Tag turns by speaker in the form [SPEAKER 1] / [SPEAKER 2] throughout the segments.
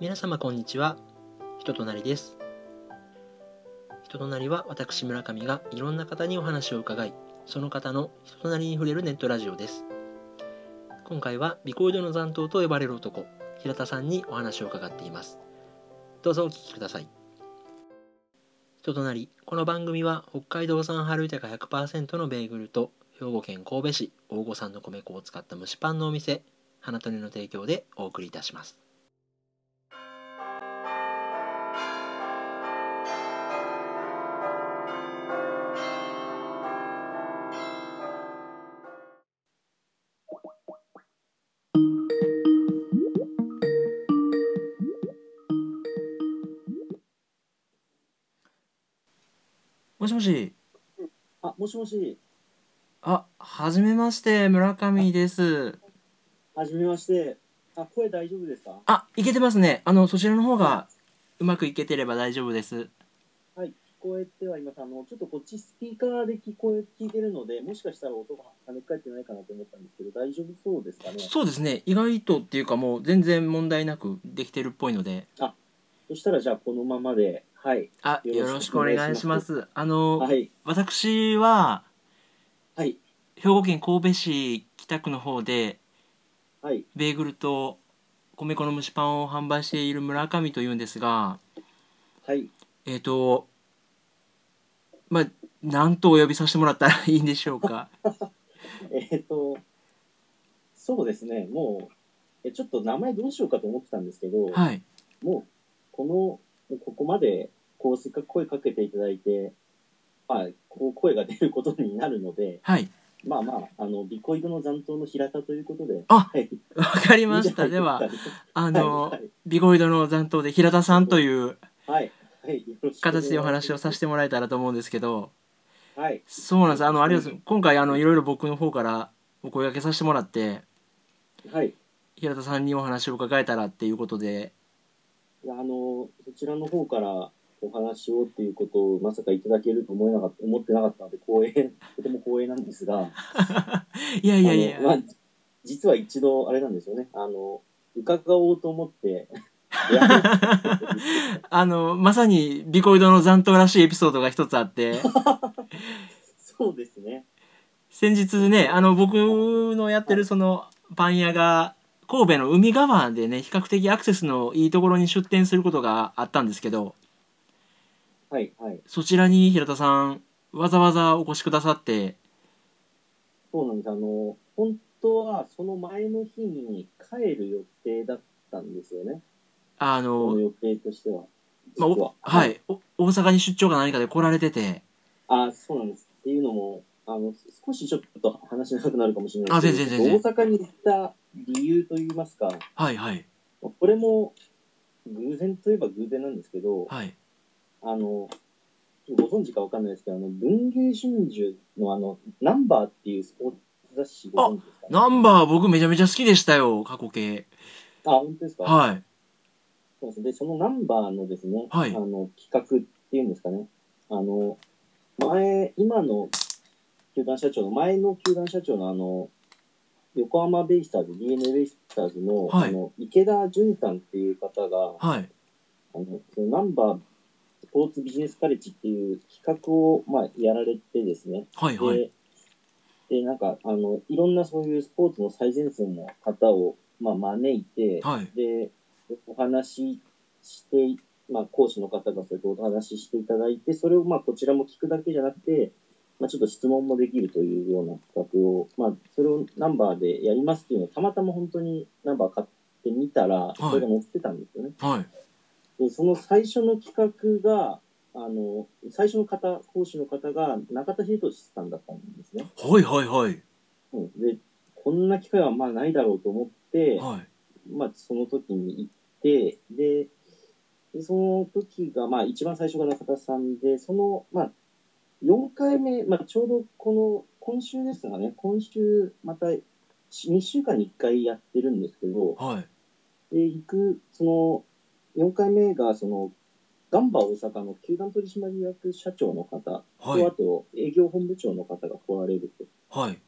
[SPEAKER 1] 皆様こんにちは人となりです人となりは私村上がいろんな方にお話を伺いその方の人となりに触れるネットラジオです今回は美コイドの残党と呼ばれる男平田さんにお話を伺っていますどうぞお聞きください人となりこの番組は北海道産春豊か100%のベーグルと兵庫県神戸市大御産の米粉を使った蒸しパンのお店花種の提供でお送りいたします
[SPEAKER 2] もしもし。
[SPEAKER 3] あ、もしもし、
[SPEAKER 2] あ、はじめまして、村上です。
[SPEAKER 3] はじめまして。あ、声大丈夫ですか
[SPEAKER 2] あ、いけてますね。あの、そちらの方がうまくいけてれば大丈夫です。
[SPEAKER 3] はい、聞こえてはいます。あの、ちょっとこっちスピーカーで聞こえ、聞いてるので、もしかしたら音が跳ね返ってないかなと思ったんですけど、大丈夫そうですかね。
[SPEAKER 2] そうですね。意外とっていうかもう全然問題なくできてるっぽいので。
[SPEAKER 3] そしたら、じゃあこのままで、はい。
[SPEAKER 2] あ、よ
[SPEAKER 3] よ
[SPEAKER 2] ろ
[SPEAKER 3] ろ
[SPEAKER 2] し
[SPEAKER 3] し
[SPEAKER 2] く
[SPEAKER 3] く
[SPEAKER 2] お
[SPEAKER 3] お
[SPEAKER 2] 願
[SPEAKER 3] 願
[SPEAKER 2] い
[SPEAKER 3] い
[SPEAKER 2] し
[SPEAKER 3] し
[SPEAKER 2] ま。
[SPEAKER 3] ます
[SPEAKER 2] あの、
[SPEAKER 3] はい。
[SPEAKER 2] 私は
[SPEAKER 3] はい。
[SPEAKER 2] 兵庫県神戸市北区の方で
[SPEAKER 3] はい。
[SPEAKER 2] ベーグルと米粉の蒸しパンを販売している村上というんですが、
[SPEAKER 3] はい。
[SPEAKER 2] えっ、と、まあ、何とお呼びさせてもらったらいいんでしょうか。
[SPEAKER 3] えっ、と、そうですね、もう、えちょっと名前どうしようかと思ってたんですけど、
[SPEAKER 2] はい。
[SPEAKER 3] もう、この、もうここまで、こう、せっかく声かけていただいて、まあ、こう、声が出ることになるので、
[SPEAKER 2] はい。
[SPEAKER 3] まあまあ、あの、ビコイドの残党の平田ということで。
[SPEAKER 2] あ
[SPEAKER 3] はい。
[SPEAKER 2] わかりました。
[SPEAKER 3] いいんじ
[SPEAKER 2] で
[SPEAKER 3] ゃない
[SPEAKER 2] は、
[SPEAKER 3] すか
[SPEAKER 2] あ
[SPEAKER 3] は
[SPEAKER 2] の、
[SPEAKER 3] い
[SPEAKER 2] ビゴイドの残党で平田さんという
[SPEAKER 3] はい。はい。よろしく願いします
[SPEAKER 2] 形でお話をさせてもらえたらと思うんですけど、
[SPEAKER 3] はい。
[SPEAKER 2] そうなんです。あの、ありがとうございます。今回、あの、いろいろ僕の方からお声掛けさせてもらって、
[SPEAKER 3] はい。
[SPEAKER 2] 平田さんにお話を伺えたらっていうことで、
[SPEAKER 3] いやあの、そちらの方からお話をっていうことをまさかいただけると思えなかった、思ってなかったので、光栄、 とても光栄なんですが、
[SPEAKER 2] いやいやいや
[SPEAKER 3] あ、のまあ、実は一度、あれなんですよね。あの、伺おうと 思って、出会い
[SPEAKER 2] あの、まさにビゴイドの残党らしいエピソードが一つあ って、
[SPEAKER 3] そうですね。
[SPEAKER 2] 先日ね、あの、僕のやってるそのパン屋が、神戸の海側でね、比較的アクセスのいいところに出店することがあったんですけど、
[SPEAKER 3] はい、はい。
[SPEAKER 2] そちらに平田さん、わざわざお越しくださって、
[SPEAKER 3] そうなんです。あの、本当はその前の日に帰る予定だったんですよね。
[SPEAKER 2] あ
[SPEAKER 3] その
[SPEAKER 2] の、
[SPEAKER 3] 予定としては。
[SPEAKER 2] まあ
[SPEAKER 3] 実は
[SPEAKER 2] お。はい、お大阪に出張か何かで来られてて、
[SPEAKER 3] あ、そうなんです。っていうのも、あの、少しちょっと話長くなるかもしれない
[SPEAKER 2] あ
[SPEAKER 3] です
[SPEAKER 2] 全
[SPEAKER 3] けど
[SPEAKER 2] 然全然
[SPEAKER 3] 大阪に行った理由といいますか、
[SPEAKER 2] はいはい、
[SPEAKER 3] これも偶然といえば偶然なんですけど、
[SPEAKER 2] はい。
[SPEAKER 3] あの、ご存知かわかんないですけど、あの、文芸春秋のあの、ナンバーっていうスポーツ雑誌ご存知ですか、
[SPEAKER 2] ナンバー僕めちゃめちゃ好きでしたよ、過去形。
[SPEAKER 3] あ、本当ですか
[SPEAKER 2] はい、
[SPEAKER 3] そうですね。で、そのナンバーのですね、
[SPEAKER 2] はい
[SPEAKER 3] あの、企画っていうんですかね。あの、前、今の球団社長の、前の球団社長のあの、横浜ベイスターズ、DNA ベイスターズの、
[SPEAKER 2] はい
[SPEAKER 3] あの、池田淳さんっていう方が、
[SPEAKER 2] はい、
[SPEAKER 3] あの、そのナンバースポーツビジネスカレッジっていう企画を、まあ、やられてですね。
[SPEAKER 2] はい、
[SPEAKER 3] で、
[SPEAKER 2] はい、
[SPEAKER 3] で、なんか、あの、いろんなそういうスポーツの最前線の方を、まあ、招いて、
[SPEAKER 2] はい、
[SPEAKER 3] で、お話しして、まあ、講師の方がそれとお話ししていただいて、それをまあ、こちらも聞くだけじゃなくて、まあ、ちょっと質問もできるというような企画を、まあ、それをナンバーでやりますっていうのを、たまたま本当にナンバー買ってみたら、それが載ってたんですよね。
[SPEAKER 2] はい、
[SPEAKER 3] で、その最初の企画が、あの、最初の方、講師の方が中田秀俊さんだったんですね。
[SPEAKER 2] はい、はい、はい、
[SPEAKER 3] うん、で、こんな機会はまあないだろうと思って、
[SPEAKER 2] はい、
[SPEAKER 3] まあ、その時に行って、で、でその時が、まあ、一番最初が中田さんで、その、まあ、4回目、まあ、ちょうどこの、今週ですがね、今週、また、し2週間に1回やってるんですけど、
[SPEAKER 2] はい、
[SPEAKER 3] で、行く、その、4回目が、その、ガンバ大阪の球団取締役社長の方と、
[SPEAKER 2] はい
[SPEAKER 3] あと営業本部長の方が来られると。
[SPEAKER 2] はい。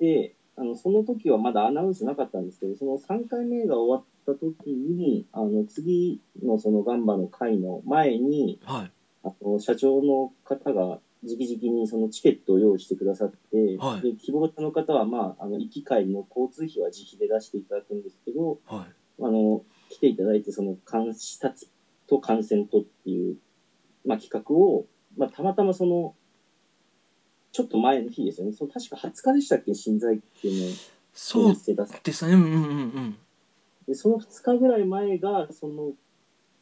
[SPEAKER 3] で、あの、その時はまだアナウンスなかったんですけど、その3回目が終わった時に、あの、次のそのガンバの会の前に、
[SPEAKER 2] はい。
[SPEAKER 3] あの、社長の方が、直々にそのチケットを用意してくださって、
[SPEAKER 2] はい
[SPEAKER 3] で希望者の方は、まあ、あの行き帰りの交通費は自費で出していただくんですけど、
[SPEAKER 2] はい。
[SPEAKER 3] あの来ていただいて、その監視たちと感染とっていう、まあ、企画を、まあ、たまたまその、ちょっと前の日ですよね、その確か20日でしたっけ、新在っていうの
[SPEAKER 2] そう
[SPEAKER 3] して出す
[SPEAKER 2] ですね。うんうんうんうん。
[SPEAKER 3] で、その2日ぐらい前がその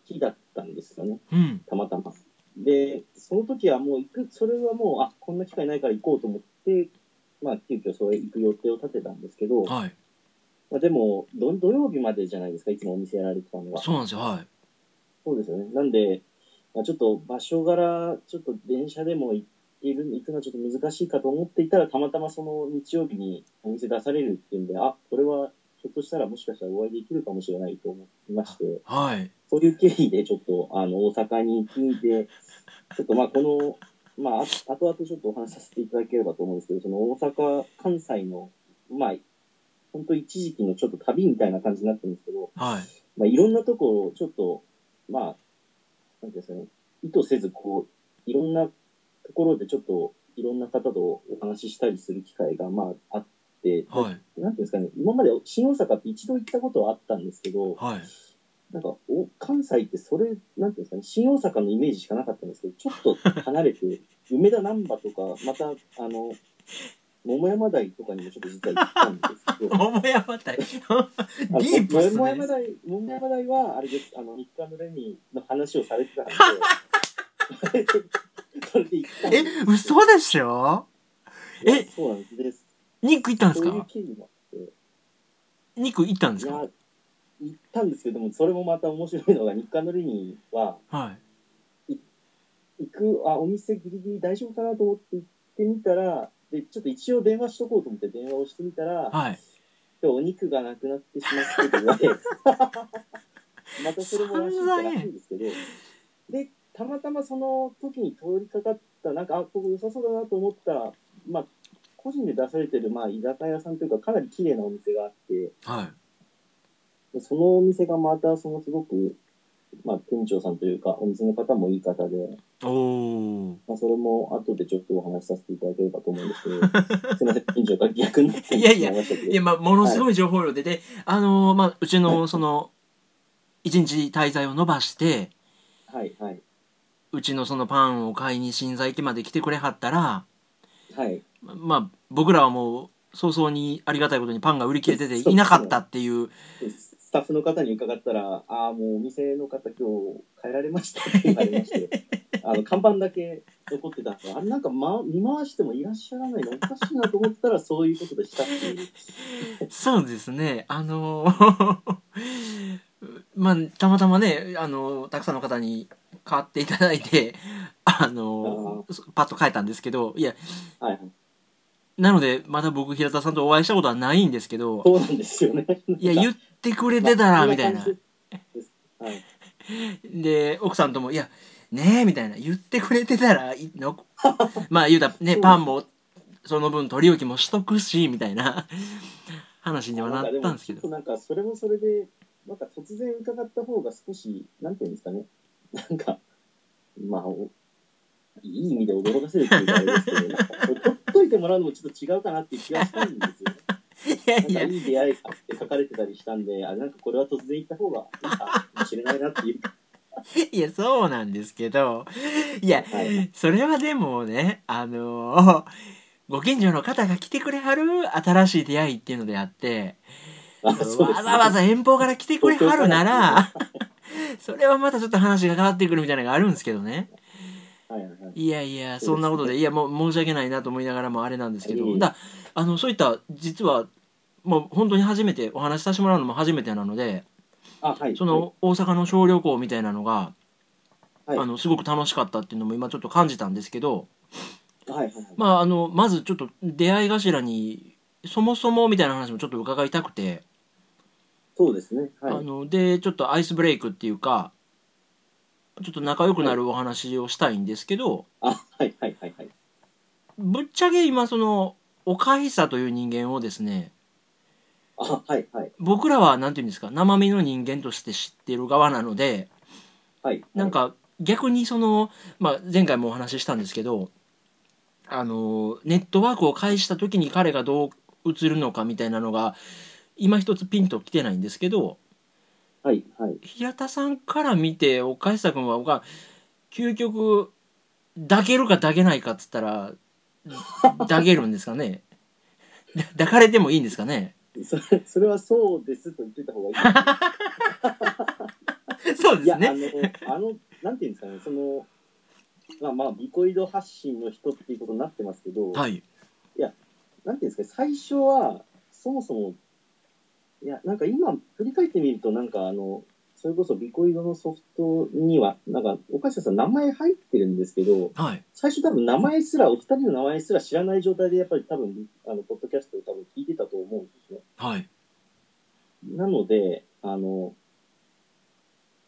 [SPEAKER 3] 日だったんですよね、
[SPEAKER 2] うん。
[SPEAKER 3] たまたま。で、その時はもう行く、それはもう、あこんな機会ないから行こうと思って、まあ、急遽それ行く予定を立てたんですけど、ま
[SPEAKER 2] はい。
[SPEAKER 3] あ、でも土、土曜日までじゃないですか、いつもお店やられてたのは。
[SPEAKER 2] そうなんですよ。はい。
[SPEAKER 3] そうですよね。なんで、まあ、ちょっと場所柄、ちょっと電車でも行ける、行くのはちょっと難しいかと思っていたら、たまたまその日曜日にお店出されるっていうんで、あ、これはひょっとしたらもしかしたらお会いできるかもしれないと思いまして、
[SPEAKER 2] はい。
[SPEAKER 3] そういう経緯でちょっと、あの、大阪に行ってで、ちょっとまあこの、まあ、あと後々ちょっとお話しさせていただければと思うんですけど、その大阪、関西の、まあ、本当一時期のちょっと旅みたいな感じになってるんですけど、
[SPEAKER 2] はい。
[SPEAKER 3] まあ、いろんなところをちょっと、まあ、なんていうんですかね、意図せず、こう、いろんなところでちょっと、いろんな方とお話ししたりする機会が、まあ、あって、
[SPEAKER 2] はい。
[SPEAKER 3] なんていうんですかね、今まで新大阪って一度行ったことはあったんですけど、
[SPEAKER 2] はい。
[SPEAKER 3] なんかお、関西ってそれ、なんていうんですかね、新大阪のイメージしかなかったんですけど、ちょっと離れて、梅田難波とか、また、あの、桃山台とかにもちょっと実は行ったんですけど、
[SPEAKER 2] 桃山 隊。デ
[SPEAKER 3] あの
[SPEAKER 2] ィープっす
[SPEAKER 3] もやもや
[SPEAKER 2] ね。
[SPEAKER 3] 台、もやもや台は、あれです、あの、日韓のレミの話をされてた んで、それで行ったんで
[SPEAKER 2] え
[SPEAKER 3] す。、
[SPEAKER 2] 嘘でしょえ
[SPEAKER 3] そうなんです。で
[SPEAKER 2] 肉行ったんです
[SPEAKER 3] そういう
[SPEAKER 2] か
[SPEAKER 3] 経緯もあって、
[SPEAKER 2] 肉行ったんで
[SPEAKER 3] い
[SPEAKER 2] す
[SPEAKER 3] や、
[SPEAKER 2] か
[SPEAKER 3] 行ったんですけども、それもまた面白いのが、日韓のレミは、
[SPEAKER 2] はい。
[SPEAKER 3] 行く、あ、お店ギリギリ大丈夫かなと思って行ってみたら、で、ちょっと一応電話しとこうと思って電話をしてみたら、
[SPEAKER 2] はい。
[SPEAKER 3] 今日お肉がなくなってしまって るので、またそれもらしいったらしいんですけど、で、たまたまその時に通りかかった、なんか、あ、ここ良さそうだなと思った、まあ、個人で出されてる、まあ、居酒屋さんというか、かなり綺麗なお店があって、
[SPEAKER 2] はい。
[SPEAKER 3] でそのお店がまた、そのすごく、まあ、店長さんというか、お店の方もいい方で、
[SPEAKER 2] おお。
[SPEAKER 3] まあ、それも後でちょっとお話しさせていただければと思うんですけ ど、すいません、店長が逆になってしまいましたけど。
[SPEAKER 2] いや、まあ、ものすごい情報量で、で、あのーまあ、うちの、その、一日滞在を伸ばして、
[SPEAKER 3] はい、はい、
[SPEAKER 2] うちのそのパンを買いに新在家まで来てくれはったら、
[SPEAKER 3] はい。
[SPEAKER 2] まあ、僕らはもう、早々にありがたいことにパンが売り切れてていなかったっていう、
[SPEAKER 3] スタッフの方に伺ったら、ああ、もうお店の方、今日変えられましたって言われ まして、あの看板だけ残ってたんであれなんか、ま、見回してもいらっしゃらないのおかしいなと思ったら、そういうことでしたっていう。
[SPEAKER 2] そうですね、あのー まあ、たまたまね、あのーたくさんの方に買っていただいて、あのーパッと書いたんですけど、いや、
[SPEAKER 3] はいはい、
[SPEAKER 2] なので、まだ僕、平田さんとお会いしたことはないんですけど、
[SPEAKER 3] そうなんですよね。
[SPEAKER 2] いや、
[SPEAKER 3] なん
[SPEAKER 2] 言
[SPEAKER 3] か
[SPEAKER 2] ってくれてたら、
[SPEAKER 3] まあ
[SPEAKER 2] みたいな
[SPEAKER 3] そ。ん感じですはい、
[SPEAKER 2] で、奥さんとも、いや、ねえ、みたいな。言ってくれてたら、いのまあ、言うたらね、
[SPEAKER 3] そう
[SPEAKER 2] パンも、その分取り置きもしとくし、みたいな話にはなったんですけ
[SPEAKER 3] ちょっと
[SPEAKER 2] ど。
[SPEAKER 3] なんか、それもそれで、なんか突然伺った方が少し、なんていうんですかね、なんか、まあ、おいい意味で驚かせるっていうかあれですけど、なんかほっといてもらうのもちょっと違うかなっていう気がしたんですよね。
[SPEAKER 2] いや
[SPEAKER 3] なん
[SPEAKER 2] いや、
[SPEAKER 3] かいい出会いかって書かれてたりしたんで、あなんかこれは突然行った方がいいかもしれないなっていう。
[SPEAKER 2] いや、そうなんですけど、いや、
[SPEAKER 3] はい
[SPEAKER 2] それはでもね、あのーご近所の方が来てくれはる新しい出会いっていうのであって、
[SPEAKER 3] あそうで
[SPEAKER 2] わ
[SPEAKER 3] す、
[SPEAKER 2] ざわざ遠方から来てくれはるな
[SPEAKER 3] は
[SPEAKER 2] ら、それはまたちょっと話が変わってくるみたいなのがあるんですけどね。
[SPEAKER 3] はいはいはい。
[SPEAKER 2] いやいや、
[SPEAKER 3] そうですね
[SPEAKER 2] そんなことで、いや、もう申し訳ないなと思いながらもあれなんですけ
[SPEAKER 3] いえい
[SPEAKER 2] ど、
[SPEAKER 3] え
[SPEAKER 2] だあの、そういった、実は、もう本当に初めて、お話しさせてもらうのも初めてなので、
[SPEAKER 3] あ、はい。
[SPEAKER 2] その大阪の小旅行みたいなのが、
[SPEAKER 3] はい
[SPEAKER 2] あの、すごく楽しかったっていうのも今ちょっと感じたんですけど、
[SPEAKER 3] はい、はいはいはい。
[SPEAKER 2] まあ、あの、まずちょっと出会い頭に、そもそもみたいな話もちょっと伺いたくて、
[SPEAKER 3] そうですね。は
[SPEAKER 2] あ
[SPEAKER 3] い。
[SPEAKER 2] の、で、ちょっとアイスブレイクっていうか、ちょっと仲良くなるお話をしたいんですけど、
[SPEAKER 3] あ、はいはいはいはい。
[SPEAKER 2] ぶっちゃけ今その、おかひさという人間をですね、
[SPEAKER 3] あ、はいはい。
[SPEAKER 2] 僕らはなんていうんですか、生身の人間として知ってる側なので、
[SPEAKER 3] はい。
[SPEAKER 2] なん、か逆にその、まあ、前回もお話ししたんですけどあのネットワークを介した時に彼がどう映るのかみたいなのが今一つピンときてないんですけど
[SPEAKER 3] はいはい。
[SPEAKER 2] 平田さんから見て岡下君は僕は究極抱けるか抱けないかっつったら抱けるんですかね だ抱かれてもいいんですかね
[SPEAKER 3] それそれはそうですと言ってた方がいいかな。
[SPEAKER 2] そうで
[SPEAKER 3] いや、
[SPEAKER 2] す
[SPEAKER 3] あ
[SPEAKER 2] ね
[SPEAKER 3] の、あの、なんていうんですかね、その、まあまあ、ビコイド発信の人っていうことになってますけど、
[SPEAKER 2] はい
[SPEAKER 3] なんていうんですか、最初は、そもそも、いや、なんか今、振り返ってみると、なんかあの、それこそビコイドのソフトには、なんか、岡下さん名前入ってるんですけど、
[SPEAKER 2] はい
[SPEAKER 3] 最初多分名前すら、お二人の名前すら知らない状態で、やっぱり多分、あの、ポッドキャストを多分聞いてたと思うんですね。
[SPEAKER 2] はい
[SPEAKER 3] なので、あの、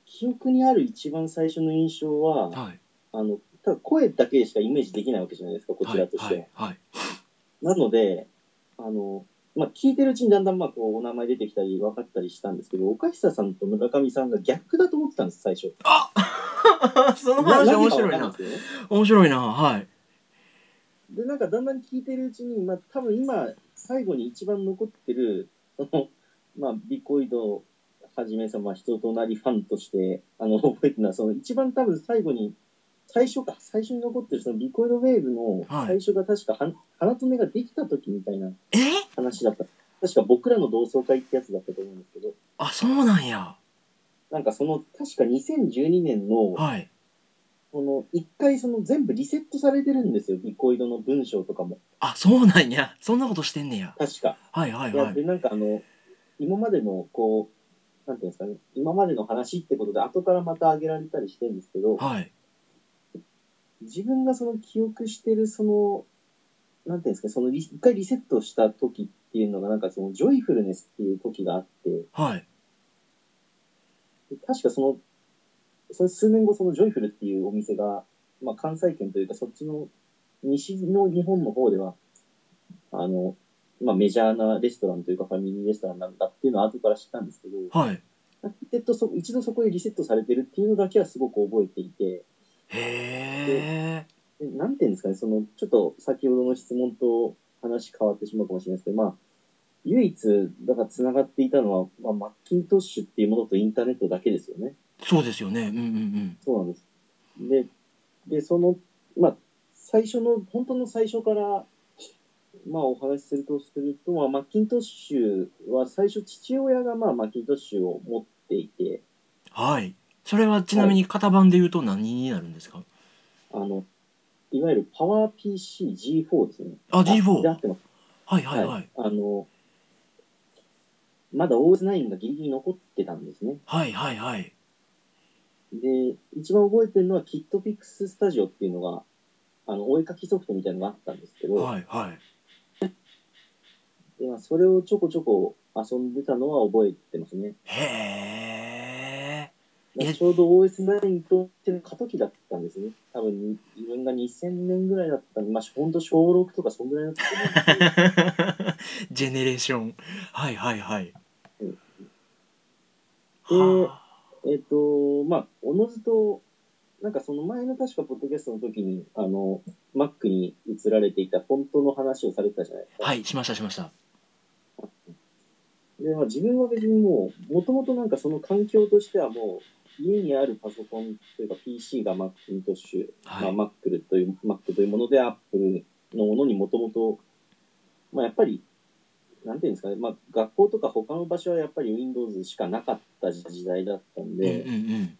[SPEAKER 3] 記憶にある一番最初の印象は、
[SPEAKER 2] はい
[SPEAKER 3] あの、ただ声だけしかイメージできないわけじゃないですか、こちらとしては。
[SPEAKER 2] はいはい
[SPEAKER 3] なので、あの、まあ、聞いてるうちにだんだんまあこうお名前出てきたり分かったりしたんですけど、岡久さんと村上さんが逆だと思ってたんです、最初。
[SPEAKER 2] はい その話面白い
[SPEAKER 3] 何が分かんないん
[SPEAKER 2] な
[SPEAKER 3] ですよね
[SPEAKER 2] 面白いなはい
[SPEAKER 3] で、なんかだんだん聞いてるうちに、まあ、多分今、最後に一番残ってる、その、まあ、ビコイドはじめさま、人となりファンとして、あの、覚えてるのは、その一番多分最後に、最初か、最初に残ってる、そのビコイドウェーブの
[SPEAKER 2] はい
[SPEAKER 3] 最初が確かは、花留めができた時みたいな
[SPEAKER 2] え
[SPEAKER 3] 話だった。確か僕らの同窓会ってやつだったと思うんですけど、
[SPEAKER 2] あそうなんや
[SPEAKER 3] なんかその、確か2012年の、
[SPEAKER 2] はい
[SPEAKER 3] この、一回その全部リセットされてるんですよ、ビコイドの文章とかも。
[SPEAKER 2] あそうなんやそんなことしてんねや
[SPEAKER 3] 確か。
[SPEAKER 2] はいはい
[SPEAKER 3] いや、
[SPEAKER 2] は
[SPEAKER 3] で、
[SPEAKER 2] い
[SPEAKER 3] なんかあの、今までの、こう、なんていうんですかね、今までの話ってことで、後からまた上げられたりしてるんですけど、
[SPEAKER 2] はい
[SPEAKER 3] 自分がその記憶してる、その、なんていうんですか、そのリ、一回リセットした時っていうのが、なんかその、ジョイフルネスっていう時があって、
[SPEAKER 2] はい
[SPEAKER 3] で確かその、その数年後、そのジョイフルっていうお店が、まあ、関西圏というか、そっちの、西の日本の方では、あの、まあ、メジャーなレストランというか、ファミリーレストランなんだっていうのは後から知ったんですけど、
[SPEAKER 2] はい
[SPEAKER 3] リセットそ一度そこでリセットされてるっていうのだけはすごく覚えていて、
[SPEAKER 2] へえ
[SPEAKER 3] でなんていうんですかね、その、ちょっと先ほどの質問と話変わってしまうかもしれないですけど、まあ、唯一、だから繋がっていたのは、まあ、マッキントッシュっていうものとインターネットだけですよね。
[SPEAKER 2] そうですよねうんうんうん
[SPEAKER 3] そうなんです。で、で、その、まあ、最初の、本当の最初から、まあ、お話しするとすると、まあ、マッキントッシュは最初父親が、まあ、マッキントッシュを持っていて、
[SPEAKER 2] はいそれはちなみに型番で言うと何になるんですか
[SPEAKER 3] あの、いわゆるパワー PCG4 ですね。
[SPEAKER 2] あ G4
[SPEAKER 3] で合ってます。
[SPEAKER 2] はいはいはい
[SPEAKER 3] あの、まだ OS9 がギリギリ残ってたんですね。
[SPEAKER 2] はいはいはい
[SPEAKER 3] で、一番覚えてるのは KitPix Studio っていうのが、あの、お絵描きソフトみたいなのがあったんですけど、
[SPEAKER 2] はいはい
[SPEAKER 3] でまあそれをちょこちょこ遊んでたのは覚えてますね。
[SPEAKER 2] へえ
[SPEAKER 3] だから
[SPEAKER 2] え
[SPEAKER 3] ちょうど OS9 とっての過渡期だったんですね。多分、自分が2000年ぐらいだったんで、まあ、ほんと小6とかそんぐらいだったと思うんですけど、
[SPEAKER 2] ジェネレーションはいはいはい
[SPEAKER 3] うん
[SPEAKER 2] はあ
[SPEAKER 3] えっ、と、まあ、おのずと、なんかその前の確かポッドキャストの時に、あの、Mac に移られていたフォントの話をされてたじゃないですか。
[SPEAKER 2] はいしましたしました
[SPEAKER 3] で、まあ、自分は別にもう、もともとなんかその環境としてはもう、家にあるパソコンというか PC が Macintosh、
[SPEAKER 2] はい
[SPEAKER 3] まあ、Mac という、Mac というもので Apple のものにもともと、まあ、やっぱり、なんていうんですかね、まあ、学校とか他の場所はやっぱり Windows しかなかった時代だったん
[SPEAKER 2] うんう
[SPEAKER 3] で、
[SPEAKER 2] んうん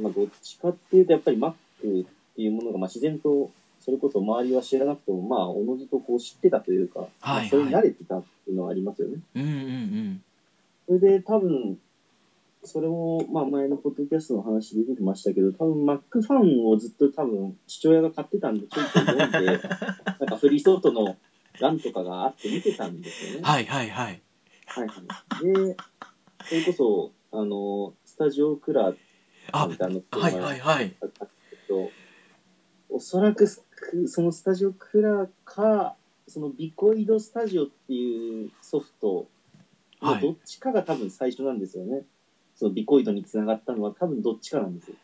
[SPEAKER 3] まあ、どっちかっていうと、やっぱり Mac っていうものが、まあ、自然と、それこそ周りは知らなくても、まあ、おのずとこう知ってたというか、まあ
[SPEAKER 2] はい
[SPEAKER 3] それに慣れてたっていうのはありますよね。
[SPEAKER 2] うんうんうん
[SPEAKER 3] それで、多分、それも、まあ、前のポッドキャストの話で出てましたけど、多分 Mac ファンをずっと多分、父親が買ってたんで、ちょいちょい読ん で、なんかフリーソートの欄とかがあって見てたんですよね。
[SPEAKER 2] はいはいはい
[SPEAKER 3] はいはい。で、それこそ、あの、スタジオクラ
[SPEAKER 2] あ
[SPEAKER 3] インターネット
[SPEAKER 2] はいはいはい。
[SPEAKER 3] だったんですけど、おそらくスクそのスタジオクラか、そのビコイドスタジオっていうソフト
[SPEAKER 2] は
[SPEAKER 3] の
[SPEAKER 2] い
[SPEAKER 3] どっちかが多分最初なんですよね。そのビコイドにつながったのは多分どっちかなんですよ。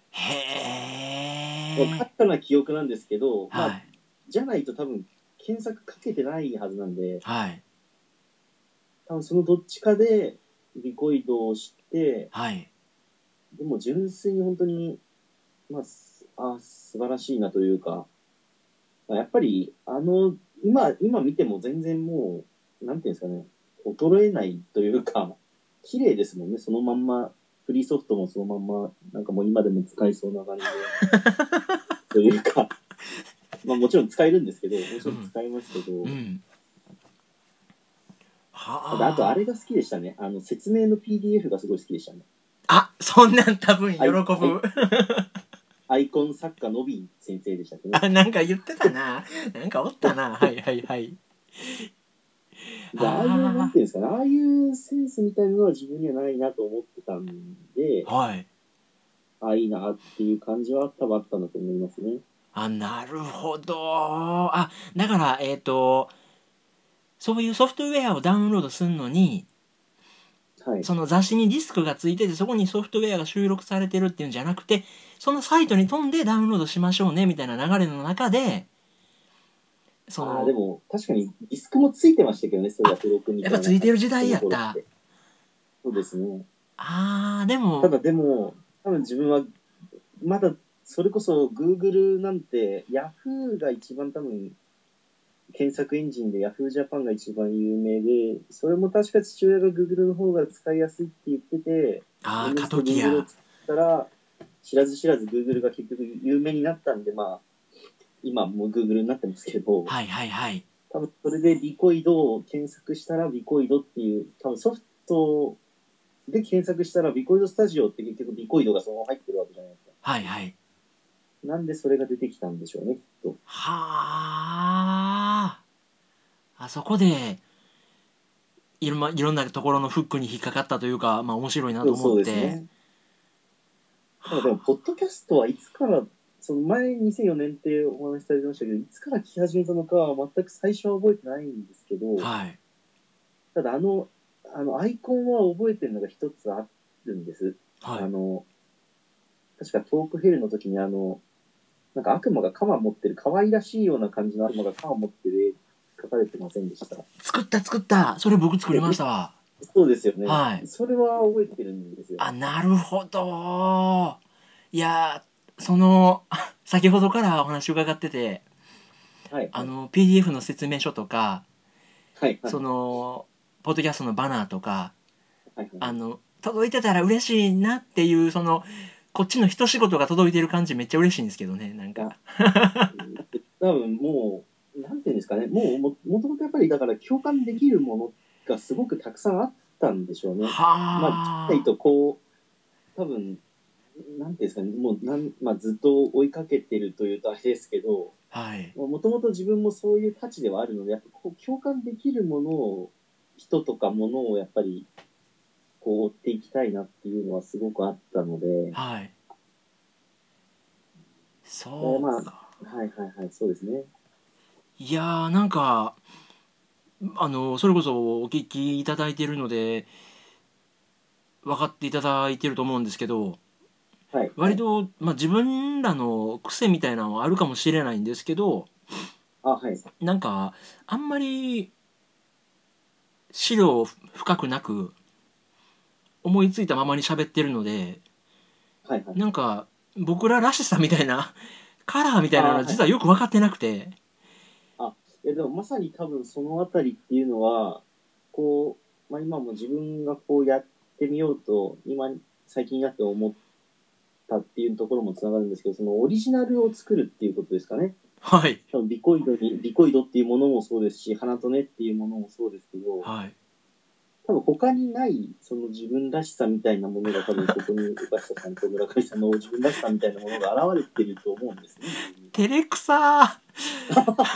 [SPEAKER 2] へ
[SPEAKER 3] まあ勝
[SPEAKER 2] え。
[SPEAKER 3] ったのは記憶なんですけど、ま
[SPEAKER 2] は
[SPEAKER 3] あ、
[SPEAKER 2] い
[SPEAKER 3] じゃないと多分検索かけてないはずなんで、
[SPEAKER 2] はい
[SPEAKER 3] 多分そのどっちかでビコイドをして、
[SPEAKER 2] はい。
[SPEAKER 3] でも純粋に本当に、まあ、すあ素晴らしいなというか、まあ、やっぱり、あの、今、今見ても全然もう、なんていうんですかね、衰えないというか、綺麗ですもんね、そのまんま、フリーソフトもそのまんま、なんかもう今でも使えそうな感 じで。というか、まあもちろん使えるんですけど、もちろん使えますけど、
[SPEAKER 2] うん。
[SPEAKER 3] た
[SPEAKER 2] は
[SPEAKER 3] だあとあれが好きでしたね、あの、説明の PDF がすごい好きでしたね。
[SPEAKER 2] あそんなん多分喜ぶ。
[SPEAKER 3] はアイコン作家のび先生でしたっけね。
[SPEAKER 2] あなんか言ってたな。なんかおったな。はいはいはい。
[SPEAKER 3] でああいう、
[SPEAKER 2] あー
[SPEAKER 3] なんていうんですかね、ああいうセンスみたいなのは自分にはないなと思ってたんで、
[SPEAKER 2] はい。
[SPEAKER 3] ああ、いいなっていう感じは多分あったんだと思いますね。
[SPEAKER 2] あなるほどあだからえっ、とそういうソフトウェアをダウンロードするのに
[SPEAKER 3] はい。
[SPEAKER 2] その雑誌にディスクがついててそこにソフトウェアが収録されてるっていうんじゃなくてそのサイトに飛んでダウンロードしましょうねみたいな流れの中でそ
[SPEAKER 3] あ
[SPEAKER 2] の
[SPEAKER 3] あでも、確かにディスクもついてましたけどね、それは付録みた
[SPEAKER 2] やっ
[SPEAKER 3] いな。
[SPEAKER 2] ぱついてる時代やった。
[SPEAKER 3] そうですね。
[SPEAKER 2] あーで
[SPEAKER 3] た
[SPEAKER 2] も
[SPEAKER 3] だでも、多分自分は、まだ、それこそ Google なんて、Yahoo が一番多分、検索エンジンで Yahoo Japan が一番有名で、それも確か父親が Google の方が使いやすいって言ってて、
[SPEAKER 2] あー過渡期
[SPEAKER 3] Google を
[SPEAKER 2] や
[SPEAKER 3] 使ったら、知らず知らず Google が結局有名になったんで、まあ、今もう Google になってますけど、
[SPEAKER 2] はいはいはい
[SPEAKER 3] 多分それでビコイドを検索したらビコイドっていう、多分ソフトで検索したらビコイドスタジオって結局ビコイドがそのまま入ってるわけじゃないですか。
[SPEAKER 2] はいはい
[SPEAKER 3] なんでそれが出てきたんでしょうね、きっと。
[SPEAKER 2] はああそこでいろ,、ま、いろんなところのフックに引っかかったというか、まあ、面白いなと
[SPEAKER 3] そう
[SPEAKER 2] 思っ
[SPEAKER 3] です
[SPEAKER 2] て、
[SPEAKER 3] ね。ただでも、ポッドキャストはいつから、その前2004年ってお話しされてましたけど、いつから聞き始めたのかは全く最初は覚えてないんですけど、
[SPEAKER 2] はい
[SPEAKER 3] ただあの、あのアイコンは覚えてるのが一つあるんです。
[SPEAKER 2] は
[SPEAKER 3] あ
[SPEAKER 2] い
[SPEAKER 3] の、確かトークヘルの時にあの、なんか悪魔が鎌持ってる、可愛らしいような感じの悪魔が鎌持ってる絵描かれてませんでした。
[SPEAKER 2] 作った作ったそれ僕作りましたわ
[SPEAKER 3] そうですよね。
[SPEAKER 2] はい
[SPEAKER 3] それは覚えてるんですよ。
[SPEAKER 2] あなるほどいやーその 先ほどからお話伺ってて
[SPEAKER 3] はい。
[SPEAKER 2] あ、の PDF の説明書とか
[SPEAKER 3] はい、はい。
[SPEAKER 2] そのポッドキャストのバナーとか
[SPEAKER 3] はいはい
[SPEAKER 2] あの届いてたら嬉しいなっていうそのこっちの一仕事が届いてる感じめっちゃ嬉しいんですけどねなんか
[SPEAKER 3] 多分もう、なんていうんですかね、もうも、もともとやっぱりだから共感できるものがすごくたくさんあったんでしょうね。まあ、
[SPEAKER 2] はあ、
[SPEAKER 3] ちっちゃいとこう、多分、なんていうんですかね、もうなん、まあ、ずっと追いかけてるというとあれですけど、
[SPEAKER 2] はい
[SPEAKER 3] もともと自分もそういう価値ではあるので、やっぱこう共感できるものを、人とかものをやっぱり、こう追っていきたいなっていうのはすごくあったので、
[SPEAKER 2] はいそうか、
[SPEAKER 3] えーはいはいはい、そうですね。
[SPEAKER 2] いやーなんかあのそれこそお聞きいただいてるので分かっていただいてると思うんですけど
[SPEAKER 3] はい。
[SPEAKER 2] 割と、まあ、自分らの癖みたいなのはあるかもしれないんですけど
[SPEAKER 3] あ、はい。
[SPEAKER 2] なんかあんまり資料深くなく思いついたままに喋ってるので
[SPEAKER 3] はいはい。
[SPEAKER 2] なんか僕ららしさみたいなカラーみたいなの
[SPEAKER 3] あー
[SPEAKER 2] は
[SPEAKER 3] は
[SPEAKER 2] い実はよく分かってなくて
[SPEAKER 3] いやでもまさに多分そのあたりっていうのは、こう、まあ今も自分がこうやってみようと、今、最近になって思ったっていうところもつながるんですけど、そのオリジナルを作るっていうことですかね。
[SPEAKER 2] はい
[SPEAKER 3] 多分ビコイドに、ビコイドっていうものもそうですし、花とねっていうものもそうですけど、
[SPEAKER 2] はい
[SPEAKER 3] 多分他にない、その自分らしさみたいなものが多分ここに岡下さんと村上さんの自分らしさみたいなものが現れてると思うんですね。
[SPEAKER 2] 照れくさー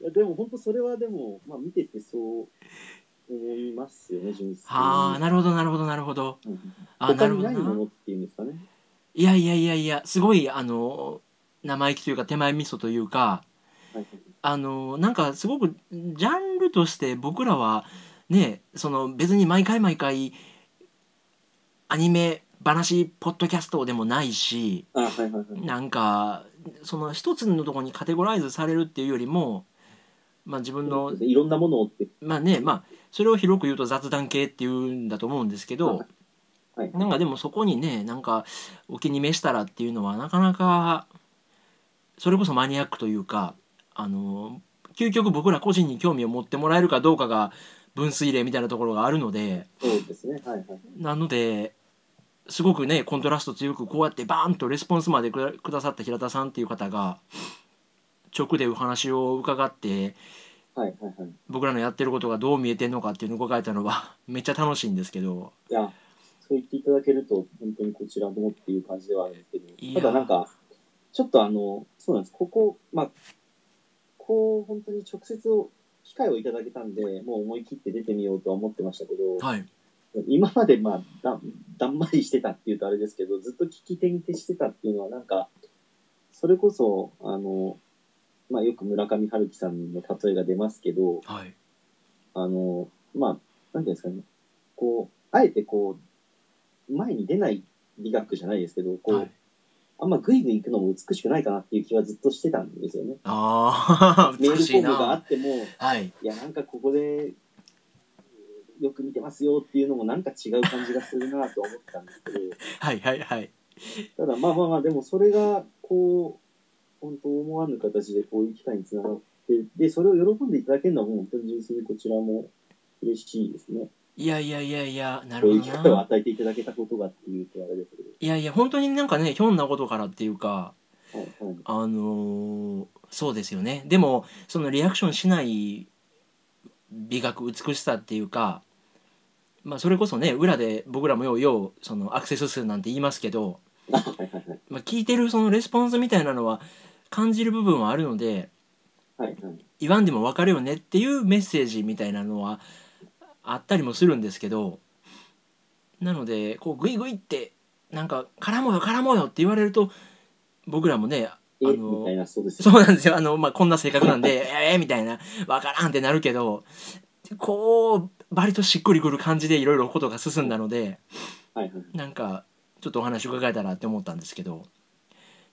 [SPEAKER 3] いやでも本当それはでも、まあ、見ててそう思いますよね、純粋に。
[SPEAKER 2] ああなるほどなるほどなるほど
[SPEAKER 3] うん
[SPEAKER 2] あー
[SPEAKER 3] 他
[SPEAKER 2] なるほ
[SPEAKER 3] に
[SPEAKER 2] ど
[SPEAKER 3] ないもの
[SPEAKER 2] な
[SPEAKER 3] っていうんですかね。
[SPEAKER 2] いやいやいやいや、すごい、あの、生意気というか手前味噌というか、
[SPEAKER 3] はいはい
[SPEAKER 2] あの、なんかすごく、ジャンルとして僕らは、ね、その別に毎回毎回、アニメ、話、ポッドキャストでもないし、
[SPEAKER 3] あ、はいはいはい。
[SPEAKER 2] なんかその一つのところにカテゴライズされるっていうよりも、まあ、自分の
[SPEAKER 3] いろんなものを追って、
[SPEAKER 2] まあねまあそれを広く言うと雑談系っていうんだと思うんですけど、
[SPEAKER 3] はい
[SPEAKER 2] なんかでもそこにねなんかお気に召したらっていうのはなかなかそれこそマニアックというかあの究極僕ら個人に興味を持ってもらえるかどうかが分水嶺みたいなところがあるので。
[SPEAKER 3] そうですね。はいはい。
[SPEAKER 2] なのですごくねコントラスト強くこうやってバーンとレスポンスまでくだくださった平田さんっていう方が直でお話を伺って
[SPEAKER 3] はいはいはい。
[SPEAKER 2] 僕らのやってることがどう見えてんのかっていうのを伺えたのはめっちゃ楽しいんですけど
[SPEAKER 3] いや、そう言っていただけると、本当にこちらもっていう感じではあるんですけ
[SPEAKER 2] い
[SPEAKER 3] ど、
[SPEAKER 2] や
[SPEAKER 3] ただなんか、ちょっとあの、そうなんです。ここ、まあ、こう、本当に直接を、機会をいただけたんで、もう思い切って出てみようとは思ってましたけど、
[SPEAKER 2] はい
[SPEAKER 3] 今までまあだ、だんまりしてたっていうとあれですけど、ずっと聞き手に徹してたっていうのはなんか、それこそ、あの、まあよく村上春樹さんの例えが出ますけど、
[SPEAKER 2] はい
[SPEAKER 3] あの、まあ、なんていうんですかね、こう、あえてこう、前に出ない美学じゃないですけど、こう、
[SPEAKER 2] はい
[SPEAKER 3] あんまグイグイ行くのも美しくないかなっていう気はずっとしてたんですよね。
[SPEAKER 2] あ あ
[SPEAKER 3] メール
[SPEAKER 2] 美
[SPEAKER 3] フ
[SPEAKER 2] し
[SPEAKER 3] ォ
[SPEAKER 2] い
[SPEAKER 3] ームがあっ
[SPEAKER 2] な
[SPEAKER 3] ても、
[SPEAKER 2] はい
[SPEAKER 3] いや、なんかここで、よく見てますよっていうのもなんか違う感じがするなとは思ってたんですけど、
[SPEAKER 2] はいはいはい
[SPEAKER 3] ただまあまあまあ、でもそれが、こう、本当思わぬ形でこういう機会につながって、で、それを喜んでいただけるのはもう本当に純粋にこちらも嬉しいですね。
[SPEAKER 2] いやいやいやいやな
[SPEAKER 3] こうい
[SPEAKER 2] る
[SPEAKER 3] う機
[SPEAKER 2] ほ
[SPEAKER 3] 会
[SPEAKER 2] ど
[SPEAKER 3] を
[SPEAKER 2] な
[SPEAKER 3] 与えていただけたことがっていうとあれですけど。
[SPEAKER 2] いやいや本当になんかねひょんなことからっていうか
[SPEAKER 3] はいはい。
[SPEAKER 2] あのーそうですよねでもそのリアクションしない美学美しさっていうか、まあ、それこそね裏で僕らもようようそのアクセス数なんて言いますけど、
[SPEAKER 3] はいはいはい。
[SPEAKER 2] まあ、聞いてるそのレスポンスみたいなのは感じる部分はあるので
[SPEAKER 3] はいはい。
[SPEAKER 2] 言わんでも分かるよねっていうメッセージみたいなのはあったりもするんですけどなのでこうグイグイってなんか「絡もうよ絡もうよ」って言われると僕らもねあ
[SPEAKER 3] え
[SPEAKER 2] の
[SPEAKER 3] みたいな、そうです
[SPEAKER 2] そ
[SPEAKER 3] よ
[SPEAKER 2] う
[SPEAKER 3] ね。
[SPEAKER 2] なんですよ。あの、まあ、こんな性格なんで、 ええみたいな、わからんってなるけど、こう、割としっくりくる感じでいろいろことが進んだので、
[SPEAKER 3] はいはい。
[SPEAKER 2] なんか、ちょっとお話伺えたらって思ったんですけど。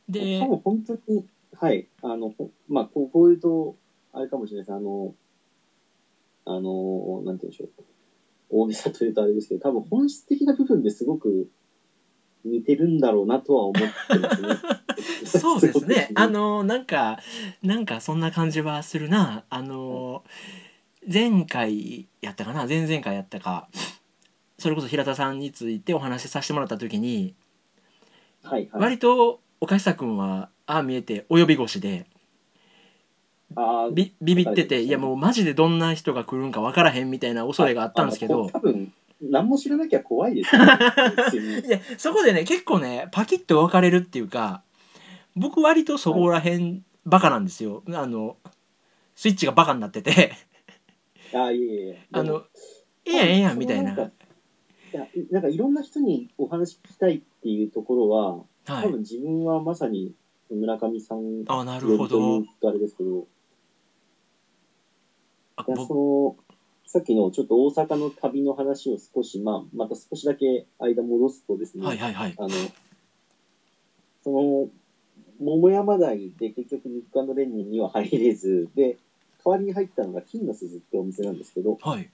[SPEAKER 2] で。
[SPEAKER 3] 多、分本当に、はい、あの、ほまあ、こうこういうと、あれかもしれないです。あの、あの、なんて言うんでしょう。大げさというとあれですけど、多分本質的な部分ですごく似てるんだろうなとは思ってますね
[SPEAKER 2] そう ですね。あ
[SPEAKER 3] あの、
[SPEAKER 2] の、なんか、なんかそんな感じはするな。あの、前回やったかな前々回やったか。それこそ平田さんについてお話しさせてもらった時に、
[SPEAKER 3] はいはい。
[SPEAKER 2] 割と岡下君は、ああ見えて、及び腰で、
[SPEAKER 3] あー
[SPEAKER 2] ビビビってて、いやもうマジでどんな人が来るんか分からへんみたいな恐れがあったんですけ
[SPEAKER 3] あの
[SPEAKER 2] ど
[SPEAKER 3] こう、多分、何も知らなきゃ怖いですよ ね。普通に
[SPEAKER 2] いや、そこでね、結構ね、パキッと分かれるっていうか、僕割とそこら辺バカなんですよ。あの、スイッチがバカになってて、
[SPEAKER 3] あー、いえいえいえ。
[SPEAKER 2] あの、ええやんええやんみたいな。
[SPEAKER 3] そのんかいや、なんかいろんな人にお話聞きたいっていうところは、
[SPEAKER 2] は
[SPEAKER 3] 多
[SPEAKER 2] い
[SPEAKER 3] 分。自分はまさに村上さん
[SPEAKER 2] あ、なるほ
[SPEAKER 3] よ
[SPEAKER 2] ど
[SPEAKER 3] り。というあれですけど、
[SPEAKER 2] あ
[SPEAKER 3] いや
[SPEAKER 2] 僕
[SPEAKER 3] そのさっきのちょっと大阪の旅の話を少し、まあ、また少しだけ間戻すとですね、
[SPEAKER 2] はいはいはい。
[SPEAKER 3] あのその桃山台で結局日韓の連人には入れずで代わりに入ったのが金の鈴ってお店なんですけど
[SPEAKER 2] はい。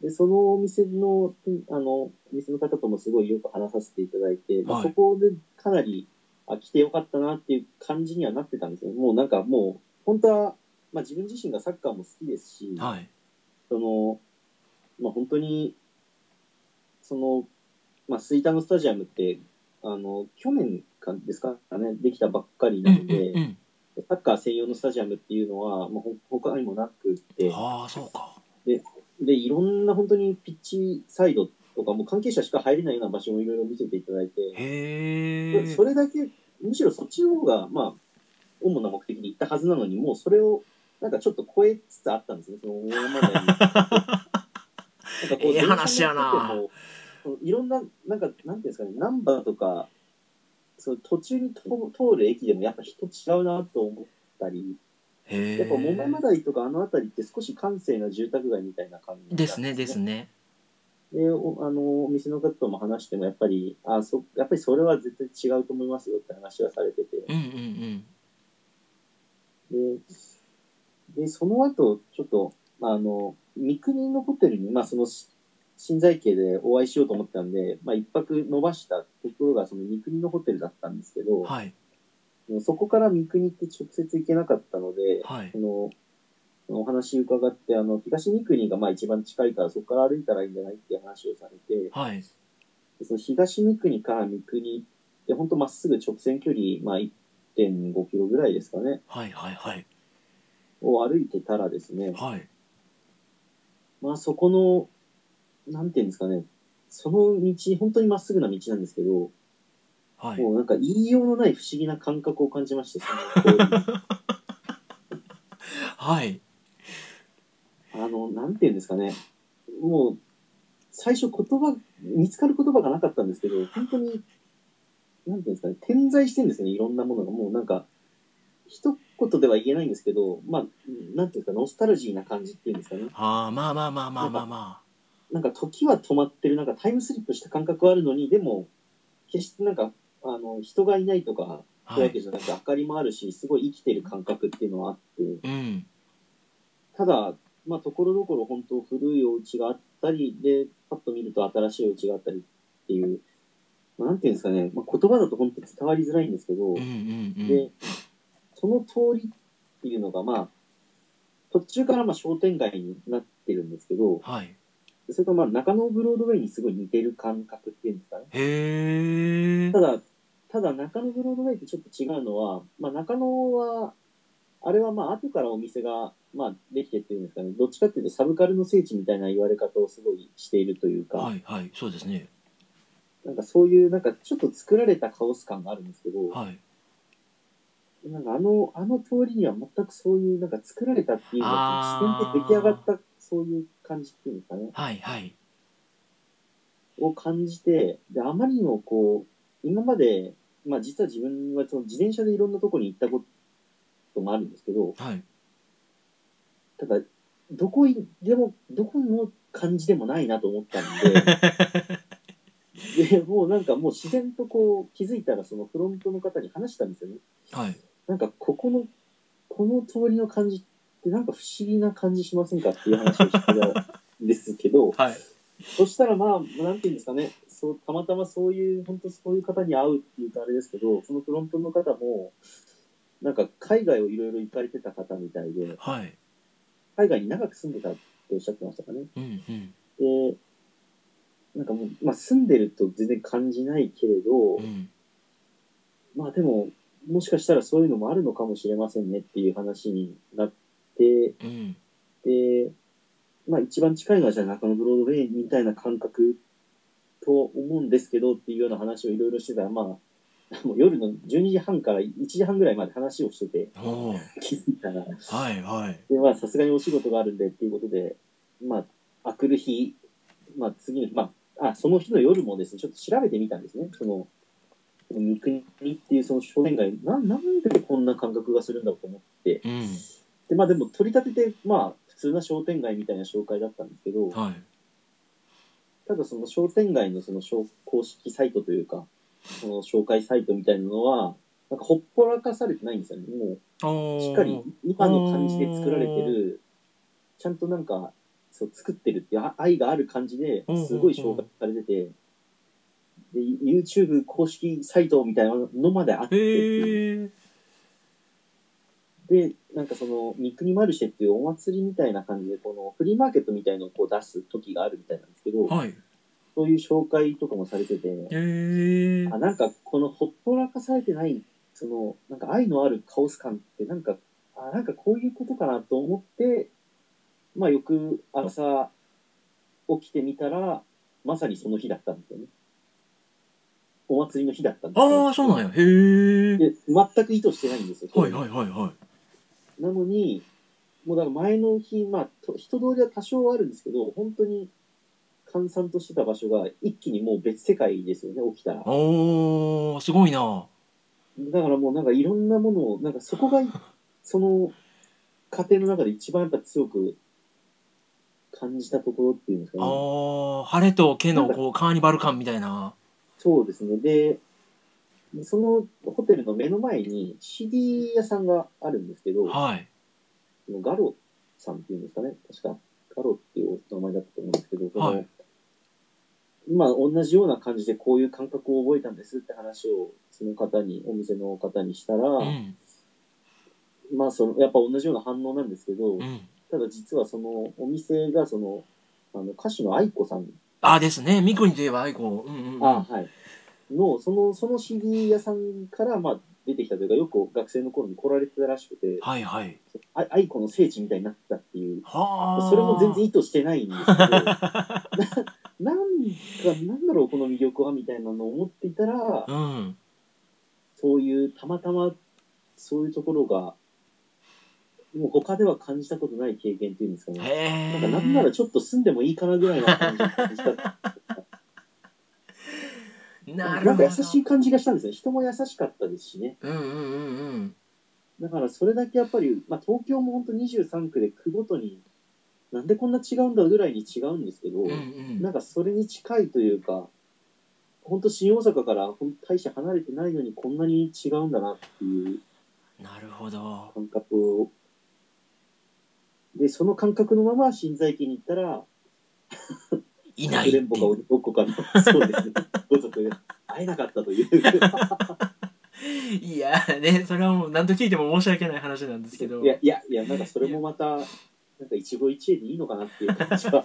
[SPEAKER 3] でそのお店のあのお店の方ともすごいよく話させていただいて、ま
[SPEAKER 2] は
[SPEAKER 3] あ、
[SPEAKER 2] い
[SPEAKER 3] そこでかなりあ来てよかったなっていう感じにはなってたんですよもうなんかもう本当は、まあ、自分自身がサッカーも好きですし、
[SPEAKER 2] はい。
[SPEAKER 3] そのまあ、本当にその、まあ、吹田のスタジアムってあの去年かですかねできたばっかり
[SPEAKER 2] う
[SPEAKER 3] なんので、
[SPEAKER 2] うん
[SPEAKER 3] サッカー専用のスタジアムっていうのは、まあ、ほ他にもなくって
[SPEAKER 2] うん。ああ、そうか。
[SPEAKER 3] で、いろんな本当にピッチサイドとか、もう関係者しか入れないような場所もいろいろ見せていただいて、
[SPEAKER 2] へえ。
[SPEAKER 3] それだけ、むしろそっちの方が、まあ、主な目的に行ったはずなのに、もうそれを、なんかちょっと超えつつあったんですね、その大山台に。なんかこう
[SPEAKER 2] ええ話やな
[SPEAKER 3] 全然関係もいろんな、なんか、なんていうんですかね、ナンバーとか、その途中に通通る駅でもやっぱ人違うなと思ったり、
[SPEAKER 2] へ
[SPEAKER 3] やっぱ桃ま台とかあの辺りって少し閑静な住宅街みたいな感じ
[SPEAKER 2] ですねです
[SPEAKER 3] ね。
[SPEAKER 2] ね
[SPEAKER 3] で、おあの、お店の方とも話してもやっぱり、あ、そ、やっぱりそれは絶対違うと思いますよって話はされてて。
[SPEAKER 2] うんうんうん
[SPEAKER 3] で、でその後、ちょっと、まあ、あの、三国のホテルに、まあ、その、し新在家でお会いしようと思ったんで、まあ、一泊伸ばしたところが、その三国のホテルだったんですけど、
[SPEAKER 2] はい
[SPEAKER 3] そこから三国って直接行けなかったので、
[SPEAKER 2] はい
[SPEAKER 3] その、お話伺って、あの、東三国がまあ一番近いから、そこから歩いたらいいんじゃないっていう話をされて、
[SPEAKER 2] はい
[SPEAKER 3] でその東三国から三国で、本当まっすぐ直線距離、まあ1.5キロぐらいですかね、
[SPEAKER 2] はいはいはい
[SPEAKER 3] を歩いてたらですね、
[SPEAKER 2] はい
[SPEAKER 3] まあそこの、なんていうんですかね、その道、本当にまっすぐな道なんですけど、
[SPEAKER 2] はい
[SPEAKER 3] もうなんか言いようのない不思議な感覚を感じました、その通
[SPEAKER 2] はい
[SPEAKER 3] りあの、なんていうんですかね、もう、最初言葉、見つかる言葉がなかったんですけど、本当に、なんていうんですかね、点在してるんですよね、いろんなものが。もうなんか、一言では言えないんですけど、まあ、なんていうんですか、ノスタルジーな感じっていうんですかね。
[SPEAKER 2] あーまあまあまあまあまあま
[SPEAKER 3] なんか時は止まってる、なんかタイムスリップした感覚はあるのに、でも、決してなんか、あの、人がいないとか、
[SPEAKER 2] あ
[SPEAKER 3] そう
[SPEAKER 2] は
[SPEAKER 3] いうわけ
[SPEAKER 2] い
[SPEAKER 3] じゃなくて、明かりもあるし、すごい生きてる感覚っていうのはあって、
[SPEAKER 2] うん
[SPEAKER 3] ただ、まあ、ところどころ本当古いお家があったり、で、パッと見ると新しいお家があったりっていう、まあ、なんていうんですかね、まあ、言葉だと本当伝わりづらいんですけど
[SPEAKER 2] うんう、んうん
[SPEAKER 3] で、その通りっていうのが、まあ、途中からまあ商店街になってるんですけど、
[SPEAKER 2] はい
[SPEAKER 3] それとまあ中野ブロードウェイにすごい似てる感覚っていうんですかね。
[SPEAKER 2] へえ
[SPEAKER 3] ただ、ただ中野ブロードウェイってちょっと違うのは、まあ中野は、あれはまあ後からお店が、まあできてっていうんですかね、どっちかっていうとサブカルの聖地みたいな言われ方をすごいしているというか、
[SPEAKER 2] はいはいそうですね
[SPEAKER 3] なんかそういうなんかちょっと作られたカオス感があるんですけど、
[SPEAKER 2] はい
[SPEAKER 3] なんかあの、あの通りには全くそういうなんか作られたっていうの
[SPEAKER 2] あ
[SPEAKER 3] と、
[SPEAKER 2] ー
[SPEAKER 3] 自然で出来上がったそういう感じっていうんですかね。
[SPEAKER 2] はいはい
[SPEAKER 3] を感じて、で、あまりにもこう、今まで、まあ実は自分はその自転車でいろんなとこに行ったこともあるんですけど、
[SPEAKER 2] はい
[SPEAKER 3] ただ、どこいでも、どこの感じでもないなと思ったんで、で、もうなんかもう自然とこう気づいたらそのフロントの方に話したんですよね。
[SPEAKER 2] はい
[SPEAKER 3] なんかここの、この通りの感じってなんか不思議な感じしませんかっていう話をしてたんですけ ど、
[SPEAKER 2] はい
[SPEAKER 3] そしたらまあ、なんていうんですかね、そうたまたまそういう、本当そういう方に会うっていうとあれですけど、そのフロントの方も、なんか海外をいろいろ行かれてた方みたいで、
[SPEAKER 2] はい
[SPEAKER 3] 海外に長く住んでたっておっしゃってましたかね。
[SPEAKER 2] うんうん
[SPEAKER 3] で、なんかもう、まあ住んでると全然感じないけれど
[SPEAKER 2] う、ん
[SPEAKER 3] まあでも、もしかしたらそういうのもあるのかもしれませんねっていう話になって、
[SPEAKER 2] うん
[SPEAKER 3] で、まあ一番近いのはじゃあ中野ブロードウェイみたいな感覚と思うんですけどっていうような話をいろいろしてたら、まあ、もう夜の12時半から1時半ぐらいまで話をしてて、
[SPEAKER 2] おー
[SPEAKER 3] 気づいたら。
[SPEAKER 2] はいはい
[SPEAKER 3] で、まあさすがにお仕事があるんでっていうことで、まあ、あくる日、まあ次の日、まあ、あ、その日の夜もですね、ちょっと調べてみたんですね。その、三国っていうその商店街、ななんでこんな感覚がするんだろうと思って、
[SPEAKER 2] うん
[SPEAKER 3] で、まあでも取り立てて、まあ普通な商店街みたいな紹介だったんですけど、
[SPEAKER 2] はい
[SPEAKER 3] ただその商店街のその紹公式サイトというか、その紹介サイトみたいなのは、なんかほっぽらかされてないんですよね。も
[SPEAKER 2] お
[SPEAKER 3] う
[SPEAKER 2] ー
[SPEAKER 3] しっかり今の感じで作られてる、ちゃんとなんか、そう作ってるっていうあ愛がある感じで
[SPEAKER 2] うんうんうん
[SPEAKER 3] すごい紹介されてて、で、YouTube 公式サイトみたいなのまであってって
[SPEAKER 2] へ
[SPEAKER 3] いう
[SPEAKER 2] え
[SPEAKER 3] で、なんかその、三国マルシェっていうお祭りみたいな感じで、このフリーマーケットみたいのをこう出す時があるみたいなんですけど、
[SPEAKER 2] はい
[SPEAKER 3] そういう紹介とかもされてて、
[SPEAKER 2] へえ
[SPEAKER 3] あなんかこのほっぽらかされてない、その、なんか愛のあるカオス感って、なんか、あなんかこういうことかなと思って、まあ、翌朝起きてみたら、まさにその日だったんですよね。お祭りの日だったんですよ
[SPEAKER 2] ああそうなんやへえ
[SPEAKER 3] で、全く意図してないんですよ。
[SPEAKER 2] はいはいはいはい
[SPEAKER 3] なのに、もうだから前の日、まあ、と人通りは多少はあるんですけど、本当に閑散としてた場所が一気にもう別世界ですよね、起きたら。
[SPEAKER 2] おー、すごいな。
[SPEAKER 3] だからもうなんかいろんなものを、なんかそこが、 その、家庭の中で一番やっぱ強く感じたところっていうんですか
[SPEAKER 2] あ
[SPEAKER 3] ね。
[SPEAKER 2] ー、晴れと毛のこうカーニバル感みたいな。
[SPEAKER 3] そうですね。で、そのホテルの目の前に CD 屋さんがあるんですけど、
[SPEAKER 2] はい。
[SPEAKER 3] ガロさんっていうんですかね、確か。ガロっていうお名前だったと思うんですけど、その
[SPEAKER 2] はい
[SPEAKER 3] 今同じような感じでこういう感覚を覚えたんですって話をその方に、お店の方にしたら、
[SPEAKER 2] うん。
[SPEAKER 3] まあその、やっぱ同じような反応なんですけど、
[SPEAKER 2] うん。
[SPEAKER 3] ただ実はそのお店がその、あの歌手の愛子さん、
[SPEAKER 2] あーですね。ミクニといえばアイコ。うんうんうん。
[SPEAKER 3] あはい、の、その、その CD 屋さんから、まあ、出てきたというか、よく学生の頃に来られてたらしくて、
[SPEAKER 2] はいはい。
[SPEAKER 3] あ愛子の聖地みたいになったっていう
[SPEAKER 2] はあ。
[SPEAKER 3] それも全然意図してないんですけど、な なんか、なんだろう、この魅力はみたいなのを思っていたら、
[SPEAKER 2] うん。
[SPEAKER 3] そういう、たまたま、そういうところが、もう他では感じたことない経験っていうんですかね。
[SPEAKER 2] へえ。
[SPEAKER 3] なんか、なんならちょっと住んでもいいかなぐらいな感じ感じた。
[SPEAKER 2] なるほ
[SPEAKER 3] なんか
[SPEAKER 2] ど。
[SPEAKER 3] 優しい感じがしたんですね。人も優しかったですしね。
[SPEAKER 2] うんうんうんうん。
[SPEAKER 3] だから、それだけやっぱり、まあ、東京も本当23区で区ごとに、なんでこんな違うんだぐらいに違うんですけど、
[SPEAKER 2] うんうん。
[SPEAKER 3] なんかそれに近いというか、本当新大阪からほんと大して離れてないのにこんなに違うんだなっていう
[SPEAKER 2] なるほど。
[SPEAKER 3] 感覚を。で、その感覚のまま新在家に行ったら、
[SPEAKER 2] いない
[SPEAKER 3] か
[SPEAKER 2] って
[SPEAKER 3] くれ
[SPEAKER 2] い
[SPEAKER 3] んぼかお
[SPEAKER 2] う。
[SPEAKER 3] っこかの、そうですね、 ごとく会えなかったという。
[SPEAKER 2] いやね、それはもう何度聞いても申し訳ない話なんですけど。
[SPEAKER 3] いや、いや、いや、なんかそれもまた、なんか一期一会でいいのかなっていう感じ は。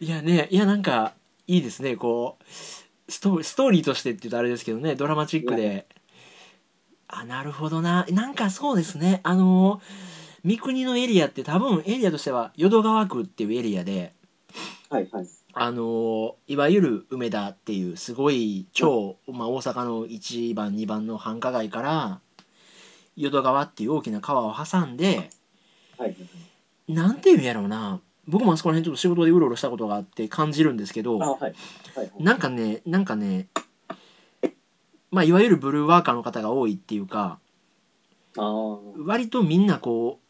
[SPEAKER 2] いやね、いやなんか、いいですね、こう、ストーリー、ストーリーとしてって言うとあれですけどね、ドラマチックで。あ、なるほどな。なんかそうですね、あの、三国のエリアって多分エリアとしては淀川区っていうエリアで、
[SPEAKER 3] はいはい。
[SPEAKER 2] あのいわゆる梅田っていうすごい超、まあ、大阪の1番2番の繁華街から淀川っていう大きな川を挟んで
[SPEAKER 3] はいはい。
[SPEAKER 2] なんていうんやろうな僕もあそこら辺ちょっと仕事でうろうろしたことがあって感じるんですけ
[SPEAKER 3] あ、
[SPEAKER 2] ど
[SPEAKER 3] はい。はいはい。
[SPEAKER 2] なんかねなんかねまあいわゆるブルーワーカーの方が多いっていうか
[SPEAKER 3] あー
[SPEAKER 2] 割とみんなこ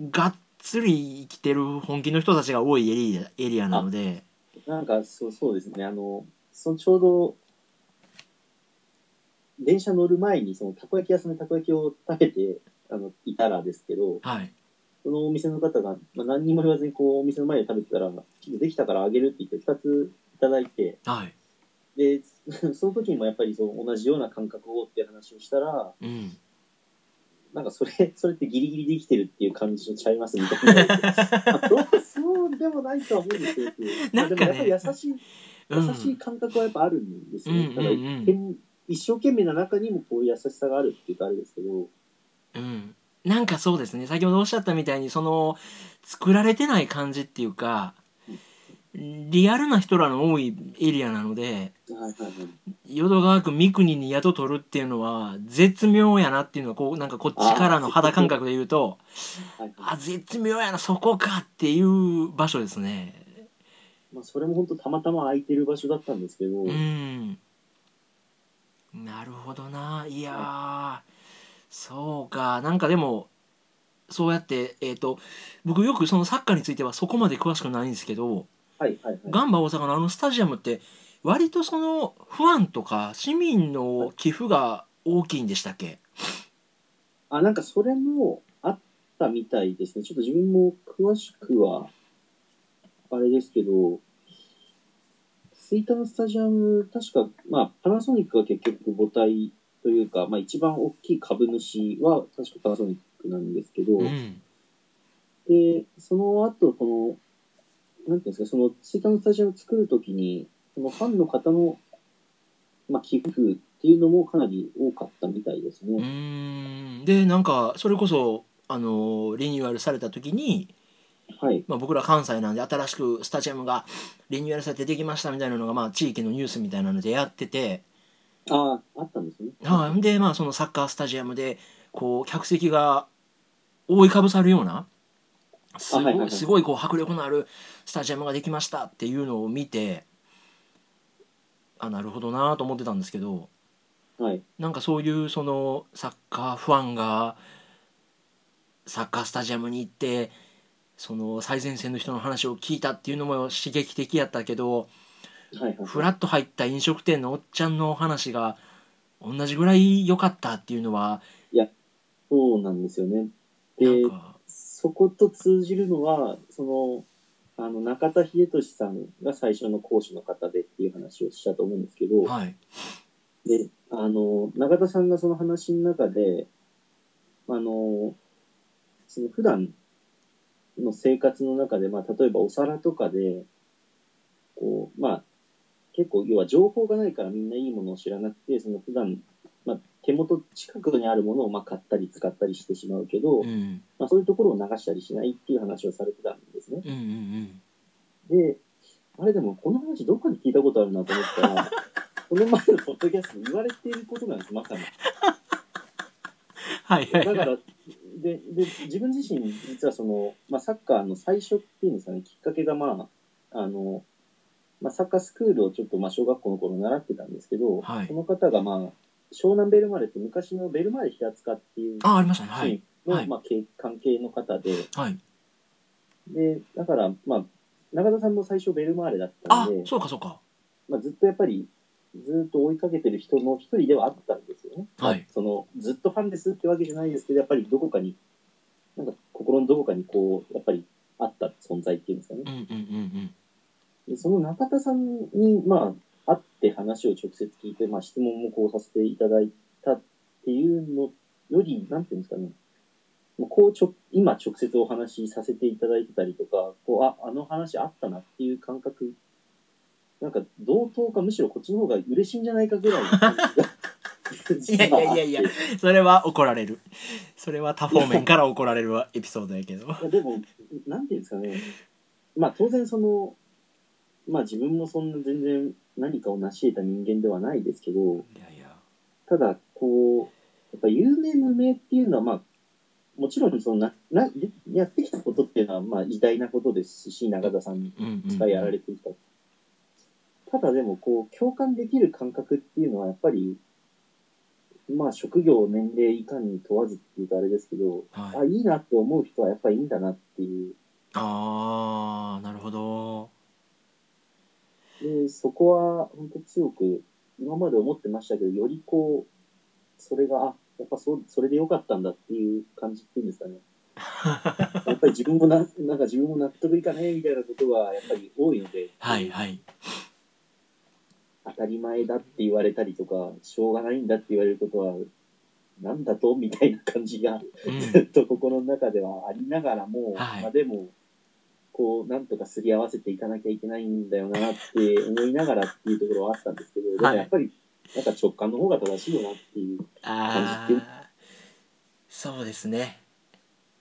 [SPEAKER 2] うがっつり生きてる本気の人たちが多いエリアエリアなので
[SPEAKER 3] なんかそうそうですね、あの、そのちょうど、電車乗る前に、そのたこ焼き屋さんでたこ焼きを食べてあのいたらですけど、
[SPEAKER 2] はい
[SPEAKER 3] そのお店の方が、まあ、何にも言わずにこう、お店の前で食べてたら、ちょっとできたからあげるって言って、2ついただいて、
[SPEAKER 2] はい
[SPEAKER 3] で、その時にもやっぱりそう同じような感覚をっていう話をしたら、
[SPEAKER 2] うん。
[SPEAKER 3] なんかそれ、それってギリギリできてるっていう感じにちゃいますみた いな。あそうそうでもないとは思うんですけど、まあでもやっぱり優しい優しい感覚はやっぱあるんですよ
[SPEAKER 2] う
[SPEAKER 3] ね。
[SPEAKER 2] んうんうんうん
[SPEAKER 3] だから一生懸命な中にもこういう優しさがあるっていうかあれですけど、
[SPEAKER 2] うん、なんかそうですね先ほどおっしゃったみたいにその作られてない感じっていうかリアルな人らの多いエリアなので
[SPEAKER 3] はいはいはい、
[SPEAKER 2] 淀川区三国に宿取るっていうのは絶妙やなっていうのはこうなんかこっちからの肌感覚で言うと
[SPEAKER 3] はいはい
[SPEAKER 2] あ絶妙やなそこかっていう場所ですね
[SPEAKER 3] まあ、それも本当たまたま空いてる場所だったんですけど、
[SPEAKER 2] うんなるほどないやーそうかなんかでもそうやってえっ、と僕よくそのサッカーについてはそこまで詳しくないんですけど
[SPEAKER 3] はいはいはい。
[SPEAKER 2] ガンバ大阪のあのスタジアムって割とそのファンとか市民の寄付が大きいんでしたっけ
[SPEAKER 3] あ、なんかそれもあったみたいですね。ちょっと自分も詳しくは、あれですけど、吹田のスタジアム、確か、まあ、パナソニックが結局母体というか、まあ一番大きい株主は確かパナソニックなんですけど、
[SPEAKER 2] うん
[SPEAKER 3] で、その後、この、なんていうんですか、その、ツイッターのスタジアムを作るときに、そのファンの方の、まあ、寄付っていうのもかなり多かったみたいです
[SPEAKER 2] う
[SPEAKER 3] ね。
[SPEAKER 2] ーんでなんかそれこそあのリニューアルされた時に
[SPEAKER 3] はい。
[SPEAKER 2] まあ、僕ら関西なんで新しくスタジアムがリニューアルされてできましたみたいなのが、まあ、地域のニュースみたいなのでやってて、
[SPEAKER 3] ああ、あったんですね。
[SPEAKER 2] はい、で、まあ、そのサッカースタジアムでこう客席が覆いかぶさるようなすごい,、
[SPEAKER 3] はいはいはい
[SPEAKER 2] すごいこう迫力のあるスタジアムができましたっていうのを見てあなるほどなと思ってたんですけど
[SPEAKER 3] はい。
[SPEAKER 2] なんかそういうそのサッカーファンがサッカースタジアムに行ってその最前線の人の話を聞いたっていうのも刺激的やったけど
[SPEAKER 3] はいはい。
[SPEAKER 2] フラッと入った飲食店のおっちゃんのお話が同じぐらい良かったっていうのは
[SPEAKER 3] そうなんですよね。で、
[SPEAKER 2] なんか、
[SPEAKER 3] そこと通じるのは、その、あの、中田秀俊さんが最初の講師の方でっていう話をしたと思うんですけど、
[SPEAKER 2] はい
[SPEAKER 3] で、あの、中田さんがその話の中で、あの、その普段の生活の中で、まあ、例えばお皿とかで、こう、まあ、結構、要は情報がないからみんないいものを知らなくて、その普段、まあ、手元近くにあるものをまあ買ったり使ったりしてしまうけど、
[SPEAKER 2] うん
[SPEAKER 3] まあ、そういうところを流したりしないっていう話をされてたんですね。
[SPEAKER 2] うんうん
[SPEAKER 3] で、あれでもこの話どっかで聞いたことあるなと思ったら、この前のポッドキャストで言われていることなんです、まさに。
[SPEAKER 2] はいは
[SPEAKER 3] だ
[SPEAKER 2] い
[SPEAKER 3] か
[SPEAKER 2] はい
[SPEAKER 3] ら、で、で、自分自身、実はその、まあ、サッカーの最初っていうんですかね、きっかけが、まあ、あの、まあ、サッカースクールをちょっと、まあ、小学校の頃習ってたんですけど、
[SPEAKER 2] はい
[SPEAKER 3] その方が、まあ、湘南ベルマーレって昔のベルマーレ平塚っていう、
[SPEAKER 2] あありましたねはい
[SPEAKER 3] の、
[SPEAKER 2] はい
[SPEAKER 3] まあ、け関係の方で、
[SPEAKER 2] はい
[SPEAKER 3] で、だから、まあ、中田さんも最初ベルマーレだった
[SPEAKER 2] あ
[SPEAKER 3] んで、
[SPEAKER 2] そうかそうか
[SPEAKER 3] まあ、ずっとやっぱり、ずっと追いかけてる人の一人ではあったんですよね。
[SPEAKER 2] はい
[SPEAKER 3] その、ずっとファンですってわけじゃないですけど、やっぱりどこかに、なんか心のどこかにこう、やっぱりあった存在っていうんですかね
[SPEAKER 2] う。んうんうん
[SPEAKER 3] でその中田さんに、まあ、会って話を直接聞いて、まあ、質問もこうさせていただいたっていうのより、なんていうんですかね、もうこうちょ今直接お話しさせていただいてたりとか、こうああの話あったなっていう感覚、なんか同等かむしろこっちの方が嬉しいんじゃないかぐらいの感じ
[SPEAKER 2] い
[SPEAKER 3] が。
[SPEAKER 2] やいやいやいや
[SPEAKER 3] 実はあって
[SPEAKER 2] それは怒られるそれは多方面から怒られるわエピソードやけど
[SPEAKER 3] いやでも、なんていうんですかね、まあ当然その、まあ自分もそんな全然何かを成し得た人間ではないですけど、
[SPEAKER 2] いやいや
[SPEAKER 3] ただ、こう、やっぱ有名無名っていうのは、まあ、もちろんそのなな、やってきたことっていうのは、まあ、偉大なことですし、中田さん
[SPEAKER 2] うんうん
[SPEAKER 3] がやられていた。ただでも、こう、共感できる感覚っていうのは、やっぱり、まあ、職業、年齢いかに問わずっていうとあれですけど、あ、
[SPEAKER 2] はい
[SPEAKER 3] いいなって思う人はやっぱりいいんだなっていう。
[SPEAKER 2] ああなるほど
[SPEAKER 3] で、そこは、本当強く、今まで思ってましたけど、よりこう、それが、あ、やっぱそうそれでよかったんだっていう感じっていうんですかね。やっぱり自分もな、なんか 自分も納得いかないみたいなことはやっぱり多いので、
[SPEAKER 2] はいはい
[SPEAKER 3] 当たり前だって言われたりとか、しょうがないんだって言われることは、なんだとみたいな感じが、
[SPEAKER 2] うん
[SPEAKER 3] ずっと心の中ではありながらも、
[SPEAKER 2] はい
[SPEAKER 3] まあでも、こう、なんとかすり合わせていかなきゃいけないんだよなって思いながらっていうところはあったんですけど、でも
[SPEAKER 2] はい
[SPEAKER 3] やっぱり、なんか直感の方が正しいよなっていう、
[SPEAKER 2] ああそうですね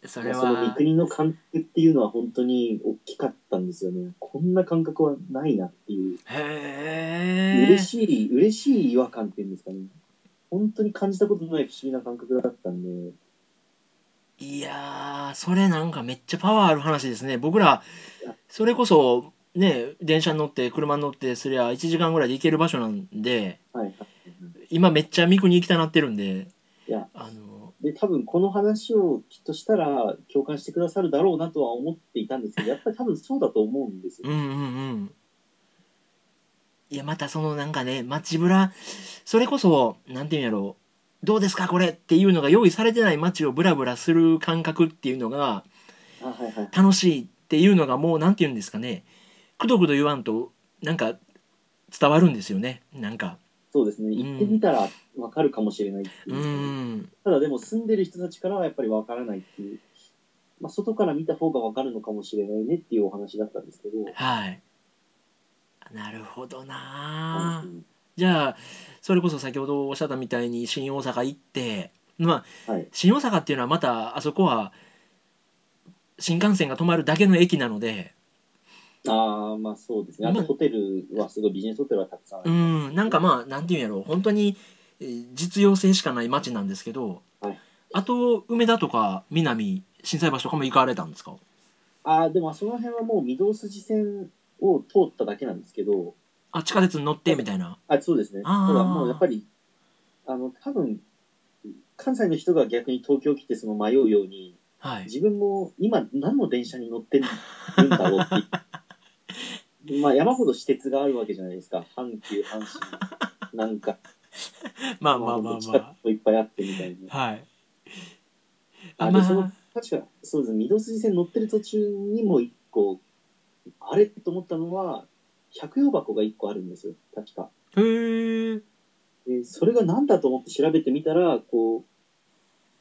[SPEAKER 2] それ
[SPEAKER 3] まあその三
[SPEAKER 2] は
[SPEAKER 3] 国の感覚っていうのは本当に大きかったんですよね。こんな感覚はないなっていう、
[SPEAKER 2] へえ
[SPEAKER 3] 嬉しい、嬉しい違和感っていうんですかね。本当に感じたことのない不思議な感覚だったんで、
[SPEAKER 2] いやー、それなんかめっちゃパワーある話ですね。僕ら、それこそ、ね、電車に乗って、車に乗ってすりゃ1時間ぐらいで行ける場所なんで、
[SPEAKER 3] はい。
[SPEAKER 2] 今めっちゃ三国行きたなってるんで、
[SPEAKER 3] いや、
[SPEAKER 2] あの、
[SPEAKER 3] で、多分この話をきっとしたら共感してくださるだろうなとは思っていたんですけど、やっぱり多分そうだと思うんです
[SPEAKER 2] う
[SPEAKER 3] よ。
[SPEAKER 2] んうんうん。いや、またそのなんかね、街ぶら、それこそ、なんていうんやろう、どうですかこれっていうのが用意されてない街をブラブラする感覚っていうのが、
[SPEAKER 3] あ、はいはい。
[SPEAKER 2] 楽しいっていうのがもうなんて言うんですかねくどくど言わんとなんか伝わるんですよねなんか
[SPEAKER 3] そうです
[SPEAKER 2] う
[SPEAKER 3] ね。
[SPEAKER 2] ん
[SPEAKER 3] 行ってみたらわかるかもしれないって
[SPEAKER 2] う
[SPEAKER 3] い
[SPEAKER 2] ー
[SPEAKER 3] う、
[SPEAKER 2] ん
[SPEAKER 3] ただでも住んでる人たちからはやっぱりわからないっていう。まあ、外から見た方がわかるのかもしれないねっていうお話だったんですけど。
[SPEAKER 2] はいなるほどなあ
[SPEAKER 3] うん
[SPEAKER 2] じゃあそれこそ先ほどおっしゃったみたいに新大阪行ってまあ、
[SPEAKER 3] はい
[SPEAKER 2] 新大阪っていうのはまたあそこは新幹線が止まるだけの駅なので
[SPEAKER 3] ああ、まあそうですね。あ
[SPEAKER 2] ま
[SPEAKER 3] と
[SPEAKER 2] あ
[SPEAKER 3] ホテルはすごいビジネスホテルはたくさんあ
[SPEAKER 2] う
[SPEAKER 3] る。
[SPEAKER 2] んなんかまあなんて言うんやろう本当にえー実用性しかない街なんですけど、
[SPEAKER 3] はい
[SPEAKER 2] あと梅田とか南心斎橋とかも行かれたんですか
[SPEAKER 3] ああ、でもその辺はもう御堂筋線を通っただけなんですけど、
[SPEAKER 2] あ、地下鉄に乗ってみたいな。
[SPEAKER 3] あ、そうですね。た
[SPEAKER 2] あー
[SPEAKER 3] だもうやっぱり、あの、多分、関西の人が逆に東京来てその迷うように、
[SPEAKER 2] はい。
[SPEAKER 3] 自分も今何の電車に乗ってるんだろ うって。まあ山ほど私鉄があるわけじゃないですか。阪急、阪神、なんか、
[SPEAKER 2] まあまあまあ
[SPEAKER 3] 地
[SPEAKER 2] ま
[SPEAKER 3] 下鉄もいっぱいあってみたいな。
[SPEAKER 2] あ。はい。
[SPEAKER 3] あ、
[SPEAKER 2] ま
[SPEAKER 3] で、その、確か、そうですね、御堂筋線乗ってる途中にも一個、あれと思ったのは、百葉箱が一個あるんですよ、確か。
[SPEAKER 2] へー
[SPEAKER 3] で、それが何だと思って調べてみたら、こ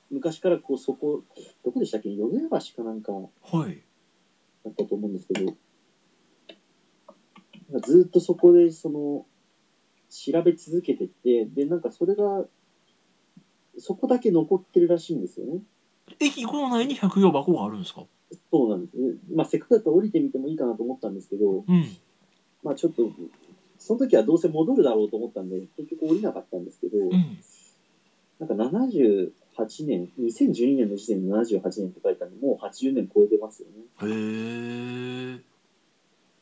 [SPEAKER 3] う、昔からこう、そこ、どこでしたっけ淀川橋かなんか
[SPEAKER 2] はい。
[SPEAKER 3] だったと思うんですけど、ずっとそこで、その、調べ続けてて、で、なんかそれが、そこだけ残ってるらしいんですよね。
[SPEAKER 2] 駅構内に百葉箱があるんですか
[SPEAKER 3] そうなんです。まあ、せっかくだったら降りてみてもいいかなと思ったんですけど、
[SPEAKER 2] うん。
[SPEAKER 3] まあ、ちょっと、その時はどうせ戻るだろうと思ったんで、結局降りなかったんですけど、
[SPEAKER 2] うん。
[SPEAKER 3] なんか78年、2012年の時点で78年って書いてあるんで、もう80年超えてますよね。
[SPEAKER 2] へー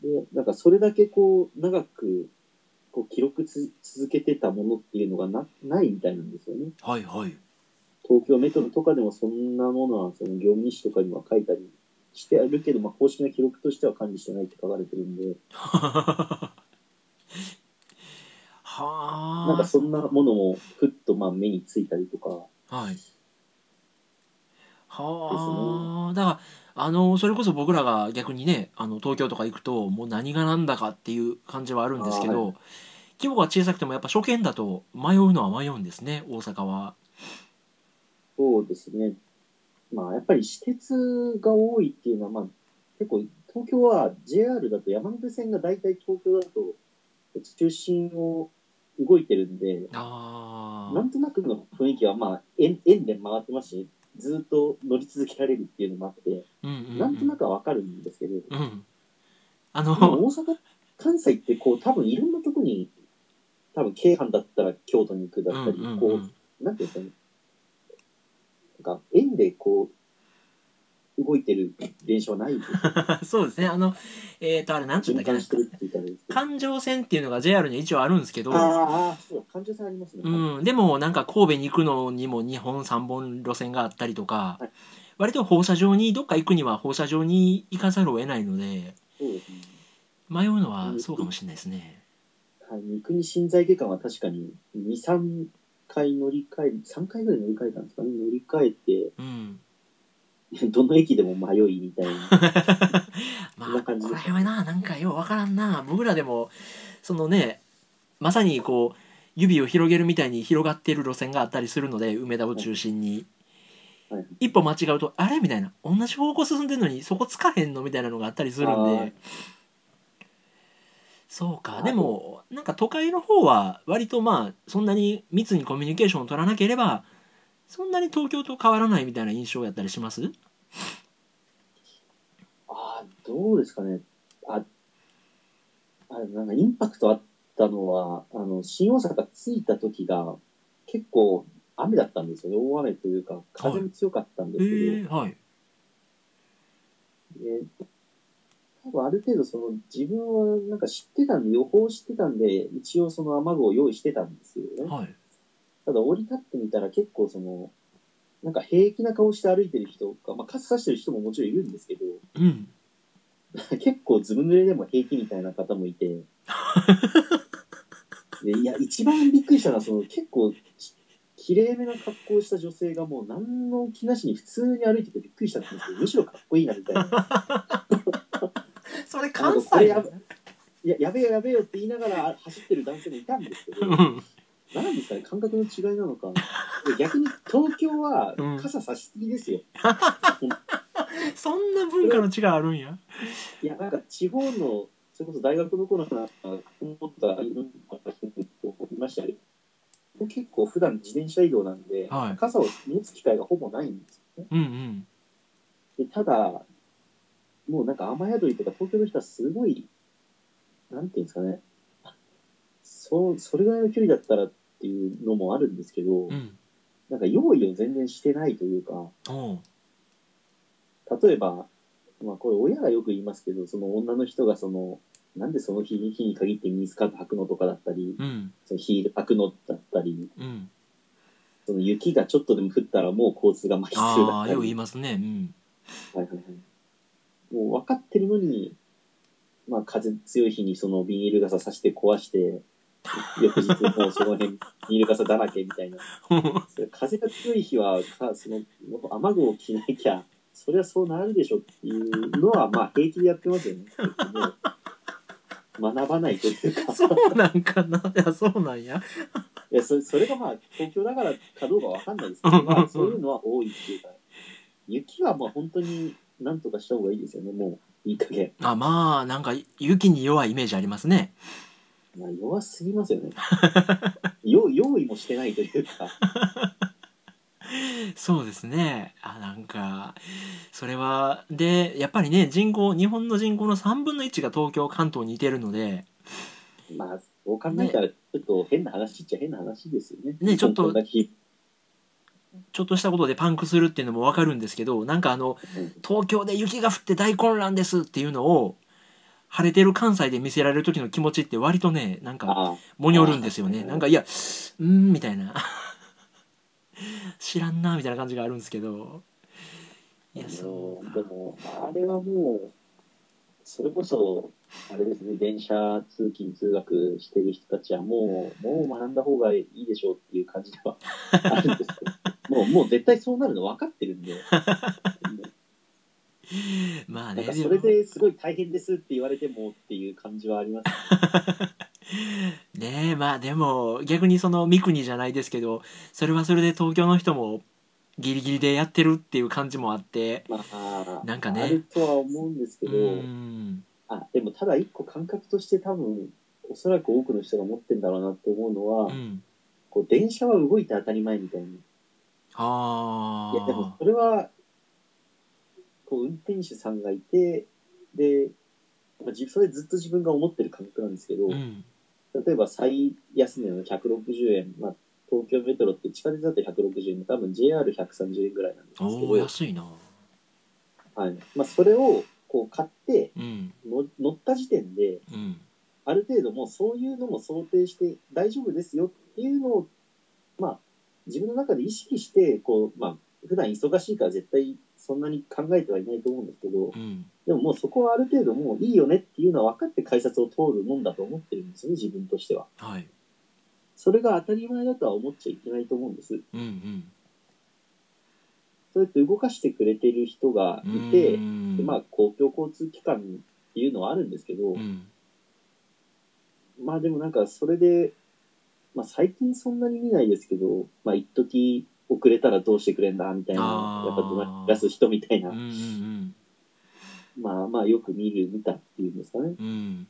[SPEAKER 3] で、なんかそれだけこう、長く、こう、記録つ続けてたものっていうのがなないみたいなんですよね。
[SPEAKER 2] はいはい。
[SPEAKER 3] 東京メトロとかでもそんなものは、その業務日誌とかには書いたりしてあるけど、まあ、公式な記録としては管理してないって書かれてるんで、
[SPEAKER 2] はあ。
[SPEAKER 3] なんかそんなものもふっとまあ目についたりとか、
[SPEAKER 2] はい。はあ。だから、あの、それこそ僕らが逆にね、あの、東京とか行くと、もう何が何だかっていう感じはあるんですけど、
[SPEAKER 3] あ
[SPEAKER 2] 規模が小さくてもやっぱ初見だと迷うのは迷うんですね、大阪は。
[SPEAKER 3] そうですね。まあやっぱり私鉄が多いっていうのは、まあ結構東京は JR だと山手線が大体東京だと中心を動いてるんで、
[SPEAKER 2] あ
[SPEAKER 3] なんとなくの雰囲気はまあ円円で回ってますし、ずっと乗り続けられるっていうのもあって、
[SPEAKER 2] あ。うんうん、うん。
[SPEAKER 3] なんとなくはわかるんです けど、
[SPEAKER 2] うん。あ
[SPEAKER 3] でも
[SPEAKER 2] の、
[SPEAKER 3] 大阪、関西ってこう多分いろんなとこに、多分京阪だったら京都に行くだ
[SPEAKER 2] うん
[SPEAKER 3] っ
[SPEAKER 2] う
[SPEAKER 3] たり、
[SPEAKER 2] ん
[SPEAKER 3] こ
[SPEAKER 2] う、
[SPEAKER 3] うんなんていうんですかね。なんか、円でこう、動いてる電車はないんですよ。
[SPEAKER 2] そうですね。あの、えっ、と、あれ、なんつうんだっ
[SPEAKER 3] 循
[SPEAKER 2] けな
[SPEAKER 3] 環してるって言ったらいいんですけど。
[SPEAKER 2] 環状線っていうのが JR には一応あるんですけど、
[SPEAKER 3] あーあー、そうだ、環状線ありますね。
[SPEAKER 2] うん、でもなんか神戸に行くのにも2本3本路線があったりとか、
[SPEAKER 3] はい
[SPEAKER 2] 割と放射状にどっか行くには放射状に行かざるを得ないので
[SPEAKER 3] そうですね。
[SPEAKER 2] 迷うのはそうかもしれないですね。
[SPEAKER 3] はい、三国新在外館は確かに、2、3回乗り換え、3回ぐらい乗り換えたんですかね。乗り換え
[SPEAKER 2] うん、
[SPEAKER 3] て、どの駅でも迷いみたい な。
[SPEAKER 2] ま
[SPEAKER 3] そ
[SPEAKER 2] あ
[SPEAKER 3] んな
[SPEAKER 2] こ
[SPEAKER 3] 感じ
[SPEAKER 2] れはななんかようわからんな僕らでもそのねまさにこう指を広げるみたいに広がっている路線があったりするので梅田を中心に、
[SPEAKER 3] はい
[SPEAKER 2] 一歩間違うとあれみたいな同じ方向進んでるのにそこつかへんのみたいなのがあったりする
[SPEAKER 3] あ
[SPEAKER 2] ん
[SPEAKER 3] ー
[SPEAKER 2] でそう
[SPEAKER 3] あ
[SPEAKER 2] か
[SPEAKER 3] ー
[SPEAKER 2] でもなんか都会の方は割とまあそんなに密にコミュニケーションを取らなければそんなに東京と変わらないみたいな印象やったりします
[SPEAKER 3] ああ、どうですかね。あ、あなんかインパクトあったのは、あの、新大阪着いた時が、結構雨だったんですよね。大雨というか、風も強かったんですけど、
[SPEAKER 2] えー、はい
[SPEAKER 3] で多分ある程度その自分はなんか知ってたんで、予報してたんで、一応その雨具を用意してたんですよね。
[SPEAKER 2] はい
[SPEAKER 3] ただ降り立ってみたら結構その、なんか平気な顔して歩いてる人か、まあ傘差してる人ももちろんいるんですけど、
[SPEAKER 2] うん
[SPEAKER 3] 結構ずぶ濡れでも平気みたいな方もいて。 でいや、一番びっくりしたのは、その結構き、綺麗めな格好をした女性がもう何の気なしに普通に歩いててびっくりしたんですけど、むしろかっこいいなみたいな。
[SPEAKER 2] それ
[SPEAKER 3] 関
[SPEAKER 2] 関
[SPEAKER 3] 西だ
[SPEAKER 2] 西
[SPEAKER 3] よねいや、やべえよやべえよって言いながらあ走ってる男性もいたんですけど、なんですかね、感覚の違いなのか。で逆に東京は
[SPEAKER 2] うん
[SPEAKER 3] 傘差しすぎですよ。
[SPEAKER 2] そんな文化の違いあるんや。
[SPEAKER 3] いや、なんか地方の、それこそ大学の頃なんか、思った色とか人もいましたけど、結構普段自転車移動なんで、
[SPEAKER 2] はい
[SPEAKER 3] 傘を持つ機会がほぼないんですよね。
[SPEAKER 2] うんうん。
[SPEAKER 3] でただ、もうなんか雨宿りとか東京の人はすごい、なんていうんですかね、そそれぐらいの距離だったらっていうのもあるんですけど、
[SPEAKER 2] うん。
[SPEAKER 3] なんか用意を全然してないというか、
[SPEAKER 2] おう
[SPEAKER 3] 例えば、まあこれ親がよく言いますけど、その女の人がその、なんでその日に日に限ってミニスカート履くのとかだったり、
[SPEAKER 2] うん
[SPEAKER 3] そのヒール履くのだったり、
[SPEAKER 2] うん
[SPEAKER 3] その雪がちょっとでも降ったらもう交通が麻痺するだ
[SPEAKER 2] あ
[SPEAKER 3] っ
[SPEAKER 2] あ
[SPEAKER 3] た
[SPEAKER 2] よく
[SPEAKER 3] り
[SPEAKER 2] 言い。ますねうん
[SPEAKER 3] はいはいはい。もう分かってるのに、まあ風強い日にそのビニール傘さして壊して、翌日もうその辺ビニール傘だらけみたいな。それ風が強い日はか、その雨具を着なきゃ、そりゃそうなるでしょっていうのは、まあ平気でやってますよね。もう学ばない というか。
[SPEAKER 2] そうなんかないやそうなんや
[SPEAKER 3] いやそれそれがまあ東京だからかどうかわかんないですけど、まあ、そういうのは多いっていうか雪はまあ本当になんとかした方がいいですよねもういい加減、
[SPEAKER 2] あまあなんか雪に弱いイメージありますね
[SPEAKER 3] まあ、弱す ぎますよねよ用意もしてないというか
[SPEAKER 2] そうですねあなんかそれはでやっぱりね人口日本の人口の3分の1が東京関東にいてるので
[SPEAKER 3] まあそう考えたらちょっと変な話っちゃ変な話ですよね
[SPEAKER 2] ねちょっと
[SPEAKER 3] こんな日
[SPEAKER 2] ちょっとしたことでパンクするっていうのもわかるんですけどなんかあの
[SPEAKER 3] うん
[SPEAKER 2] 東京で雪が降って大混乱ですっていうのを晴れてる関西で見せられる時の気持ちって割とねなんか
[SPEAKER 3] ああ
[SPEAKER 2] もにょるんですよ
[SPEAKER 3] あ
[SPEAKER 2] ね
[SPEAKER 3] ー
[SPEAKER 2] なんかいやうーんみたいな 知らんなみたいな感じがあるんですけどいやそう
[SPEAKER 3] でもあれはもうそれこそあれですね電車通勤通学してる人たちはもうもう学んだ方がいいでしょうっていう感じでは あるんですけどもうもう絶対そうなるの分かって るんで
[SPEAKER 2] まあ
[SPEAKER 3] な
[SPEAKER 2] ね
[SPEAKER 3] んかそれですごい大変ですって言われてもっていう感じはあり ます
[SPEAKER 2] ねえまあでも逆にその三国じゃないですけどそれはそれで東京の人もギリギリでやってるっていう感じもあって
[SPEAKER 3] まあ
[SPEAKER 2] なんかね
[SPEAKER 3] あるとは思うんですけ
[SPEAKER 2] う
[SPEAKER 3] ど、
[SPEAKER 2] ーん
[SPEAKER 3] あでもただ一個感覚として多分おそらく多くの人が持ってんだろうなって思うのは、
[SPEAKER 2] うん
[SPEAKER 3] こう電車は動いて当たり前みたいな
[SPEAKER 2] あ
[SPEAKER 3] いやでもそれはこう運転手さんがいてで、まあ、じそれずっと自分が思ってる感覚なんですけど、
[SPEAKER 2] あうん
[SPEAKER 3] 例えば最安値の160円、まあ、東京メトロって地下鉄だと160円多分 JR130 円ぐらいなんですけ
[SPEAKER 2] おお
[SPEAKER 3] ど、
[SPEAKER 2] 安いな
[SPEAKER 3] はいまあ、それをこう買って
[SPEAKER 2] うん
[SPEAKER 3] の乗った時点で
[SPEAKER 2] うん
[SPEAKER 3] ある程度もうそういうのも想定して大丈夫ですよっていうのを、まあ、自分の中で意識してこう、まあ、普段忙しいから絶対そんなに考えてはいないと思うんですけど
[SPEAKER 2] うん
[SPEAKER 3] でももうそこはある程度もういいよねっていうのは分かって改札を通るもんだと思ってるんですよね自分としては。
[SPEAKER 2] はい
[SPEAKER 3] それが当たり前だとは思っちゃいけないと思うんです。
[SPEAKER 2] うんうん
[SPEAKER 3] そうやって動かしてくれてる人が
[SPEAKER 2] う
[SPEAKER 3] いて、
[SPEAKER 2] ー
[SPEAKER 3] で
[SPEAKER 2] ん
[SPEAKER 3] まあ公共交通機関っていうのはあるんですけど、
[SPEAKER 2] うん
[SPEAKER 3] まあでもなんかそれで、まあ最近そんなに見ないですけど、まあ一時遅れたらどうしてくれんだみたいな
[SPEAKER 2] あ、ー
[SPEAKER 3] やっぱ怒鳴り出す人みたいな、
[SPEAKER 2] うんうん
[SPEAKER 3] まあまあよく見る、見たっていうんですかね。
[SPEAKER 2] うんうん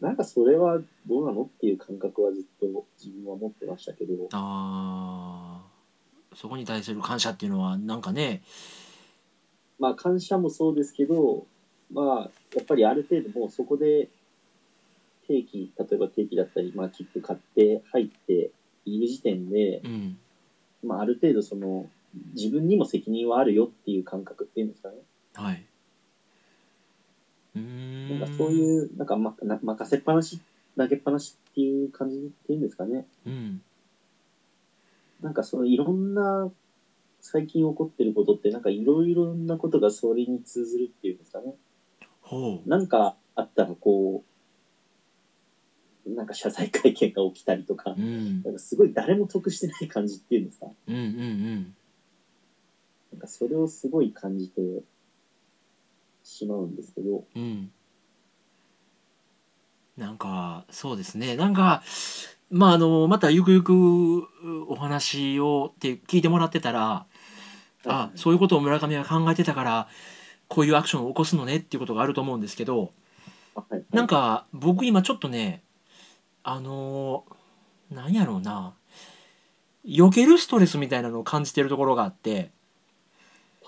[SPEAKER 3] なんかそれはどうなのっていう感覚はずっと自分は持ってましたけど、
[SPEAKER 2] あーそこに対する感謝っていうのはなんかね
[SPEAKER 3] まあ感謝もそうですけど、まあやっぱりある程度もうそこで定期、例えば定期だったり、まあ切符買って入っている時点で、
[SPEAKER 2] うん
[SPEAKER 3] まあ、ある程度その自分にも責任はあるよっていう感覚っていうんですかね、
[SPEAKER 2] はい。うーん。
[SPEAKER 3] なんかそう
[SPEAKER 2] う。
[SPEAKER 3] いうなんか、ま、な任せっぱなし投げっぱなしっていう感じっていうんですかね
[SPEAKER 2] うん。
[SPEAKER 3] なんかそのいろんな最近起こってることってなんかいろいろなことがそれに通ずるっていうんですかね
[SPEAKER 2] ほう。
[SPEAKER 3] なんかあったらこうなんか謝罪会見が起きたりとか
[SPEAKER 2] うん。
[SPEAKER 3] なんかすごい誰も得してない感じっていうんですか
[SPEAKER 2] うんうんうん。
[SPEAKER 3] なんかそれをすごい感じてしまうんですけど
[SPEAKER 2] うん。なんか、そうですね。なんか、まああの、またゆくゆくお話をって聞いてもらってたら、あ、そういうことを村上は考えてたから、こういうアクションを起こすのねっていうことがあると思うんですけど、
[SPEAKER 3] はい
[SPEAKER 2] なんか僕今ちょっとねあのーなんやろうな避けるストレスみたいなのを感じてるところがあって、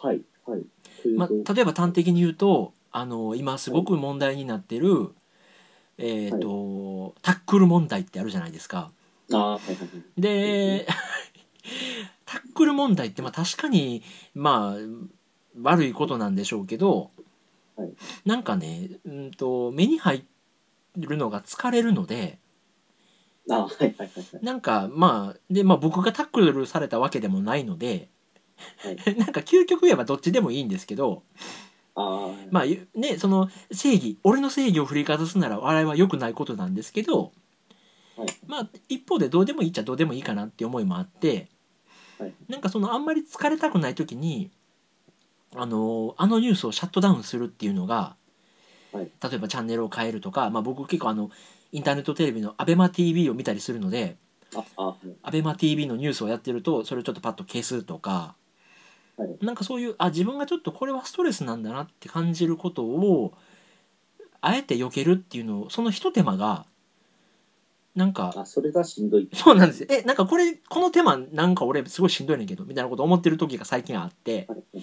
[SPEAKER 3] はい、はい。という
[SPEAKER 2] ま
[SPEAKER 3] と、
[SPEAKER 2] あ、例えば端的に言うと、あのー今すごく問題になってる、えーとタックル問題ってあるじゃないですか。
[SPEAKER 3] あー、はいはいはい。
[SPEAKER 2] で タックル問題ってまあ確かにまあ悪いことなんでしょうけど、
[SPEAKER 3] ははい。
[SPEAKER 2] なんかね、うんと、目に入るのが疲れるので、
[SPEAKER 3] あ、はいはいはいはい。
[SPEAKER 2] なんかまあ、で、まあ僕がタックルされたわけでもないので、
[SPEAKER 3] は
[SPEAKER 2] なんか究極言えばどっちでもいいんですけど、
[SPEAKER 3] ああ、
[SPEAKER 2] まあゆね、その正義、俺の正義を振りかざすなら笑いは良くないことなんですけど、
[SPEAKER 3] はい
[SPEAKER 2] まあ一方でどうでもいいっちゃどうでもいいかなって思いもあって、
[SPEAKER 3] はい
[SPEAKER 2] なんかそのあんまり疲れたくない時にあのあのニュースをシャットダウンするっていうのが、
[SPEAKER 3] はい
[SPEAKER 2] 例えばチャンネルを変えるとか、まあ、僕結構あのインターネットテレビの ABEMATV を見たりするので
[SPEAKER 3] あ、あ、はい
[SPEAKER 2] ABEMATV のニュースをやってるとそれをちょっとパッと消すとか、
[SPEAKER 3] はい
[SPEAKER 2] なんかそういうあ自分がちょっとこれはストレスなんだなって感じることをあえて避けるっていうのをそのひと手間がなんか
[SPEAKER 3] あ、それがしんどい。
[SPEAKER 2] そうなんですよ。え、なんかこれ、この手間なんか俺すごいしんどいねんけど、みたいなこと思ってる時が最近あって、
[SPEAKER 3] はいはい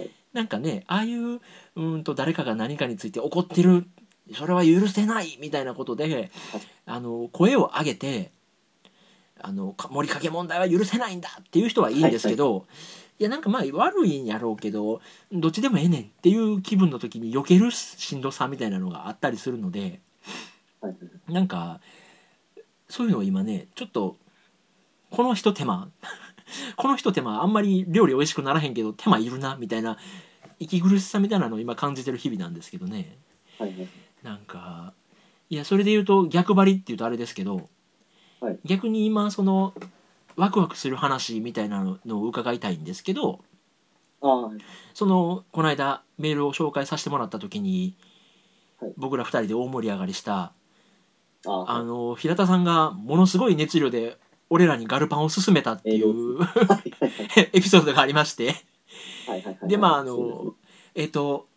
[SPEAKER 3] はい。
[SPEAKER 2] なんかね、ああいう、うーんと誰かが何かについて怒ってる、それは許せないみたいなことで、あの、声を上げて、あの、か盛りかけ問題は許せないんだっていう人はいいんですけど、いやなんかまあ悪いんやろうけどどっちでもええねんっていう気分の時に避けるしんどさみたいなのがあったりするので
[SPEAKER 3] はいはい
[SPEAKER 2] なんかそういうのを今ねちょっとこのひと手間 このひと手間あんまり料理美味しくならへんけど手間いるなみたいな息苦しさみたいなのを今感じてる日々なんですけどね
[SPEAKER 3] はいはい。
[SPEAKER 2] なんかいやそれで言うと逆張りっていうとあれですけど、
[SPEAKER 3] はい
[SPEAKER 2] 逆に今そのワクワクする話みたいなのを伺いたいんですけど
[SPEAKER 3] ああ、はい
[SPEAKER 2] そのこの間メールを紹介させてもらった時に、
[SPEAKER 3] はい
[SPEAKER 2] 僕ら2人で大盛り上がりした
[SPEAKER 3] ああ、
[SPEAKER 2] あ
[SPEAKER 3] は
[SPEAKER 2] の平田さんがものすごい熱量で俺らにガルパンを勧めたっていう、 エピソードがありまして
[SPEAKER 3] いはいはいはい。
[SPEAKER 2] でまああ
[SPEAKER 3] そう
[SPEAKER 2] のえっ、と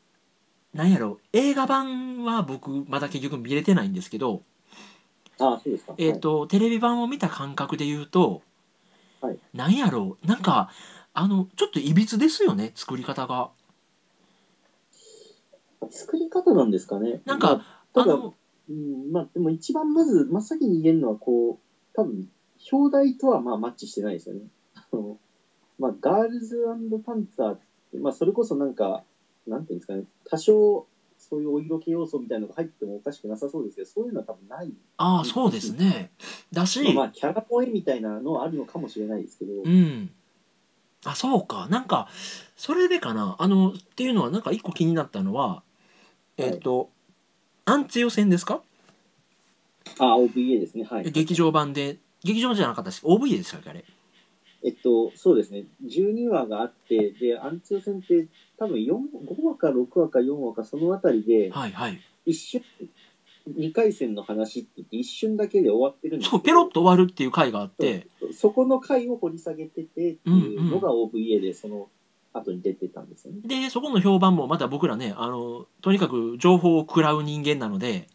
[SPEAKER 2] なんやろ映画版は僕まだ結局見れてないんですけど、
[SPEAKER 3] ですねああ、そうですか。
[SPEAKER 2] えっとテレビ版を見た感覚で言うと、
[SPEAKER 3] はい
[SPEAKER 2] なんやろなんかあのちょっといびつですよね作り方が。
[SPEAKER 3] はい。作り方なんですかね。
[SPEAKER 2] なんか
[SPEAKER 3] まあ、
[SPEAKER 2] あ
[SPEAKER 3] ただ、
[SPEAKER 2] の
[SPEAKER 3] うん、まあでも一番まず、真っ先に言えるのは、こう、多分、表題とはまあマッチしてないですよね。あの、まあ、ガールズパンツァーって、まあそれこそなんか、なんていうんですかね、多少、そういうお色気要素みたいなのが入ってもおかしくなさそうですけど、そういうのは多分ない。
[SPEAKER 2] ああそうですねだし、
[SPEAKER 3] まあ、キャラ萌えみたいなのはあるのかもしれないですけど、
[SPEAKER 2] うん。あ、そうか。なんか、それでかな。あの、っていうのは、なんか一個気になったのは、
[SPEAKER 3] い
[SPEAKER 2] えっ、と、アンツ予選ですか、
[SPEAKER 3] あ、OVA ですね、はい。
[SPEAKER 2] 劇場版で、劇場じゃなかったし、OVA でしたっけあれ。
[SPEAKER 3] えっと、そうですね、12話があって、で、アンチオ戦って、多分4 5話か6話か4話か、そのあたりで、
[SPEAKER 2] はいはい。
[SPEAKER 3] 一瞬、2回戦の話って言って、一瞬だけで終わってるんです
[SPEAKER 2] そう、ペロッと終わるっていう回があって、
[SPEAKER 3] と。そこの回を掘り下げててっていうのが OVA で、その後に出てたんですよね。
[SPEAKER 2] で、そこの評判もまた僕らね、あの、とにかく情報を食らう人間なので、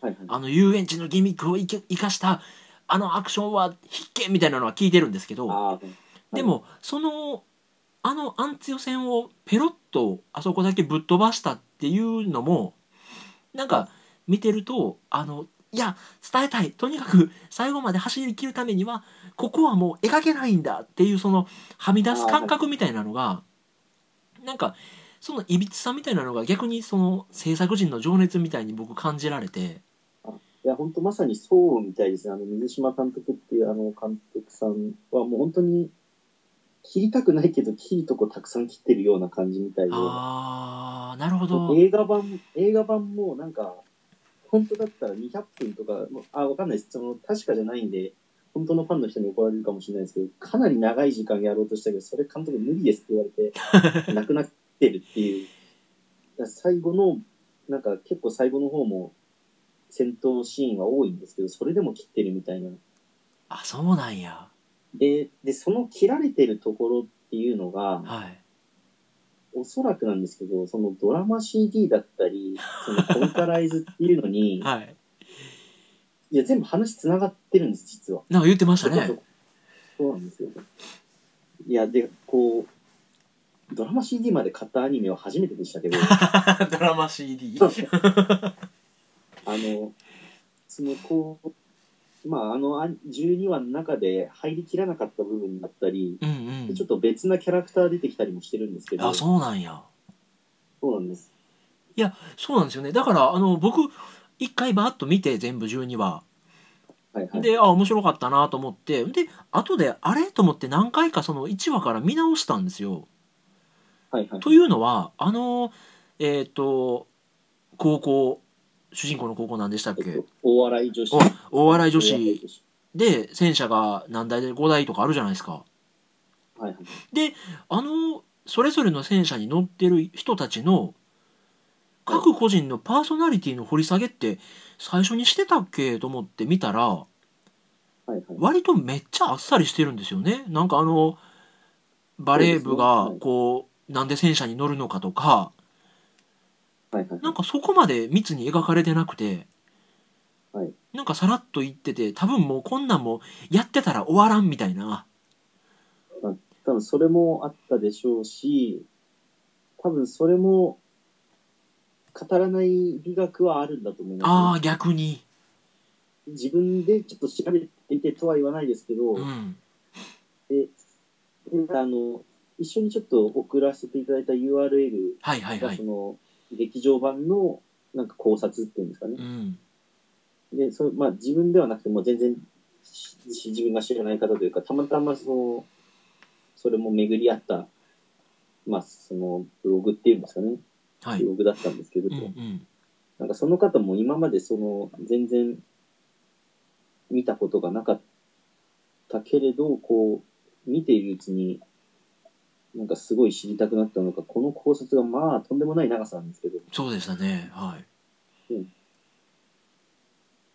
[SPEAKER 3] はいはい。
[SPEAKER 2] あの遊園地のギミックを生け生かした、あのアクションは必見みたいなのは聞いてるんですけど、
[SPEAKER 3] あー
[SPEAKER 2] でもそのあのアンツ予選をペロッとあそこだけぶっ飛ばしたっていうのもなんか見てるとあのいや伝えたいとにかく最後まで走り切るためにはここはもう描けないんだっていうそのはみ出す感覚みたいなのがなんかそのいびつさみたいなのが逆にその制作陣の情熱みたいに僕感じられて
[SPEAKER 3] いや、本当まさにそうみたいですね。あの、水島監督っていうあの監督さんはもう本当に、切りたくないけど、切るとこたくさん切ってるような感じみたいで、
[SPEAKER 2] あーなるほど
[SPEAKER 3] 映画版、映画版もなんか、本当だったら200分とか、あ、わかんないです。その、確かじゃないんで、本当のファンの人に怒られるかもしれないですけど、かなり長い時間やろうとしたけど、それ監督無理ですって言わ れて、なくなってるっていう。だから最後の、なんか結構最後の方も、戦闘のシーンは多いんですけど、それでも切ってるみたいな。
[SPEAKER 2] あそうなんや
[SPEAKER 3] で、で、その切られてるところっていうのが、
[SPEAKER 2] はい
[SPEAKER 3] おそらくなんですけど、そのドラマ CD だったり、そのコンカライズっていうのに、
[SPEAKER 2] はい
[SPEAKER 3] いや、全部話つながってるんです、実は。
[SPEAKER 2] なんか言ってましたね
[SPEAKER 3] そうそうなんですよ。いや、で、こう、ドラマ CD まで買ったアニメは初めてでした けど、あ
[SPEAKER 2] ドラマ CD
[SPEAKER 3] の、その、こう、まあ、あの、あ12話の中で入りきらなかった部分だったり、
[SPEAKER 2] うんう
[SPEAKER 3] で
[SPEAKER 2] ん
[SPEAKER 3] ちょっと別なキャラクター出てきたりもしてるんですけど、
[SPEAKER 2] あそうなんや
[SPEAKER 3] そうなんです。
[SPEAKER 2] いやそうなんですよねだからあの僕一回バーッと見て全部12話
[SPEAKER 3] はいはい。
[SPEAKER 2] であ面白かったなと思ってで後であれと思って何回かその1話から見直したんですよ。
[SPEAKER 3] はいはい。
[SPEAKER 2] というのはあのえっ、と高校主人公の高校なんでしたっ
[SPEAKER 3] えっ
[SPEAKER 2] け
[SPEAKER 3] と大洗女子。
[SPEAKER 2] お大洗女
[SPEAKER 3] 大洗
[SPEAKER 2] 子で戦車が何台で5台とかあるじゃないですか。
[SPEAKER 3] はいはい。
[SPEAKER 2] あのそれぞれの戦車に乗ってる人たちの各個人のパーソナリティの掘り下げって最初にしてたっけと思って見たら
[SPEAKER 3] はいはい。
[SPEAKER 2] 割とめっちゃあっさりしてるんですよね。なんかあのバレー部が
[SPEAKER 3] そうですねはい
[SPEAKER 2] こうなんで戦車に乗るのかとか
[SPEAKER 3] はいはい。
[SPEAKER 2] なんかそこまで密に描かれてなくて
[SPEAKER 3] はい
[SPEAKER 2] なんかさらっと言ってて多分もうこんなんもやってたら終わらんみたいな。
[SPEAKER 3] 多分それもあったでしょうし、多分それも語らない美学はあるんだと思い
[SPEAKER 2] あ
[SPEAKER 3] ま
[SPEAKER 2] あ逆に。
[SPEAKER 3] す。自分でちょっと調べてみてとは言わないですけど、
[SPEAKER 2] うん。
[SPEAKER 3] で、であの、一緒にちょっと送らせていただいた URL
[SPEAKER 2] はいはいは
[SPEAKER 3] がそ
[SPEAKER 2] い。
[SPEAKER 3] の、劇場版のなんか考察っていうんですかね
[SPEAKER 2] う。ん。
[SPEAKER 3] で、そのまあ自分ではなくても全然しし自分が知らない方というか、たまたまその、それも巡り合った、まあそのブログっていうんですかね、
[SPEAKER 2] は
[SPEAKER 3] ブ
[SPEAKER 2] い。
[SPEAKER 3] ログだったんですけれ
[SPEAKER 2] う
[SPEAKER 3] ど、
[SPEAKER 2] んうん。
[SPEAKER 3] なんかその方も今までその全然見たことがなかったけれど、こう見ているうちに、なんかすごい知りたくなったのか、この考察がまあとんでもない長さなんですけど、
[SPEAKER 2] そうでしたね。はい。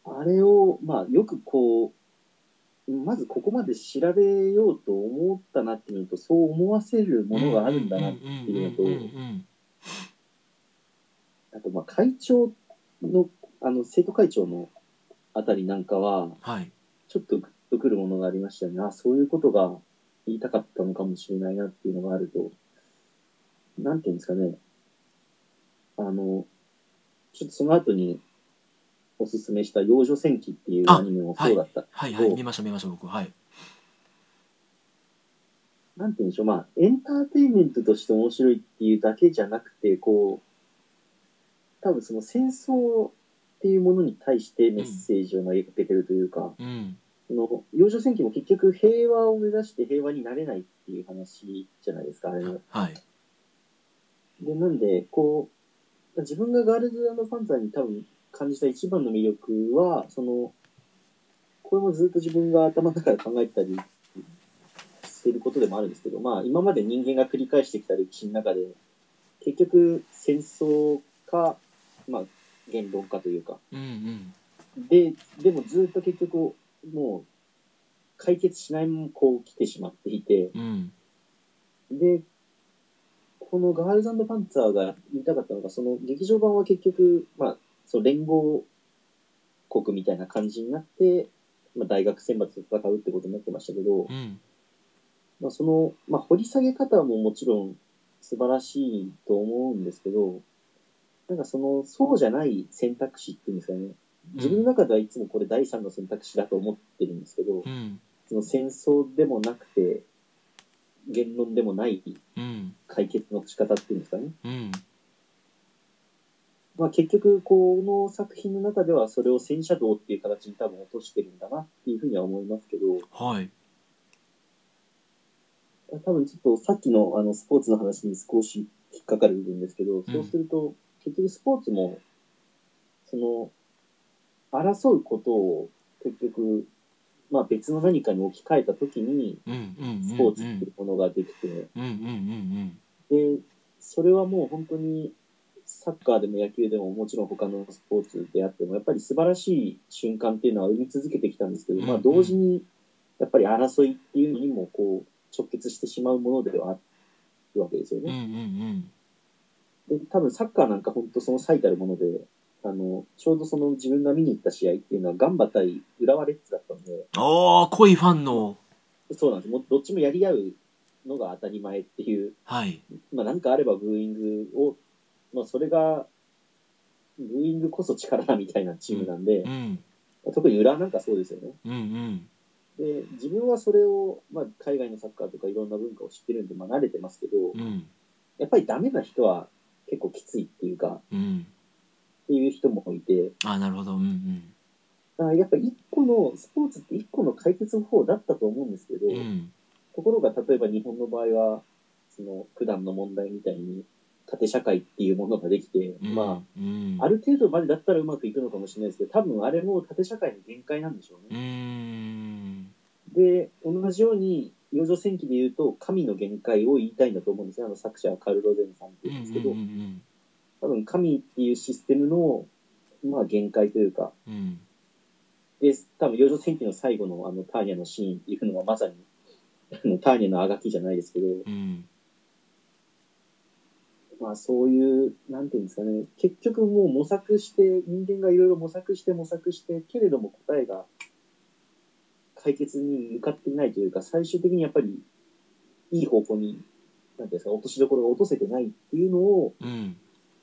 [SPEAKER 3] あれを、まあ、よくこう、まずここまで調べようと思ったなっていうのと、そう思わせるものがあるんだな。
[SPEAKER 2] って
[SPEAKER 3] いうのと
[SPEAKER 2] の
[SPEAKER 3] あと、まあ、会長の、あの、生徒会長のあたりなんかは、
[SPEAKER 2] と。はい。
[SPEAKER 3] ちょっとグッとくるものがありましたよね。あ、そういうことが言いたかったのかもしれないなっていうのがあると、なんていうんですかね。あの、ちょっとその後におすすめした幼女戦記っていうアニメもそうだった。
[SPEAKER 2] はいはい。
[SPEAKER 3] お
[SPEAKER 2] 見ました見ました僕。はい。
[SPEAKER 3] なんて言うんでしょう、まあ、エンターテインメントとして面白いっていうだけじゃなくて、こう、多分その戦争っていうものに対してメッセージを投げかけてるというか、
[SPEAKER 2] うん。
[SPEAKER 3] その幼女戦記も結局平和を目指して平和になれないっていう話じゃないですか、あれは。
[SPEAKER 2] はい。
[SPEAKER 3] で、なんで、こう、自分がガールズパンツァーに多分感じた一番の魅力は、その、これもずっと自分が頭の中で考えてたりしてることでもあるんですけど、まあ今まで人間が繰り返してきた歴史の中で、結局戦争か、まあ言論かというか、
[SPEAKER 2] うんうん。
[SPEAKER 3] で、でもずっと結局、もう解決しないままこう来てしまっていて、
[SPEAKER 2] うん。
[SPEAKER 3] で、このガールズパンツァーが言いたかったのが、その劇場版は結局、まあ、その連合国みたいな感じになって、まあ、大学選抜で戦うってことになってましたけど
[SPEAKER 2] う、ん。
[SPEAKER 3] まあ、その、まあ、掘り下げ方ももちろん素晴らしいと思うんですけど、なんかその、そうじゃない選択肢っていうんですかね。自分の中ではいつもこれ第三の選択肢だと思ってるんですけど
[SPEAKER 2] う、ん。
[SPEAKER 3] その戦争でもなくて、言論でもない
[SPEAKER 2] うん。
[SPEAKER 3] 解決の仕方っていうんですかね。
[SPEAKER 2] うん。
[SPEAKER 3] まあ、結局、この作品の中ではそれを戦車道っていう形に多分落としてるんだなっていうふうには思いますけど、
[SPEAKER 2] はい。
[SPEAKER 3] 多分ちょっとさっきのあのスポーツの話に少し引っかかる部分ですけど、そうすると結局スポーツも、その、争うことを結局、まあ別の何かに置き換えた時に、
[SPEAKER 2] うんうんうん。
[SPEAKER 3] スポーツっていうものができて、
[SPEAKER 2] うんうんうん
[SPEAKER 3] で、それはもう本当に、サッカーでも野球でももちろん他のスポーツであっても、やっぱり素晴らしい瞬間っていうのは生み続けてきたんですけど、ま
[SPEAKER 2] う
[SPEAKER 3] あ
[SPEAKER 2] ん
[SPEAKER 3] 同時に、やっぱり争いっていうのにもこう、直結してしまうものではあるわけですよ
[SPEAKER 2] うん。うん
[SPEAKER 3] ね。
[SPEAKER 2] うん
[SPEAKER 3] で、多分サッカーなんか本当その最たるもので、あの、ちょうどその自分が見に行った試合っていうのはガンバ対浦和レッズだったんで、
[SPEAKER 2] うん。ああ、濃いファンの。
[SPEAKER 3] そうなんですもうどっちもやり合うのが当たり前っていう
[SPEAKER 2] はい。
[SPEAKER 3] まあ、なんかあればブーイングを、まあ、それが、ブーイングこそ力だみたいなチームなんで
[SPEAKER 2] う、ん。
[SPEAKER 3] 特に裏なんかそうですよね。
[SPEAKER 2] うんうん。
[SPEAKER 3] で、自分はそれを、まあ、海外のサッカーとかいろんな文化を知ってるんで、まあ、慣れてますけど
[SPEAKER 2] う、ん。
[SPEAKER 3] やっぱりダメな人は結構きついっていうか、っ
[SPEAKER 2] うん。
[SPEAKER 3] ていう人もいて、
[SPEAKER 2] あ、なるほど。うんうん。
[SPEAKER 3] だからやっぱ一個の、スポーツって一個の解決方法だったと思うんですけど、
[SPEAKER 2] うん。
[SPEAKER 3] ところが例えば日本の場合は、その普段の問題みたいに縦社会っていうものができて、
[SPEAKER 2] うん
[SPEAKER 3] ま
[SPEAKER 2] うん
[SPEAKER 3] あ、ある程度までだったらうまくいくのかもしれないですけど、多分あれも縦社会の限界なんでしょう
[SPEAKER 2] う
[SPEAKER 3] ね。
[SPEAKER 2] ん。
[SPEAKER 3] で、同じように、養女戦記で言うと、神の限界を言いたいんだと思うんですね。あの作者はカルロゼンさんって
[SPEAKER 2] うんう
[SPEAKER 3] 言うんです
[SPEAKER 2] ん
[SPEAKER 3] けど、
[SPEAKER 2] うん
[SPEAKER 3] 多分神っていうシステムの、まあ限界というか、
[SPEAKER 2] うん。
[SPEAKER 3] で、多分、幼女戦記の最後のあの、ターニャのシーンっていうのはまさに、あのターニャのあがきじゃないですけど、
[SPEAKER 2] うん。
[SPEAKER 3] まあそういう、なんていうんですかね、結局もう模索して、人間がいろいろ模索して模索して、けれども答えが解決に向かってないというか、最終的にやっぱり、いい方向に、なんていうんですか、落としどころが落とせてないっていうのを、
[SPEAKER 2] うん。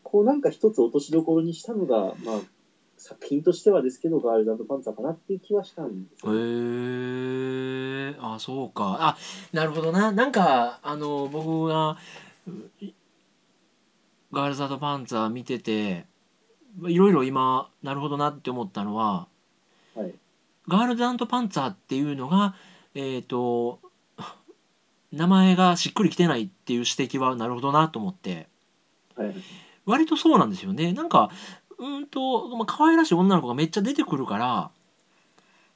[SPEAKER 3] こうなんか一つ落としどころにしたのが、まあ、作品としてはですけど、ガールズパンツァーかなっていう気はしたんですよね
[SPEAKER 2] へえあそうかあなるほどななんかあの僕がういガールズ・アド・パンツァー見てていろいろ今なるほどなって思ったのは
[SPEAKER 3] はい。
[SPEAKER 2] ガールズパンツァーっていうのがえっ、と名前がしっくりきてないっていう指摘はなるほどなと思って
[SPEAKER 3] はい。
[SPEAKER 2] 割とそうなんですよねなんかうーんと、まあ可愛らしい女の子がめっちゃ出てくるから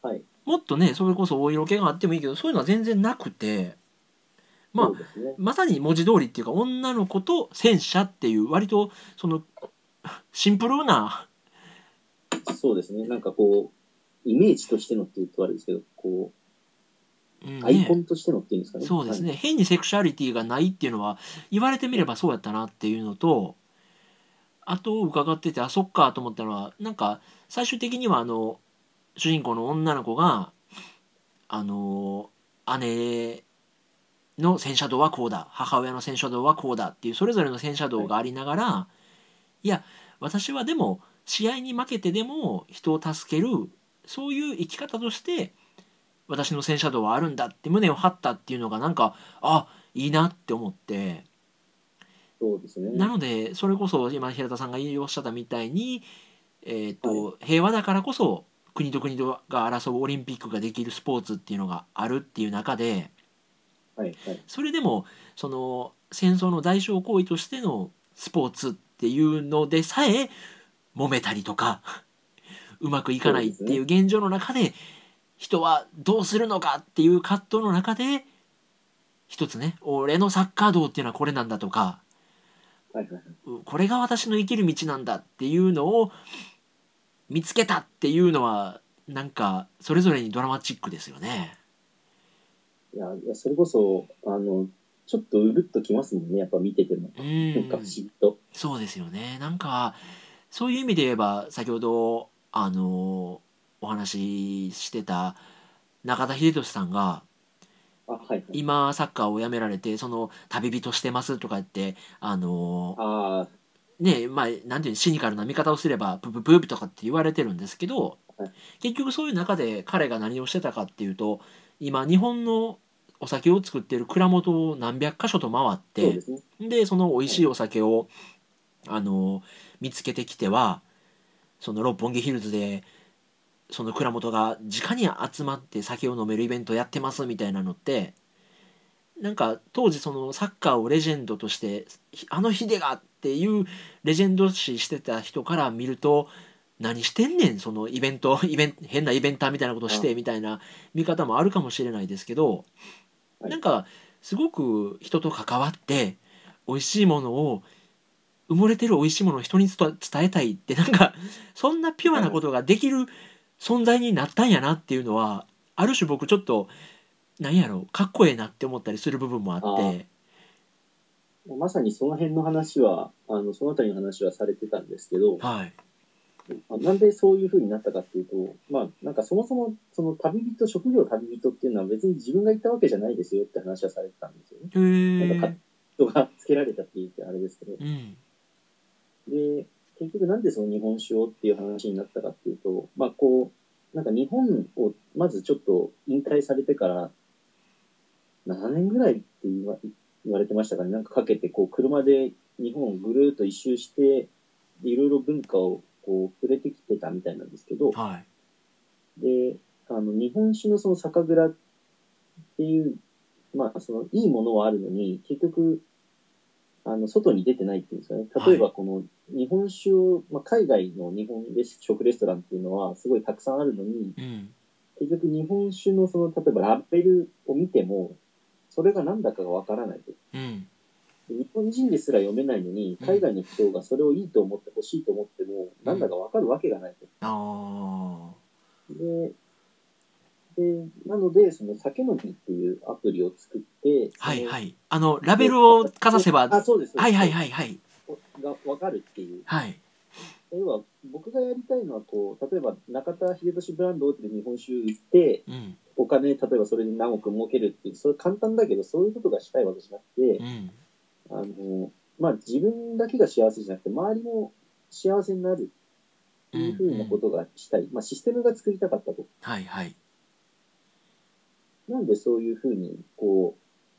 [SPEAKER 3] はい。
[SPEAKER 2] もっとねそれこそお色気があってもいいけどそういうのは全然なくてまあ
[SPEAKER 3] そうですね。
[SPEAKER 2] まさに文字通りっていうか女の子と戦車っていう割とそのシンプルな
[SPEAKER 3] そうですね。なんかこう、イメージとしてのって言うとあれですけど、こ
[SPEAKER 2] うん
[SPEAKER 3] う、
[SPEAKER 2] ね
[SPEAKER 3] アイコンとしてのっていうんですかね。
[SPEAKER 2] そうです
[SPEAKER 3] はい。
[SPEAKER 2] ね変にセクシャリティがないっていうのは言われてみればそうやったなっていうのとあと伺っててあそっかと思ったのはなんか最終的にはあの主人公の女の子があの姉の戦車道はこうだ母親の戦車道はこうだっていうそれぞれの戦車道がありながら、い、や私はでも試合に負けてでも人を助けるそういう生き方として私の戦車道はあるんだって胸を張ったっていうのがなんかあいいなって思って
[SPEAKER 3] そうですね。
[SPEAKER 2] なのでそれこそ今平田さんがおっしゃったみたいに、えーと平和だからこそ国と国とが争うオリンピックができるスポーツっていうのがあるっていう中で
[SPEAKER 3] はい。はい。
[SPEAKER 2] それでもその戦争の代償行為としてのスポーツっていうのでさえ揉めたりとかうまくいかないっていう
[SPEAKER 3] そ
[SPEAKER 2] 現状の中で人はどうするのかっていう葛藤の中で一つね俺のサッカー道っていうのはこれなんだとか
[SPEAKER 3] はい。はい。
[SPEAKER 2] うこれが私の生きる道なんだっていうのを見つけたっていうのはなんかそれぞれにドラマチックですよね。
[SPEAKER 3] いや、いやそれこそ、あの、ちょっとうるっときますもんね。やっぱ見てても。
[SPEAKER 2] うん
[SPEAKER 3] なんか不思議と。
[SPEAKER 2] そうですよねなんかそういう意味で言えば先ほどあのお話ししてた中田英寿さんが
[SPEAKER 3] あ、はい。はい、
[SPEAKER 2] 今サッカーをやめられてその旅人してますとか言ってあの
[SPEAKER 3] ああ、
[SPEAKER 2] ねまあなんていうのシニカルな見方をすればプププーとかって言われてるんですけど
[SPEAKER 3] はい
[SPEAKER 2] 結局そういう中で彼が何をしてたかっていうと今日本のお酒を作ってる蔵元を何百箇所と回って
[SPEAKER 3] そうですね。
[SPEAKER 2] でその美味しいお酒を、あの見つけてきてはその六本木ヒルズでその蔵元が直に集まって酒を飲めるイベントやってますみたいなのってなんか当時そのサッカーをレジェンドとしてひあのヒデがっていうレジェンド視してた人から見ると何してんねんそのイベント イベン変なイベンターみたいなことしてみたいな見方もあるかもしれないですけど、
[SPEAKER 3] はい
[SPEAKER 2] なんかすごく人と関わって美味しいものを埋もれてる美味しいものを人に伝えたいってなんかそんなピュアなことができる存在になったんやなっていうのはある種僕ちょっとなんやろかっこええなって思ったりする部分もあって
[SPEAKER 3] まさにその辺の話は、あの、そのあたりの話はされてたんですけど、
[SPEAKER 2] はい
[SPEAKER 3] まあなんでそういう風になったかっていうと、まあ、なんかそもそも、その旅人、職業旅人っていうのは別に自分が行ったわけじゃないですよって話はされてたんですよね。
[SPEAKER 2] へ
[SPEAKER 3] なんか
[SPEAKER 2] え
[SPEAKER 3] か人がつけられたって言ってあれですけど。
[SPEAKER 2] うん
[SPEAKER 3] で、結局なんでその日本酒をっていう話になったかっていうと、まあこう、なんか日本をまずちょっと引退されてから、7年ぐらいって言わ言われてましたからね、なんかかけてこう車で日本をぐるーっと一周して、いろいろ文化をこう触れてきてたみたいなんですけど、
[SPEAKER 2] はい。
[SPEAKER 3] で、あの、日本酒のその酒蔵っていう、まあ、その、いいものはあるのに、結局、あの、外に出てないっていうんですかね。例えば、この、日本酒を、まあ、海外の日本食レストランっていうのは、すごいたくさんあるのに、
[SPEAKER 2] うん。
[SPEAKER 3] 結局日本酒のその、例えばラベルを見ても、それが何だかがわからないと。
[SPEAKER 2] うん。
[SPEAKER 3] 日本人ですら読めないのに、
[SPEAKER 2] うん
[SPEAKER 3] 海外の人がそれをいいと思って欲しいと思っても、なんだかわかるわけがないと。
[SPEAKER 2] あ
[SPEAKER 3] で、でなので、その、酒飲みっていうアプリを作って、。
[SPEAKER 2] あ。はいはいい。あの、ラベルをかざせば、は
[SPEAKER 3] あ、そうです。
[SPEAKER 2] いはい
[SPEAKER 3] い。
[SPEAKER 2] はいはい。
[SPEAKER 3] がわかるっていう。
[SPEAKER 2] はい。
[SPEAKER 3] 要は、僕がやりたいのは、こう、例えば、中田秀俊ブランドっていう日本酒売って、
[SPEAKER 2] うん。
[SPEAKER 3] お金、例えばそれで何億儲けるっていう、それ簡単だけど、そういうことがしたいわけじゃなくて
[SPEAKER 2] う、ん。
[SPEAKER 3] あの、まあ、自分だけが幸せじゃなくて、周りも幸せになるっていうふうなことがしたい。まあ、システムが作りたかったと。
[SPEAKER 2] はいはい。
[SPEAKER 3] なんでそういうふうに、こ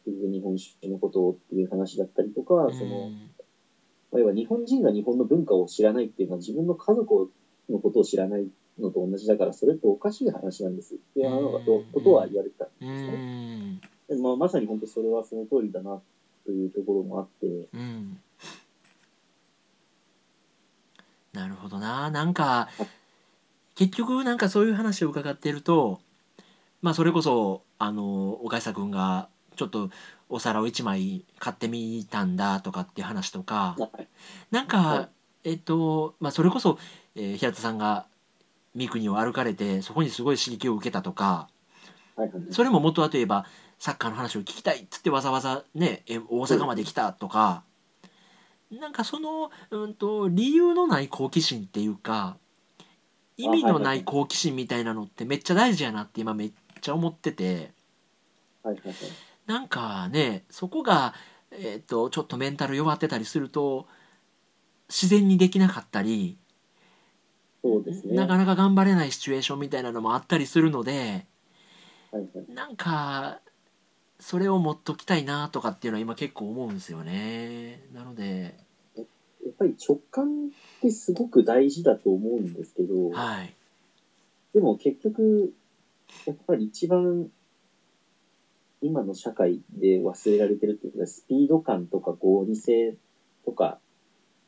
[SPEAKER 3] う、日本酒のことをっていう話だったりとか、その、まあ要は日本人が日本の文化を知らないっていうのは自分の家族のことを知らないのと同じだから、それっておかしい話なんですっていうのがと
[SPEAKER 2] うん
[SPEAKER 3] ことは言われてたん
[SPEAKER 2] う
[SPEAKER 3] ですね。
[SPEAKER 2] ん。
[SPEAKER 3] でまあ、まさに本当それはその通りだなというところもあって、
[SPEAKER 2] うん。なるほどな。なんか、結局なんかそういう話を伺っていると、まあそれこそ、あの、岡下君が、ちょっとお皿を一枚買ってみたんだとかっていう話とか、なん
[SPEAKER 3] は
[SPEAKER 2] か、えっと、まあそれこそ、えー平田さんが三国を歩かれて、そこにすごい刺激を受けたとか、
[SPEAKER 3] はいはい
[SPEAKER 2] それも元はといえばサッカーの話を聞きたいっつってわざわざねえ大阪まで来たとか、なんかその、うん、と理由のない好奇心っていうか意味のない好奇心みたいなのってめっちゃ大事やなって今めっちゃ思ってて
[SPEAKER 3] はいはいはい。
[SPEAKER 2] なんかねそこが、えっとちょっとメンタル弱ってたりすると自然にできなかったり、
[SPEAKER 3] そうですね。
[SPEAKER 2] な
[SPEAKER 3] はい
[SPEAKER 2] かなか頑張れないシチュエーションみたいなのもあったりするので。
[SPEAKER 3] はい。
[SPEAKER 2] なんかそれを持っときたいなとかっていうのは今結構思うんですよねなので
[SPEAKER 3] やっぱり直感ってすごく大事だと思うんですけど、
[SPEAKER 2] はい
[SPEAKER 3] でも結局、やっぱり一番、今の社会で忘れられてるっていうか、スピード感とか合理性とか、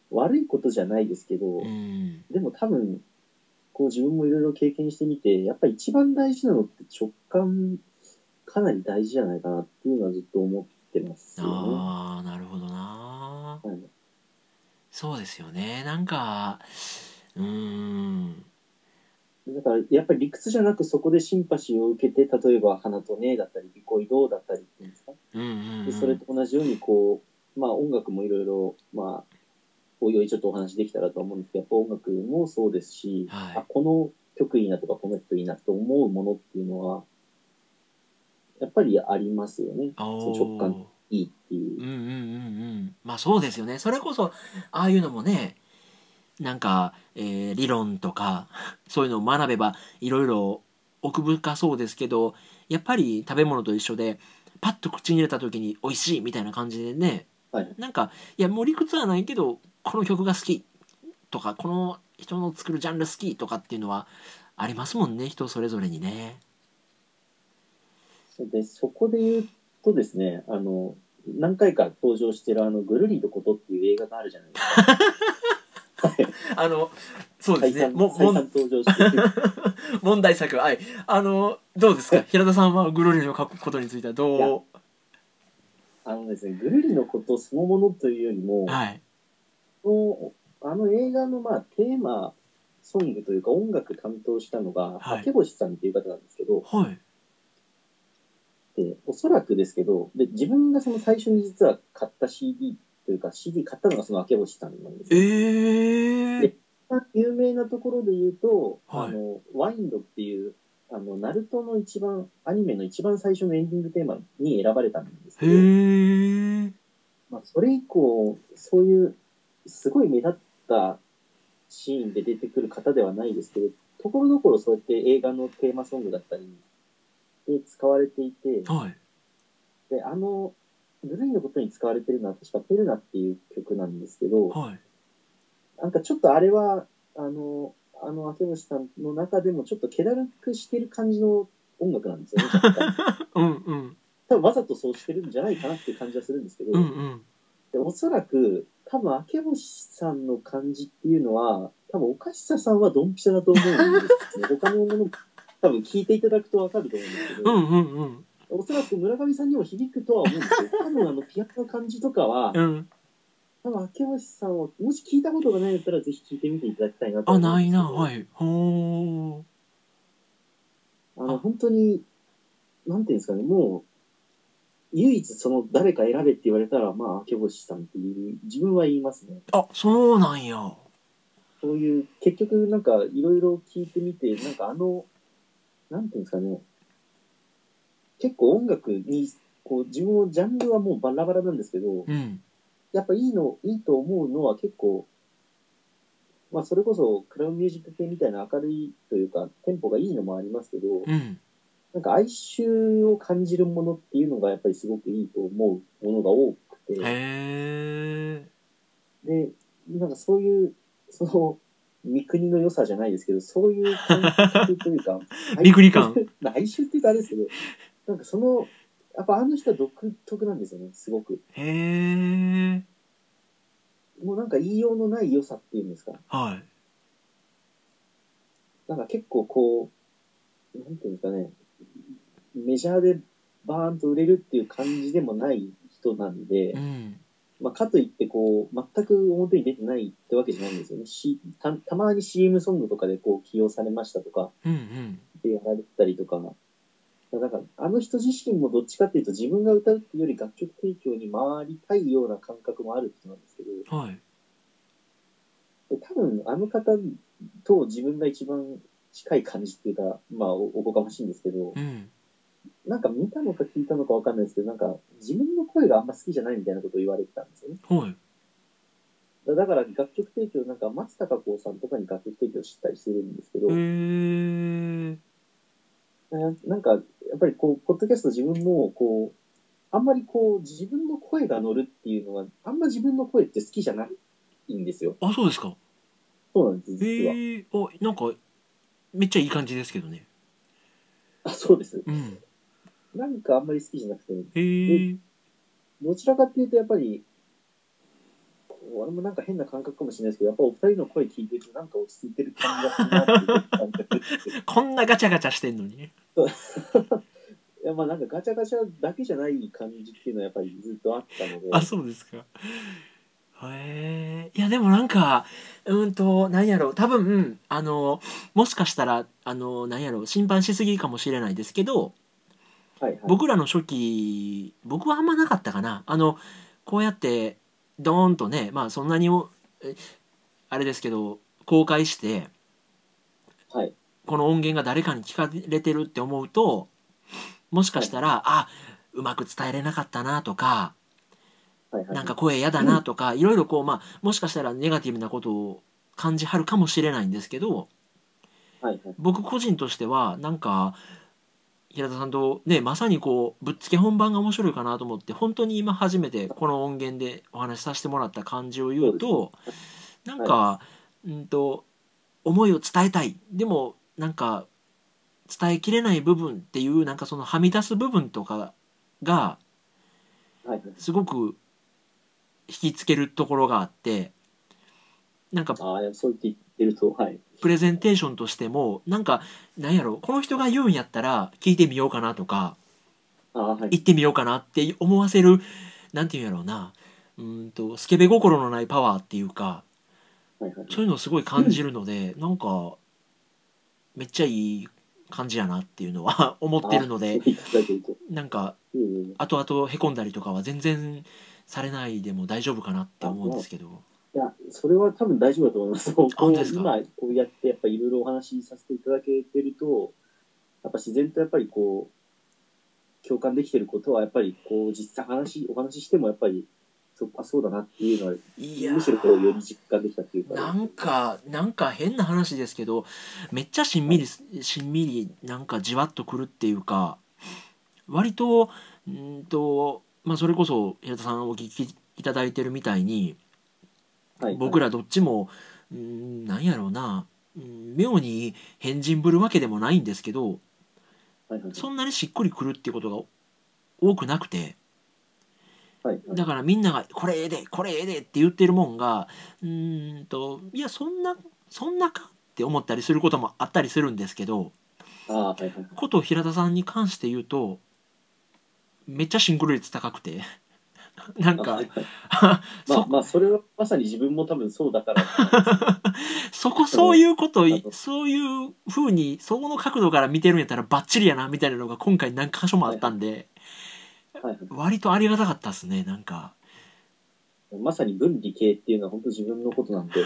[SPEAKER 3] 悪いことじゃないですけど、
[SPEAKER 2] うん
[SPEAKER 3] でも多分、こう自分もいろいろ経験してみて、やっぱり一番大事なのって直感、かなり大事じゃないかなっていうのはずっと思ってますよね。
[SPEAKER 2] ああなるほどな
[SPEAKER 3] はい
[SPEAKER 2] そうですよねなんかうん
[SPEAKER 3] だから、やっぱり理屈じゃなくそこでシンパシーを受けて、例えば、花とねだったり、ビコイドだったりっていうんですか
[SPEAKER 2] うんうん、う
[SPEAKER 3] で
[SPEAKER 2] ん、
[SPEAKER 3] それと同じようにこう、まあ、音楽もいろいろ、まあ、おいおいちょっとお話できたらとは思うんですけどやっぱ音楽もそうですし、
[SPEAKER 2] はい
[SPEAKER 3] あこの曲いいなとかこの人いいなと思うものっていうのはやっぱりありますよね
[SPEAKER 2] おー
[SPEAKER 3] 直感いいっていううん
[SPEAKER 2] うんうんうんまあそうですよねそれこそああいうのもねなんか、えー理論とかそういうのを学べばいろいろ奥深そうですけどやっぱり食べ物と一緒でパッと口に入れた時に美味しいみたいな感じでね
[SPEAKER 3] はい
[SPEAKER 2] なんかいやもう理屈はないけどこの曲が好きとかこの人の作るジャンル好きとかっていうのはありますもんね人それぞれにね。
[SPEAKER 3] でそこで言うとですねあの何回か登場してるあの「ぐるりとこと」っていう映画があるじゃないですか
[SPEAKER 2] あのそう
[SPEAKER 3] 再三再三登場してる
[SPEAKER 2] 問題作はいあのどうですか平田さんはグロリの書くことについてはど
[SPEAKER 3] あのですねぐるりのことそのものというよりも、
[SPEAKER 2] うはい
[SPEAKER 3] のあの映画のまあテーマソングというか音楽担当したのが
[SPEAKER 2] はい
[SPEAKER 3] 竹星さんっていう方なんですけど、
[SPEAKER 2] はい
[SPEAKER 3] でおそらくですけどで自分がその最初に実は買った CD というか CD 買ったのがその竹星さんなんです
[SPEAKER 2] え
[SPEAKER 3] よ。
[SPEAKER 2] ー
[SPEAKER 3] え、有名なところで言うと、
[SPEAKER 2] はい
[SPEAKER 3] あのワインドっていうあのナルトの一番アニメの一番最初のエンディングテーマに選ばれたんです
[SPEAKER 2] へ
[SPEAKER 3] けど、
[SPEAKER 2] ー
[SPEAKER 3] まあ、それ以降、そういう、すごい目立ったシーンで出てくる方ではないですけど、ところどころそうやって映画のテーマソングだったりで使われていて、
[SPEAKER 2] はい
[SPEAKER 3] で、あの、ブルーのことに使われてるのは確かペルナっていう曲なんですけど、
[SPEAKER 2] はい。
[SPEAKER 3] なんかちょっとあれは、あの、あの、明星さんの中でもちょっと気だるくしてる感じの音楽なんですよね。若干
[SPEAKER 2] うんうん。
[SPEAKER 3] 多分わざとそうしてるんじゃないかなっていう感じはするんですけど、
[SPEAKER 2] うんうん。
[SPEAKER 3] でおそらく、多分明星さんの感じっていうのは、多分岡下さんはドンピシャだと思うんで すね。他のもの、多分聞いていただくとわかると思うんですけ
[SPEAKER 2] う
[SPEAKER 3] ど、
[SPEAKER 2] んうんうん。
[SPEAKER 3] おそらく村上さんにも響くとは思うん ですけど、多分あのピアノの感じとかは、
[SPEAKER 2] うん。
[SPEAKER 3] 多分明星さんをもし聞いたことがないんだったらぜひ聞いてみていただきたいなと
[SPEAKER 2] あ、
[SPEAKER 3] 思うんですけど。
[SPEAKER 2] ないな。はい。ほ
[SPEAKER 3] あの、本当に、なんていうんですかね、もう、唯一その誰か選べって言われたら、まあ、明星さんっていう、自分は言いますね。
[SPEAKER 2] ー。あ、そうなんや。
[SPEAKER 3] そういう、結局なんかいろいろ聞いてみて、なんかあの、なんていうんですかね、結構音楽に、こう自分のジャンルはもうバラバラなんですけど、
[SPEAKER 2] うん。
[SPEAKER 3] やっぱいいの、いいと思うのは結構、まあそれこそクラウンミュージック系みたいな明るいというか、テンポがいいのもありますけど、
[SPEAKER 2] うん。
[SPEAKER 3] なんか哀愁を感じるものっていうのがやっぱりすごくいいと思うものが多く
[SPEAKER 2] へ
[SPEAKER 3] て、
[SPEAKER 2] え。、
[SPEAKER 3] で、なんかそういう、その、三国の良さじゃないですけど、そういう感覚というか
[SPEAKER 2] 三国 感。
[SPEAKER 3] 哀愁って言うとあれですけど、なんかその、やっぱあの人は独特なんですよね、すごく。
[SPEAKER 2] へえ。
[SPEAKER 3] もうなんか言いようのない良さっていうんですか。
[SPEAKER 2] はい。
[SPEAKER 3] なんか結構こう、なんていうんですかね、メジャーでバーンと売れるっていう感じでもない人なんで、
[SPEAKER 2] うん。
[SPEAKER 3] まあ、かといってこう、全く表に出てないってわけじゃないんですよね。したたまに CM ソングとかでこう起用されましたとか、
[SPEAKER 2] うんうん。
[SPEAKER 3] でやられてたりとか、だからあの人自身もどっちかっていうと自分が歌うっていうより楽曲提供に回りたいような感覚もある人なんですけど、
[SPEAKER 2] はい。
[SPEAKER 3] で多分あの方と自分が一番近い感じっていうか、まあおおこがましいんですけど
[SPEAKER 2] う、ん。
[SPEAKER 3] なんか見たのか聞いたのかわかんないですけど、なんか自分の声があんま好きじゃないみたいなことを言われてたんですよね。
[SPEAKER 2] はい。
[SPEAKER 3] だだから楽曲提供、なんか松たか子さんとかに楽曲提供したりしてるんですけど、
[SPEAKER 2] へえ。
[SPEAKER 3] ななんかやっぱりこう、ポッドキャスト自分もこう、あんまりこう、自分の声が乗るっていうのは、あんま自分の声って好きじゃないんですよ。
[SPEAKER 2] あ、そうですか。
[SPEAKER 3] そうなんです、
[SPEAKER 2] へ
[SPEAKER 3] 実は。
[SPEAKER 2] え。あ、なんか、めっちゃいい感じですけどね。
[SPEAKER 3] あ、そうです。
[SPEAKER 2] うん。
[SPEAKER 3] なんかあんまり好きじゃなくて、
[SPEAKER 2] へえ。
[SPEAKER 3] どちらかっていうとやっぱり、俺もなんか変な感覚かもしれないですけど、やっぱお二人の声聞いてるとなんか落ち着いてる感じがするなっていう感覚ですよ
[SPEAKER 2] こんなガチャガチャしてんのに。
[SPEAKER 3] いやまあなんかガチャガチャだけじゃない感じっていうのはやっぱりずっとあったので。
[SPEAKER 2] あ、そうですか。へえ。いや、でもなんか、うーんと、なんやろう。多分、あの、もしかしたら、あの、なんやろう。心配しすぎかもしれないですけど、
[SPEAKER 3] はいはい。
[SPEAKER 2] 僕らの初期僕はあんまなかったかなあのこうやってドーンとねまあそんなにもえあれですけど公開して
[SPEAKER 3] はい。
[SPEAKER 2] この音源が誰かに聞かれてるって思うともしかしたら、あうまく伝えれなかったなとか
[SPEAKER 3] はいはい。
[SPEAKER 2] なんか声嫌だなとか、いろいろこうまあもしかしたらネガティブなことを感じはるかもしれないんですけど
[SPEAKER 3] はいはい。
[SPEAKER 2] 僕個人としてはなんか平田さんとねまさにこうぶっつけ本番が面白いかなと思って本当に今初めてこの音源でお話しさせてもらった感じを言うとなんか、うんと思いを伝えたいでもなんか伝えきれない部分っていうなんかそのはみ出す部分とかが
[SPEAKER 3] はいはい。
[SPEAKER 2] すごく引きつけるところがあってなんか
[SPEAKER 3] ああ、いやそう言ってると、はい。
[SPEAKER 2] プレゼンテーションとしてもなんかなんやろこの人が言うんやったら聞いてみようかなとか
[SPEAKER 3] ああ、はい。
[SPEAKER 2] 行ってみようかなって思わせるなんていうんやろうなうーんとスケベ心のないパワーっていうか
[SPEAKER 3] はいはい。
[SPEAKER 2] そういうのをすごい感じるので、なんかめっちゃいい感じやなっていうのは 思ってるの
[SPEAKER 3] ああ
[SPEAKER 2] で
[SPEAKER 3] そう言っていただけると。
[SPEAKER 2] なんか
[SPEAKER 3] いえいえいえい
[SPEAKER 2] 後々へこんだりとかは全然されないでも大丈夫かなって思うんですけど
[SPEAKER 3] や、それは多分大丈夫だと思います。こう
[SPEAKER 2] 本当ですか
[SPEAKER 3] 今、こうやって、やっぱいろいろお話しさせていただけてると、やっぱ自然とやっぱりこう、共感できてることは、やっぱりこう、実際話、お話ししても、やっぱり、そあそうだなっていうのは、
[SPEAKER 2] いやー
[SPEAKER 3] むしろこう、より実感できたっていうか。
[SPEAKER 2] なんかなんか変な話ですけどめっちゃしんみりすしんみりなんかじわっとくるっていうか割とんーとまあ、それこそ平田さんお聞きいただいてるみたいに
[SPEAKER 3] はい、
[SPEAKER 2] 僕
[SPEAKER 3] ら、
[SPEAKER 2] らどっちもうーんなんやろうなうん妙に変人ぶるわけでもないんですけど
[SPEAKER 3] はいはい、
[SPEAKER 2] そんなにしっくりくるっていうことが多くなくて
[SPEAKER 3] はいはい、
[SPEAKER 2] だからみんなが「これええでこれええで」って言ってるもんがうーんといやそんなそんなかって思ったりすることもあったりするんですけど
[SPEAKER 3] ああ、はいはい。
[SPEAKER 2] こと平田さんに関して言うとめっちゃシングル率高くて なん
[SPEAKER 3] あは
[SPEAKER 2] か
[SPEAKER 3] いはいまあ、
[SPEAKER 2] そ
[SPEAKER 3] まあ、それはまさに自分も多分そうだから。
[SPEAKER 2] そこそういうこと
[SPEAKER 3] うん
[SPEAKER 2] そういうふうにそこの角度から見てるんやったらバッチリやなみたいなのが今回何箇所もあったんで
[SPEAKER 3] はいは
[SPEAKER 2] 割とありがたかったですねなんか
[SPEAKER 3] い、まさに分離系っていうのは本当自分のことなんで。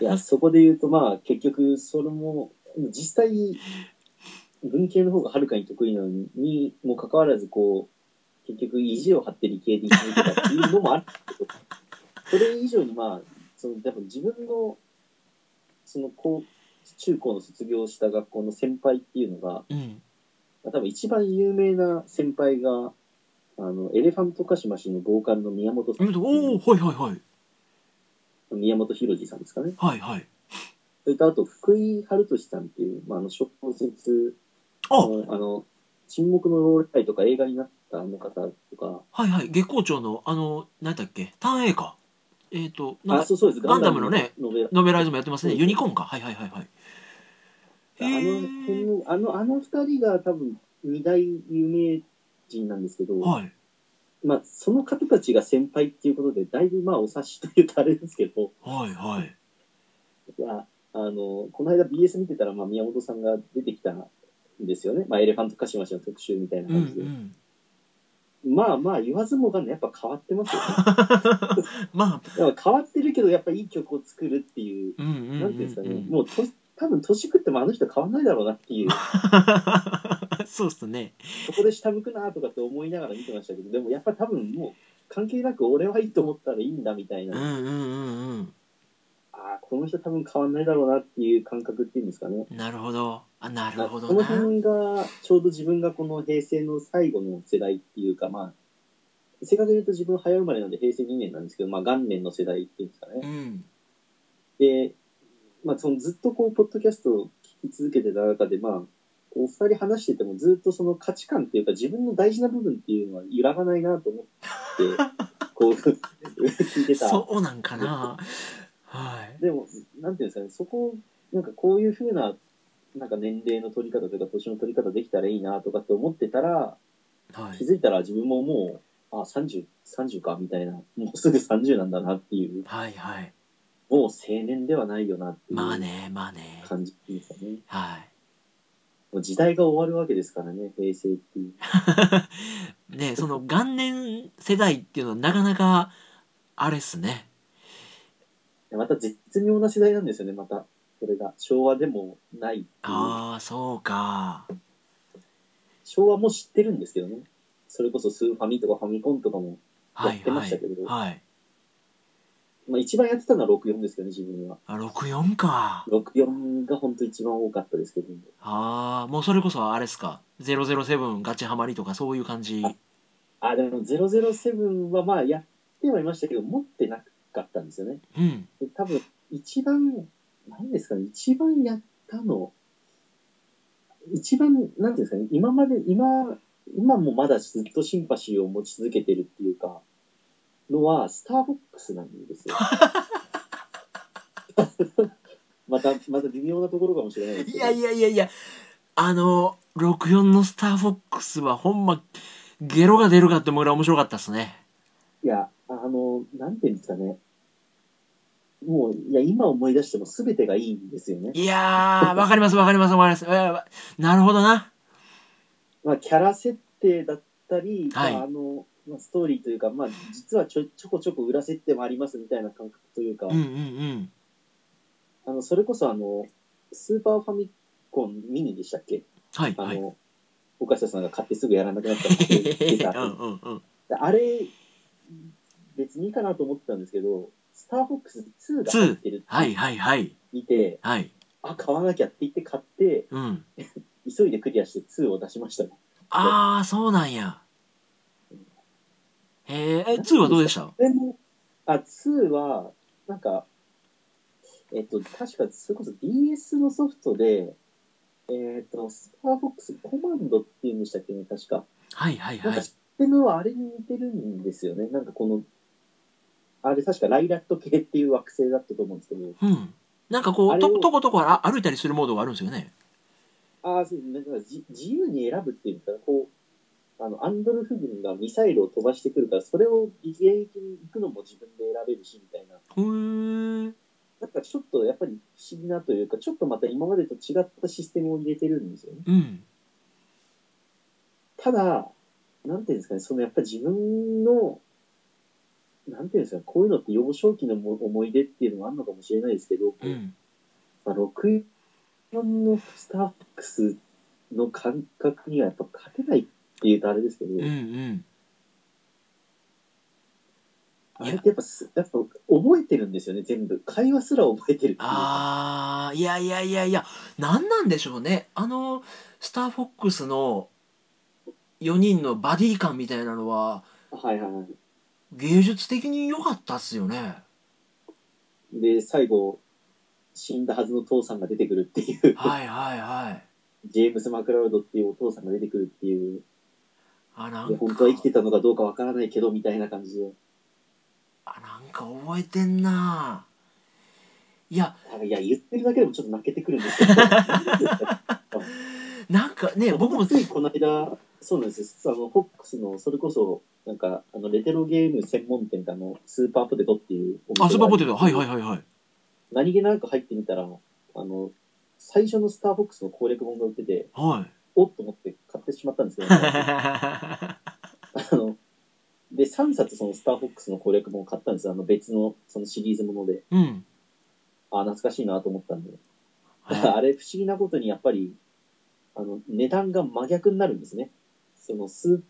[SPEAKER 3] いや、そこで言うと、まあ、結局、それも、実際、文系の方がはるかに得意なのに、もかかわらず、こう、結局、意地を張って理系でいかないとかっていうのもあるけど、それ以上に、まあ、その、多分自分の、その、こう、中高の卒業した学校の先輩っていうのが、
[SPEAKER 2] うん
[SPEAKER 3] まあ多分一番有名な先輩が、あの、エレファントカシマシのボーカルの宮本さ
[SPEAKER 2] お
[SPEAKER 3] ん、
[SPEAKER 2] おーはいはいはい
[SPEAKER 3] 宮本浩次さんですかね。
[SPEAKER 2] はいはい
[SPEAKER 3] それとあと、福井春俊さんっていう、まあ、あの、小説
[SPEAKER 2] あ
[SPEAKER 3] の、あの、沈黙のローレ会とか映画になったあの方とか、
[SPEAKER 2] はいはい月光町のあの何だっけ単影かえっ、となん
[SPEAKER 3] あ、
[SPEAKER 2] か
[SPEAKER 3] そうそうです。
[SPEAKER 2] ガンダムのね
[SPEAKER 3] ノベラ。
[SPEAKER 2] ノベライズもやってますね
[SPEAKER 3] そう
[SPEAKER 2] ユニコーンかはいはいはいはい
[SPEAKER 3] あ
[SPEAKER 2] へ
[SPEAKER 3] の辺
[SPEAKER 2] ー
[SPEAKER 3] の、あの、あの二人が多分、二大有名人なんですけど、
[SPEAKER 2] はい
[SPEAKER 3] まあ、その方たちが先輩っていうことで、だいぶまあ、お察しというとあれですけど、
[SPEAKER 2] はいはい
[SPEAKER 3] いや、あの、この間 BS 見てたら、まあ、宮本さんが出てきたんですよね。まあ、エレファントカシマシの特集みたいな
[SPEAKER 2] うんう
[SPEAKER 3] 感じで。
[SPEAKER 2] ん
[SPEAKER 3] まあまあ、言わずもがな、やっぱ変わってますよ ね。
[SPEAKER 2] まあ
[SPEAKER 3] やっぱ変わってるけど、やっぱいい曲を作るっていう、
[SPEAKER 2] うんうんうん、
[SPEAKER 3] なんていうんですかね、
[SPEAKER 2] うん
[SPEAKER 3] もうと、多分年食ってもあの人変わんないだろうなっ ていう、
[SPEAKER 2] そうっすね
[SPEAKER 3] そこで下向くなとかって思いながら見てましたけど、でもやっぱ多分もう、関係なく俺はいいと思ったらいいんだみたい
[SPEAKER 2] うん
[SPEAKER 3] な、あ
[SPEAKER 2] うんうん
[SPEAKER 3] あ、この人多分変わんないだろうなっていう感覚っていうんですかね。
[SPEAKER 2] うんなるほどあなるほ
[SPEAKER 3] こ
[SPEAKER 2] ど
[SPEAKER 3] の
[SPEAKER 2] な
[SPEAKER 3] 辺がちょうど自分がこの平成の最後の世代っていうかまあ正確に言うと自分早生まれなんで平成2年なんですけど、まあ、元年の世代っていうんですか
[SPEAKER 2] う
[SPEAKER 3] ね。
[SPEAKER 2] ん
[SPEAKER 3] で、まあ、そのずっとこうポッドキャストを聞き続けてた中でまあお二人話しててもずっとその価値観っていうか自分の大事な部分っていうのは揺らがないなと思って こう聞いてた
[SPEAKER 2] そうなんかなはい
[SPEAKER 3] でも、なんていうんですかね、そこ、なんかこういうふうな、なんか年齢の取り方というか、年の取り方できたらいいなとかって思ってたら、
[SPEAKER 2] はい
[SPEAKER 3] 気づいたら自分ももう、あ、30、30か、みたいな、もうすぐ30なんだなっていう、
[SPEAKER 2] はいはい
[SPEAKER 3] もう青年ではないよなってい
[SPEAKER 2] まあ
[SPEAKER 3] う
[SPEAKER 2] ねまあね
[SPEAKER 3] 感じっていうんですかね。
[SPEAKER 2] はい
[SPEAKER 3] もう時代が終わるわけですからね、平成っていう。
[SPEAKER 2] ねその元年世代っていうのはなかなかあれっすね
[SPEAKER 3] また絶妙な世代なんですよね、また。それが。昭和でもないっていう。
[SPEAKER 2] ああそうか
[SPEAKER 3] 昭和も知ってるんですけどね。それこそスーファミとかファミコンとかも、
[SPEAKER 2] は
[SPEAKER 3] や
[SPEAKER 2] い
[SPEAKER 3] ってま
[SPEAKER 2] は
[SPEAKER 3] した
[SPEAKER 2] い
[SPEAKER 3] けど
[SPEAKER 2] はい
[SPEAKER 3] まあ一番やってたのは64ですけどね、自分は。
[SPEAKER 2] あ64か
[SPEAKER 3] 64が本当一番多かったですけど、
[SPEAKER 2] ああもうそれこそあれっすか007ガチハマりとかそういう感じ
[SPEAKER 3] あ、でも007はまあやってはいましたけど、持ってなかったんですよね。
[SPEAKER 2] うん
[SPEAKER 3] で多分、一番、何ですかね、一番やったの、一番、何ですかね、今まで、今、今もまだずっとシンパシーを持ち続けてるっていうか、のは、スターボックスなんですよ。 また、また微妙なところかもしれないです
[SPEAKER 2] い
[SPEAKER 3] けど
[SPEAKER 2] やいやいやいやあの64のスターフォックスはほんまゲロが出るかって思うぐらい面白かったっすね
[SPEAKER 3] いや、あの、なんていうんですかね。もう、いや、今思い出しても全てがいいんですよね。
[SPEAKER 2] いやーわかりますわかりますわかりますわわなるほどな
[SPEAKER 3] まあ、キャラ設定だったり、
[SPEAKER 2] はい
[SPEAKER 3] まあ、あの、まあ、ストーリーというか、まあ、実はちょちょこちょこ裏設定もありますみたいな感覚というか、
[SPEAKER 2] うんうんうん
[SPEAKER 3] あの、それこそあの、スーパーファミコンミニでしたっけ
[SPEAKER 2] はい
[SPEAKER 3] あ
[SPEAKER 2] はい
[SPEAKER 3] の、岡下さんが買ってすぐやらなくなったって言ってた。
[SPEAKER 2] うんうんうん
[SPEAKER 3] であれ、別にいいかなと思ってたんですけど、スターフォックス2が入ってるっ
[SPEAKER 2] は
[SPEAKER 3] て
[SPEAKER 2] いはいはい
[SPEAKER 3] 見て、
[SPEAKER 2] はい
[SPEAKER 3] あ、買わなきゃって言って買って、
[SPEAKER 2] うん
[SPEAKER 3] 急いでクリアして2を出しましたね。
[SPEAKER 2] ああ、そうなんや。へえ、え、2はどうでした
[SPEAKER 3] でも、あ、2は、なんか、えっと、確か、それこそ DS のソフトで、えっと、スターフォックスコマンドっていうんでしたっけね、確か。
[SPEAKER 2] はいはい
[SPEAKER 3] なん
[SPEAKER 2] は
[SPEAKER 3] か
[SPEAKER 2] い
[SPEAKER 3] 知。ってるのはあれに似てるんですよね。なんかこの、あれ確かライラット系っていう惑星だったと思うんですけど、
[SPEAKER 2] うん。なんかこ
[SPEAKER 3] あ
[SPEAKER 2] う、
[SPEAKER 3] れを
[SPEAKER 2] ととことこあ歩いたりするモードがあるんですよね。
[SPEAKER 3] ああ、そう、なんかじ自由に選ぶっていうんですかね、こう、あの、アンドルフ軍がミサイルを飛ばしてくるから、それを迎撃に行くのも自分で選べるし、みたいな。
[SPEAKER 2] へえ。
[SPEAKER 3] なんかちょっとやっぱり不思議なというか、ちょっとまた今までと違ったシステムを入れてるんですよね。
[SPEAKER 2] うん。
[SPEAKER 3] ただ、なんていうんですかね、そのやっぱり自分の、なんていうんですか、こういうのって幼少期のも思い出っていうのもあるのかもしれないですけど、
[SPEAKER 2] うん。
[SPEAKER 3] まあ、64のスターフォックスの感覚にはやっぱ勝てないっていうとあれですけど、
[SPEAKER 2] うんうん。
[SPEAKER 3] あれってやっぱす、やっぱ覚えてるんですよね、全部。会話すら覚えてるっていう
[SPEAKER 2] ああ、いやいやいやいや、なんなんでしょうね。あの、スターフォックスの4人のバディ感みたいなのは、
[SPEAKER 3] はいはいはい。
[SPEAKER 2] 芸術的に良かったっすよね。
[SPEAKER 3] で、最後、死んだはずの父さんが出てくるっていう、
[SPEAKER 2] はいはいはい。
[SPEAKER 3] ジェームス・マクラウドっていうお父さんが出てくるっていう、
[SPEAKER 2] あ、なん
[SPEAKER 3] で
[SPEAKER 2] か。
[SPEAKER 3] 本当は生きてたのかどうかわからないけど、みたいな感じで。
[SPEAKER 2] あなんか覚えてんないや
[SPEAKER 3] あいや、言ってるだけでもちょっと泣けてくるんです けど。
[SPEAKER 2] なんかね僕も
[SPEAKER 3] ついこの間、そうなんですよ。あの、フォックスの、それこそ、なんか、あの、レトロゲーム専門店ってあの、スーパーポテトっていうお店
[SPEAKER 2] あスーパーポテト
[SPEAKER 3] がる
[SPEAKER 2] はいはいはいはい
[SPEAKER 3] 何気なく入ってみたら、あの、最初のスターフォックスの攻略本が売ってて、
[SPEAKER 2] はい
[SPEAKER 3] おっと思って買ってしまったんですけ ど、あの、で、3冊そのスターフォックスの攻略本を買ったんですよ。あの、別の、そのシリーズもので。
[SPEAKER 2] うん
[SPEAKER 3] あ、懐かしいなと思ったんで。
[SPEAKER 2] は
[SPEAKER 3] あれ、不思議なことにやっぱり、あの、値段が真逆になるんですね。そのス、フ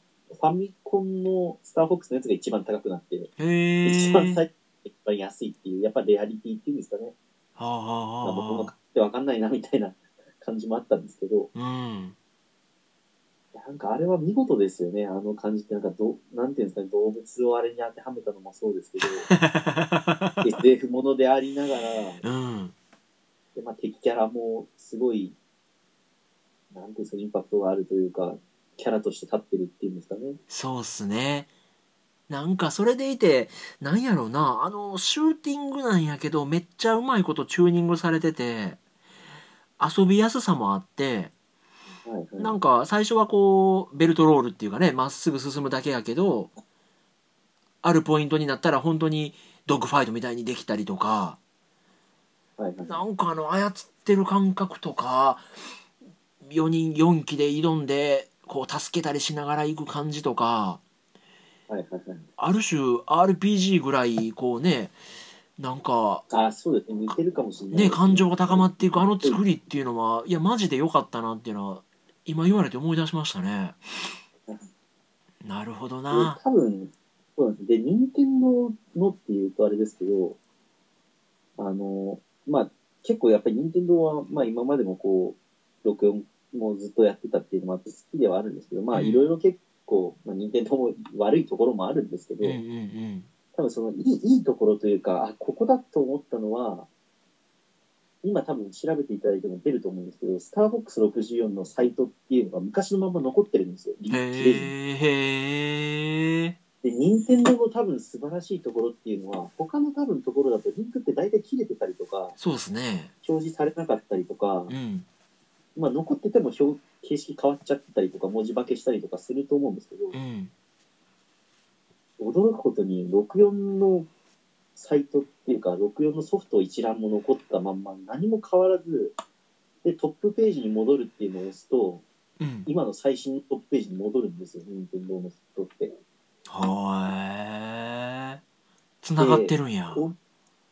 [SPEAKER 3] ァミコンのスターフォックスのやつが一番高くなって、
[SPEAKER 2] いへ
[SPEAKER 3] 一
[SPEAKER 2] え
[SPEAKER 3] 番最、一番安いっていう、やっぱレアリティっていうんですかね。
[SPEAKER 2] はあはあ
[SPEAKER 3] まあ僕も
[SPEAKER 2] は
[SPEAKER 3] 買ってわかんないなみたいな 感じもあったんですけど、
[SPEAKER 2] あうん
[SPEAKER 3] なんかあれは見事ですよね。あの感じって、なんかど、なんていうんですかね、動物をあれに当てはめたのもそうですけ ど、SF ものでありながら、
[SPEAKER 2] うん
[SPEAKER 3] でまあ、敵キャラもすごい、なんていうんですか、インパクトがあるというか、キャラとして立ってるっていうんですかね。
[SPEAKER 2] そうっすねなんかそれでいてなんやろうなあのシューティングなんやけどめっちゃうまいことチューニングされてて遊びやすさもあって
[SPEAKER 3] はいはい、
[SPEAKER 2] なんか最初はこうベルトロールっていうかねまっすぐ進むだけやけどあるポイントになったら本当にドッグファイトみたいにできたりとか
[SPEAKER 3] はいはい
[SPEAKER 2] なんかあの操ってる感覚とか4人4機で挑んでこう助けたりしながら行く感じとか
[SPEAKER 3] はいはいはい。
[SPEAKER 2] ある種 RPG ぐらいこうねなんか
[SPEAKER 3] あ、そうですね。似てるかもしれない。
[SPEAKER 2] ね感情が高ま
[SPEAKER 3] っ
[SPEAKER 2] っていくあの作りっていうのはいやマジで良かったなっていうのは今言われて思い出しましたね。なるほどな。
[SPEAKER 3] 多分、そうなんです。で、任天堂のっていうとあれですけど、あの、まあ、結構やっぱり任天堂は、まあ今までもこう、64もずっとやってたっていうのもあって好きではあるんですけど、まあ
[SPEAKER 2] うん
[SPEAKER 3] いろいろ結構、まあ任天堂も悪いところもあるんですけど、
[SPEAKER 2] うんうんうん。
[SPEAKER 3] 多分そのいいいいところというか、あ、ここだと思ったのは、今多分調べていただいても出ると思うんですけど、スターフォックス64のサイトっていうのが昔のまま残ってるんですよ。リ
[SPEAKER 2] へ
[SPEAKER 3] ンク切れずに
[SPEAKER 2] えへえ
[SPEAKER 3] で、任天堂の多分素晴らしいところっていうのは、他の多分ところだとリンクって大体切れてたりとか、
[SPEAKER 2] そうですね
[SPEAKER 3] 表示されなかったりとか、
[SPEAKER 2] うん
[SPEAKER 3] まあ残ってても表形式変わっちゃってたりとか、文字化けしたりとかすると思うんですけど
[SPEAKER 2] う、ん
[SPEAKER 3] 驚くことに64のサイトっていうか64のソフト一覧も残ったまんま何も変わらずでトップページに戻るっていうのを押すと
[SPEAKER 2] うん
[SPEAKER 3] 今の最新のトップページに戻るんですよ任天堂のソフトって
[SPEAKER 2] はえつながってるんや
[SPEAKER 3] お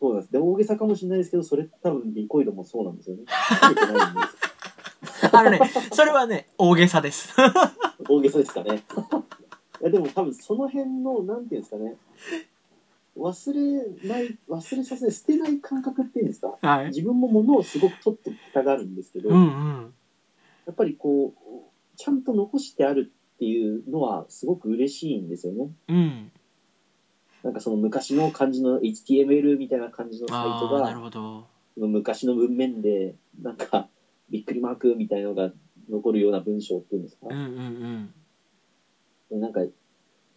[SPEAKER 3] そうなんですで大げさかもしれないですけどそれって多分リコイドもそうなんですよね書いてないんです
[SPEAKER 2] あのねそれはね大げさです
[SPEAKER 3] 大げさですかねいやでも多分その辺のなんていうんですかね忘れない忘れさせない捨てない感覚っていうんですか
[SPEAKER 2] はい
[SPEAKER 3] 自分も物をすごく取ってきたがるんですけど、
[SPEAKER 2] うんうん
[SPEAKER 3] やっぱりこちゃんと残してあるっていうのはすごく嬉しいんですよね。
[SPEAKER 2] うん。
[SPEAKER 3] なんかその昔の感じの HTML みたいな感じのサイト
[SPEAKER 2] ああ、なる
[SPEAKER 3] が、
[SPEAKER 2] ほど。
[SPEAKER 3] 昔の文面で、なんか、びっくりマークみたいなのが残るような文章っていうんですか
[SPEAKER 2] うんう、んうん。
[SPEAKER 3] なんか、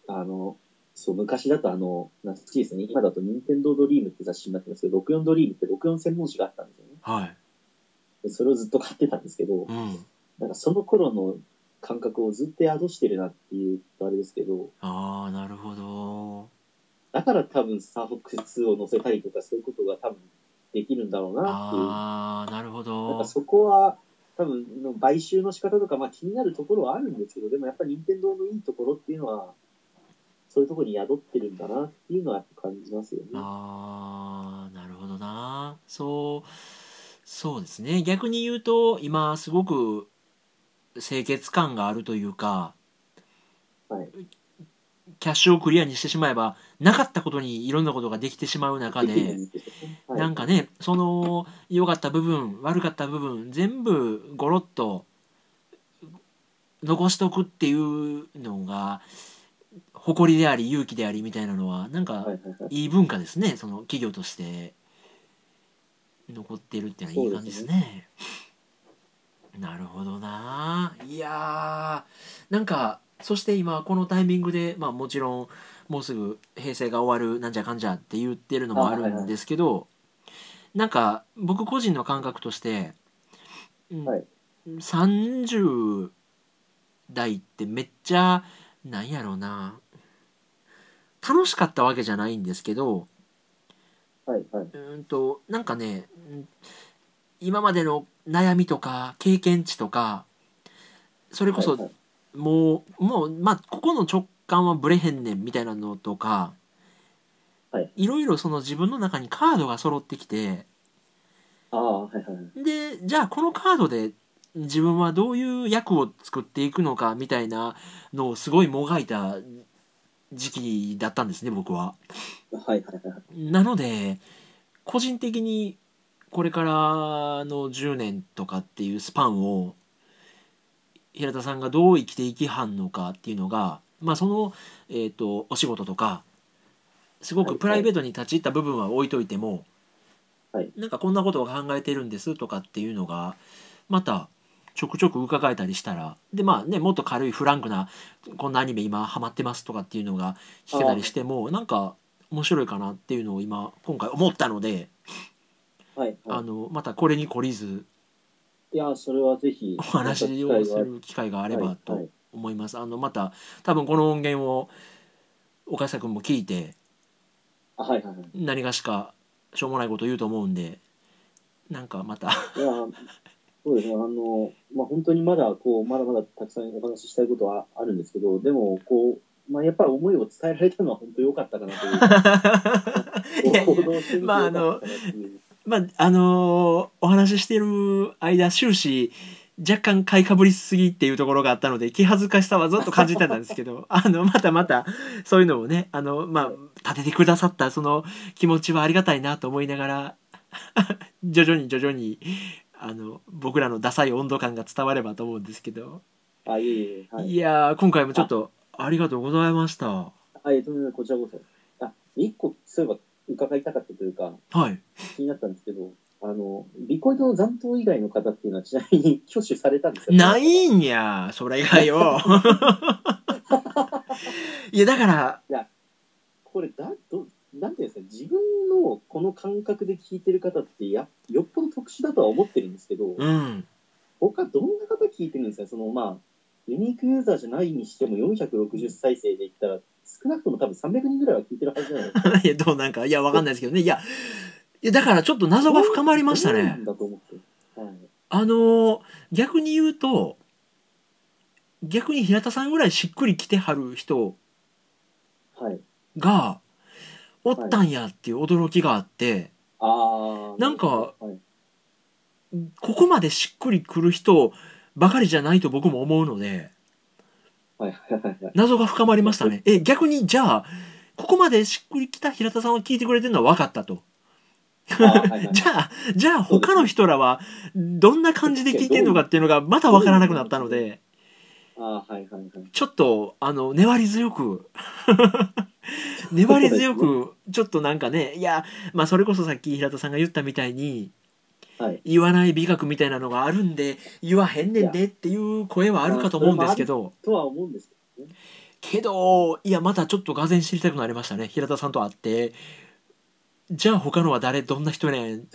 [SPEAKER 3] あの、そう、昔だとあの、懐かしいですね。今だと任天堂ドリームって雑誌になってますけど、64ドリームって64専門誌があったんですよね。
[SPEAKER 2] はい。
[SPEAKER 3] でそれをずっと買ってたんですけど
[SPEAKER 2] う、ん。
[SPEAKER 3] なんかその頃の感覚をずっと宿してるなっていうとあれですけど、
[SPEAKER 2] ああ、なるほど。
[SPEAKER 3] だから多分サーフォックス2を載せたりとかそういうことが多分できるんだろうなっていう。
[SPEAKER 2] ああ、なるほ
[SPEAKER 3] なんか
[SPEAKER 2] ど。
[SPEAKER 3] そこは、多分の買収の仕方とか、まあ、気になるところはあるんですけど、でもやっぱり任天堂のいいところっていうのは、そういうところに宿ってるんだなっていうのはやっぱ感じますよね。
[SPEAKER 2] ああ、なるほどな。そう、そうですね。逆に言うと、今すごく清潔感があるというか、
[SPEAKER 3] はい、
[SPEAKER 2] キャッシュをクリアにしてしまえば、なかったことにいろんなことができてしまう中
[SPEAKER 3] できる
[SPEAKER 2] で、
[SPEAKER 3] んですよね。はい
[SPEAKER 2] なんかね、その良かった部分、悪かった部分、全部ゴロッと残しておくっていうのが、誇りであり勇気でありみたいなのは、なんか
[SPEAKER 3] はいはいはい
[SPEAKER 2] いい文化ですねその企業として残ってるっていうのはいい感じですねなるほどないやーなんかそして今このタイミングで、まあ、もちろんもうすぐ平成が終わるなんじゃかんじゃって言ってるのもあるんですけど、なんか僕個人の感覚として、うん
[SPEAKER 3] はい
[SPEAKER 2] 30代ってめっちゃなんやろうな楽しかったわけじゃないんですけど、
[SPEAKER 3] はいはい。
[SPEAKER 2] うーんとなんかねうん今までの悩みとか経験値とかそれこそ
[SPEAKER 3] はいはい
[SPEAKER 2] もうもうまあここの直感はブレへんねんみたいなのとか、
[SPEAKER 3] はい、
[SPEAKER 2] ろいろその自分の中にカードが揃ってきて
[SPEAKER 3] ああ、はいはいはい。
[SPEAKER 2] でじゃあこのカードで自分はどういう役を作っていくのかみたいなのをすごいもがいた時期だったんですね僕は。
[SPEAKER 3] はいはいはいはい。
[SPEAKER 2] なので個人的にこれからの10年とかっていうスパンを平田さんがどう生きていきはんのかっていうのが、まあ、その、えー、とお仕事とかすご
[SPEAKER 3] はいは
[SPEAKER 2] く
[SPEAKER 3] い
[SPEAKER 2] プライベートに立ち入った部分は置いといても、
[SPEAKER 3] はい
[SPEAKER 2] なんかこんなことを考えてるんですとかっていうのがまたちょくちょく伺えたりしたらでまあねもっと軽いフランクなこんなアニメ今ハマってますとかっていうのが聞けたりしてもなんか面白いかなっていうのを今今回思ったので、
[SPEAKER 3] はいは
[SPEAKER 2] あのまたこれに懲りず
[SPEAKER 3] い。いや、それはぜひ、
[SPEAKER 2] お話をする機会があれば
[SPEAKER 3] はいは
[SPEAKER 2] と
[SPEAKER 3] い
[SPEAKER 2] 思います。あのまた多分この音源を岡下君も聞いて
[SPEAKER 3] あはいはいはい。
[SPEAKER 2] 何がしかしょうもないこと言うと思うんでなんかま た
[SPEAKER 3] いや、そうですね、あの、まあ、本当にまだ、こう、まだまだたくさんお話ししたいことはあるんですけど、でも、こう、まあ、やっぱり思いを伝えられたのは本 当良かったかなという。
[SPEAKER 2] いやいや
[SPEAKER 3] 行動してみて
[SPEAKER 2] まああ
[SPEAKER 3] 良
[SPEAKER 2] の
[SPEAKER 3] かったかなっていう
[SPEAKER 2] まああのーお話ししてる間終始若干買いかぶりすぎっていうところがあったので気恥ずかしさはずっと感じてたんですけど あのまたまたそういうのをねあの、まあ、立ててくださったその気持ちはありがたいなと思いながら徐々に徐々にあの僕らのダサい温度感が伝わればと思うんですけど、、
[SPEAKER 3] あ、いえいえ、はいい。
[SPEAKER 2] やー今回もちょっとありがとうございました。は
[SPEAKER 3] あ、えっと、こちらこそ。あ、一個、そういえば、伺いたかったというか、
[SPEAKER 2] い、
[SPEAKER 3] 気になったんですけど、あの、ビコイドの残党以外の方っていうのは、ちなみに 挙手されたんですか
[SPEAKER 2] ないんやそれが よいやだから
[SPEAKER 3] これだど、なんていうんですか、自分のこの感覚で聞いてる方ってや、よっぽど特殊だとは思ってるんですけど、
[SPEAKER 2] うん
[SPEAKER 3] 他どんな方聞いてるんですかそのまあユニークユーザーじゃないにしても460再生でいったら少なくとも多分300人ぐらいは聞いてるはずじゃないですか
[SPEAKER 2] いやどうなんかいやわかんないですけどねいやいやだからちょっと謎が深まりました
[SPEAKER 3] どうな
[SPEAKER 2] ね
[SPEAKER 3] んだと思って、はい、
[SPEAKER 2] あのー逆に言うと逆に平田さんぐらいしっくりきてはる人
[SPEAKER 3] はい、
[SPEAKER 2] がおったんやっていう驚きがあって、
[SPEAKER 3] ああ
[SPEAKER 2] なんか
[SPEAKER 3] はい、
[SPEAKER 2] ここまでしっくりくる人ばかりじゃないと僕も思うので
[SPEAKER 3] はいはいはいはい
[SPEAKER 2] 謎が深まりましたねえ逆にじゃあここまでしっくりきた平田さんを聞いてくれてるのは分かったと
[SPEAKER 3] あーはいはい
[SPEAKER 2] じゃあ、じゃあ他の人らはどんな感じで聞いてんのかっていうのがまたわからなくなったので、
[SPEAKER 3] ああ、はいはいはい。
[SPEAKER 2] ちょっと、あの、粘り強く、粘り強く、ちょっとなんかね、いや、まあそれこそさっき平田さんが言ったみたいに、
[SPEAKER 3] はい
[SPEAKER 2] 言わない美学みたいなのがあるんで、言わへんねんでっていう声はあるかと思うんですけど、
[SPEAKER 3] とは思うんですけどね。
[SPEAKER 2] けど、いや、またちょっとがぜん知りたくなりましたね、平田さんと会って。じゃあ他のは誰、どんな人やねん、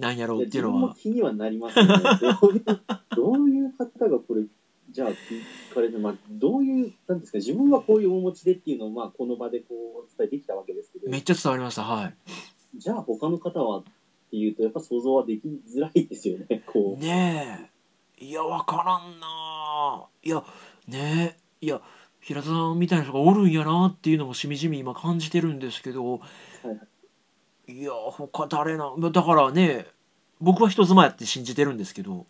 [SPEAKER 2] なんやろうってい
[SPEAKER 3] 自
[SPEAKER 2] う
[SPEAKER 3] 分
[SPEAKER 2] の
[SPEAKER 3] も
[SPEAKER 2] は。
[SPEAKER 3] 気にはなります よね。どういうどういう方がこれ、じゃあ聞かれて、まあ、どういう、なんですか、自分はこういうお持ちでっていうのを、まあ、この場でこう、お伝えできたわけですけど
[SPEAKER 2] め、っちゃ伝わりました、はい。
[SPEAKER 3] じゃあ他の方はっていうと、やっぱ想像はできづらいですよ ね、こう。
[SPEAKER 2] ねえいやわからんなあいやねえいや平田さんみたいな人がおるんやなっていうのもしみじみ今感じてるんですけど、い、や他誰なだからね僕は人妻やって信じてるんですけど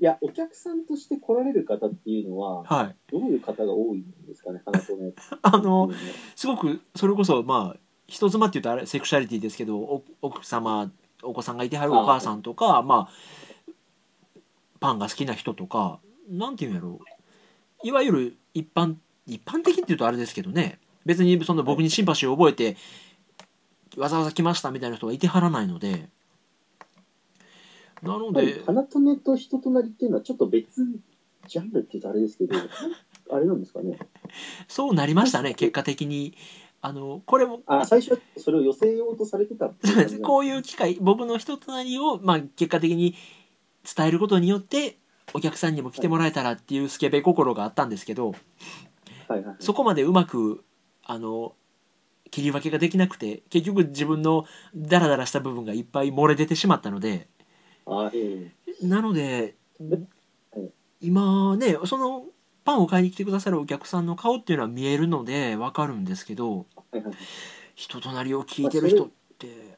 [SPEAKER 3] いや、お客さんとして来られる方っていうのは、
[SPEAKER 2] はい
[SPEAKER 3] どういう方が多いんですかね、花子ね。
[SPEAKER 2] あのすごくそれこそまあ人妻って言うとあれセクシャリティですけどお奥様お子さんがいてはるお母さんとかまあパンが好きな人とかなんていうんやろういわゆる一般一般的って言うとあれですけどね別にその僕にシンパシーを覚えてわざわざ来ましたみたいな人はいてはらないのでなので
[SPEAKER 3] 花とねと人となりっていうのはちょっと別ジャンルって言うとあれですけど、あれなんですかね。
[SPEAKER 2] そうなりましたね結果的にあのこれも
[SPEAKER 3] あ、最初はそれを寄せようとされてたってい
[SPEAKER 2] そう
[SPEAKER 3] 感
[SPEAKER 2] で
[SPEAKER 3] じ
[SPEAKER 2] す
[SPEAKER 3] なん
[SPEAKER 2] こういう機会僕の人となりを、まあ、結果的に伝えることによってお客さんにも来てもらえたらっていうスケベ心があったんですけど
[SPEAKER 3] はいはい。
[SPEAKER 2] そこまでうまくあの切り分けができなくて結局自分のダラダラした部分がいっぱい漏れ出てしまったので
[SPEAKER 3] あ、え
[SPEAKER 2] なので
[SPEAKER 3] はい
[SPEAKER 2] 今ねそのパンを買いに来てくださるお客さんの顔っていうのは見えるのでわかるんですけど
[SPEAKER 3] えはいはい。
[SPEAKER 2] 人となりを聞いてる人って。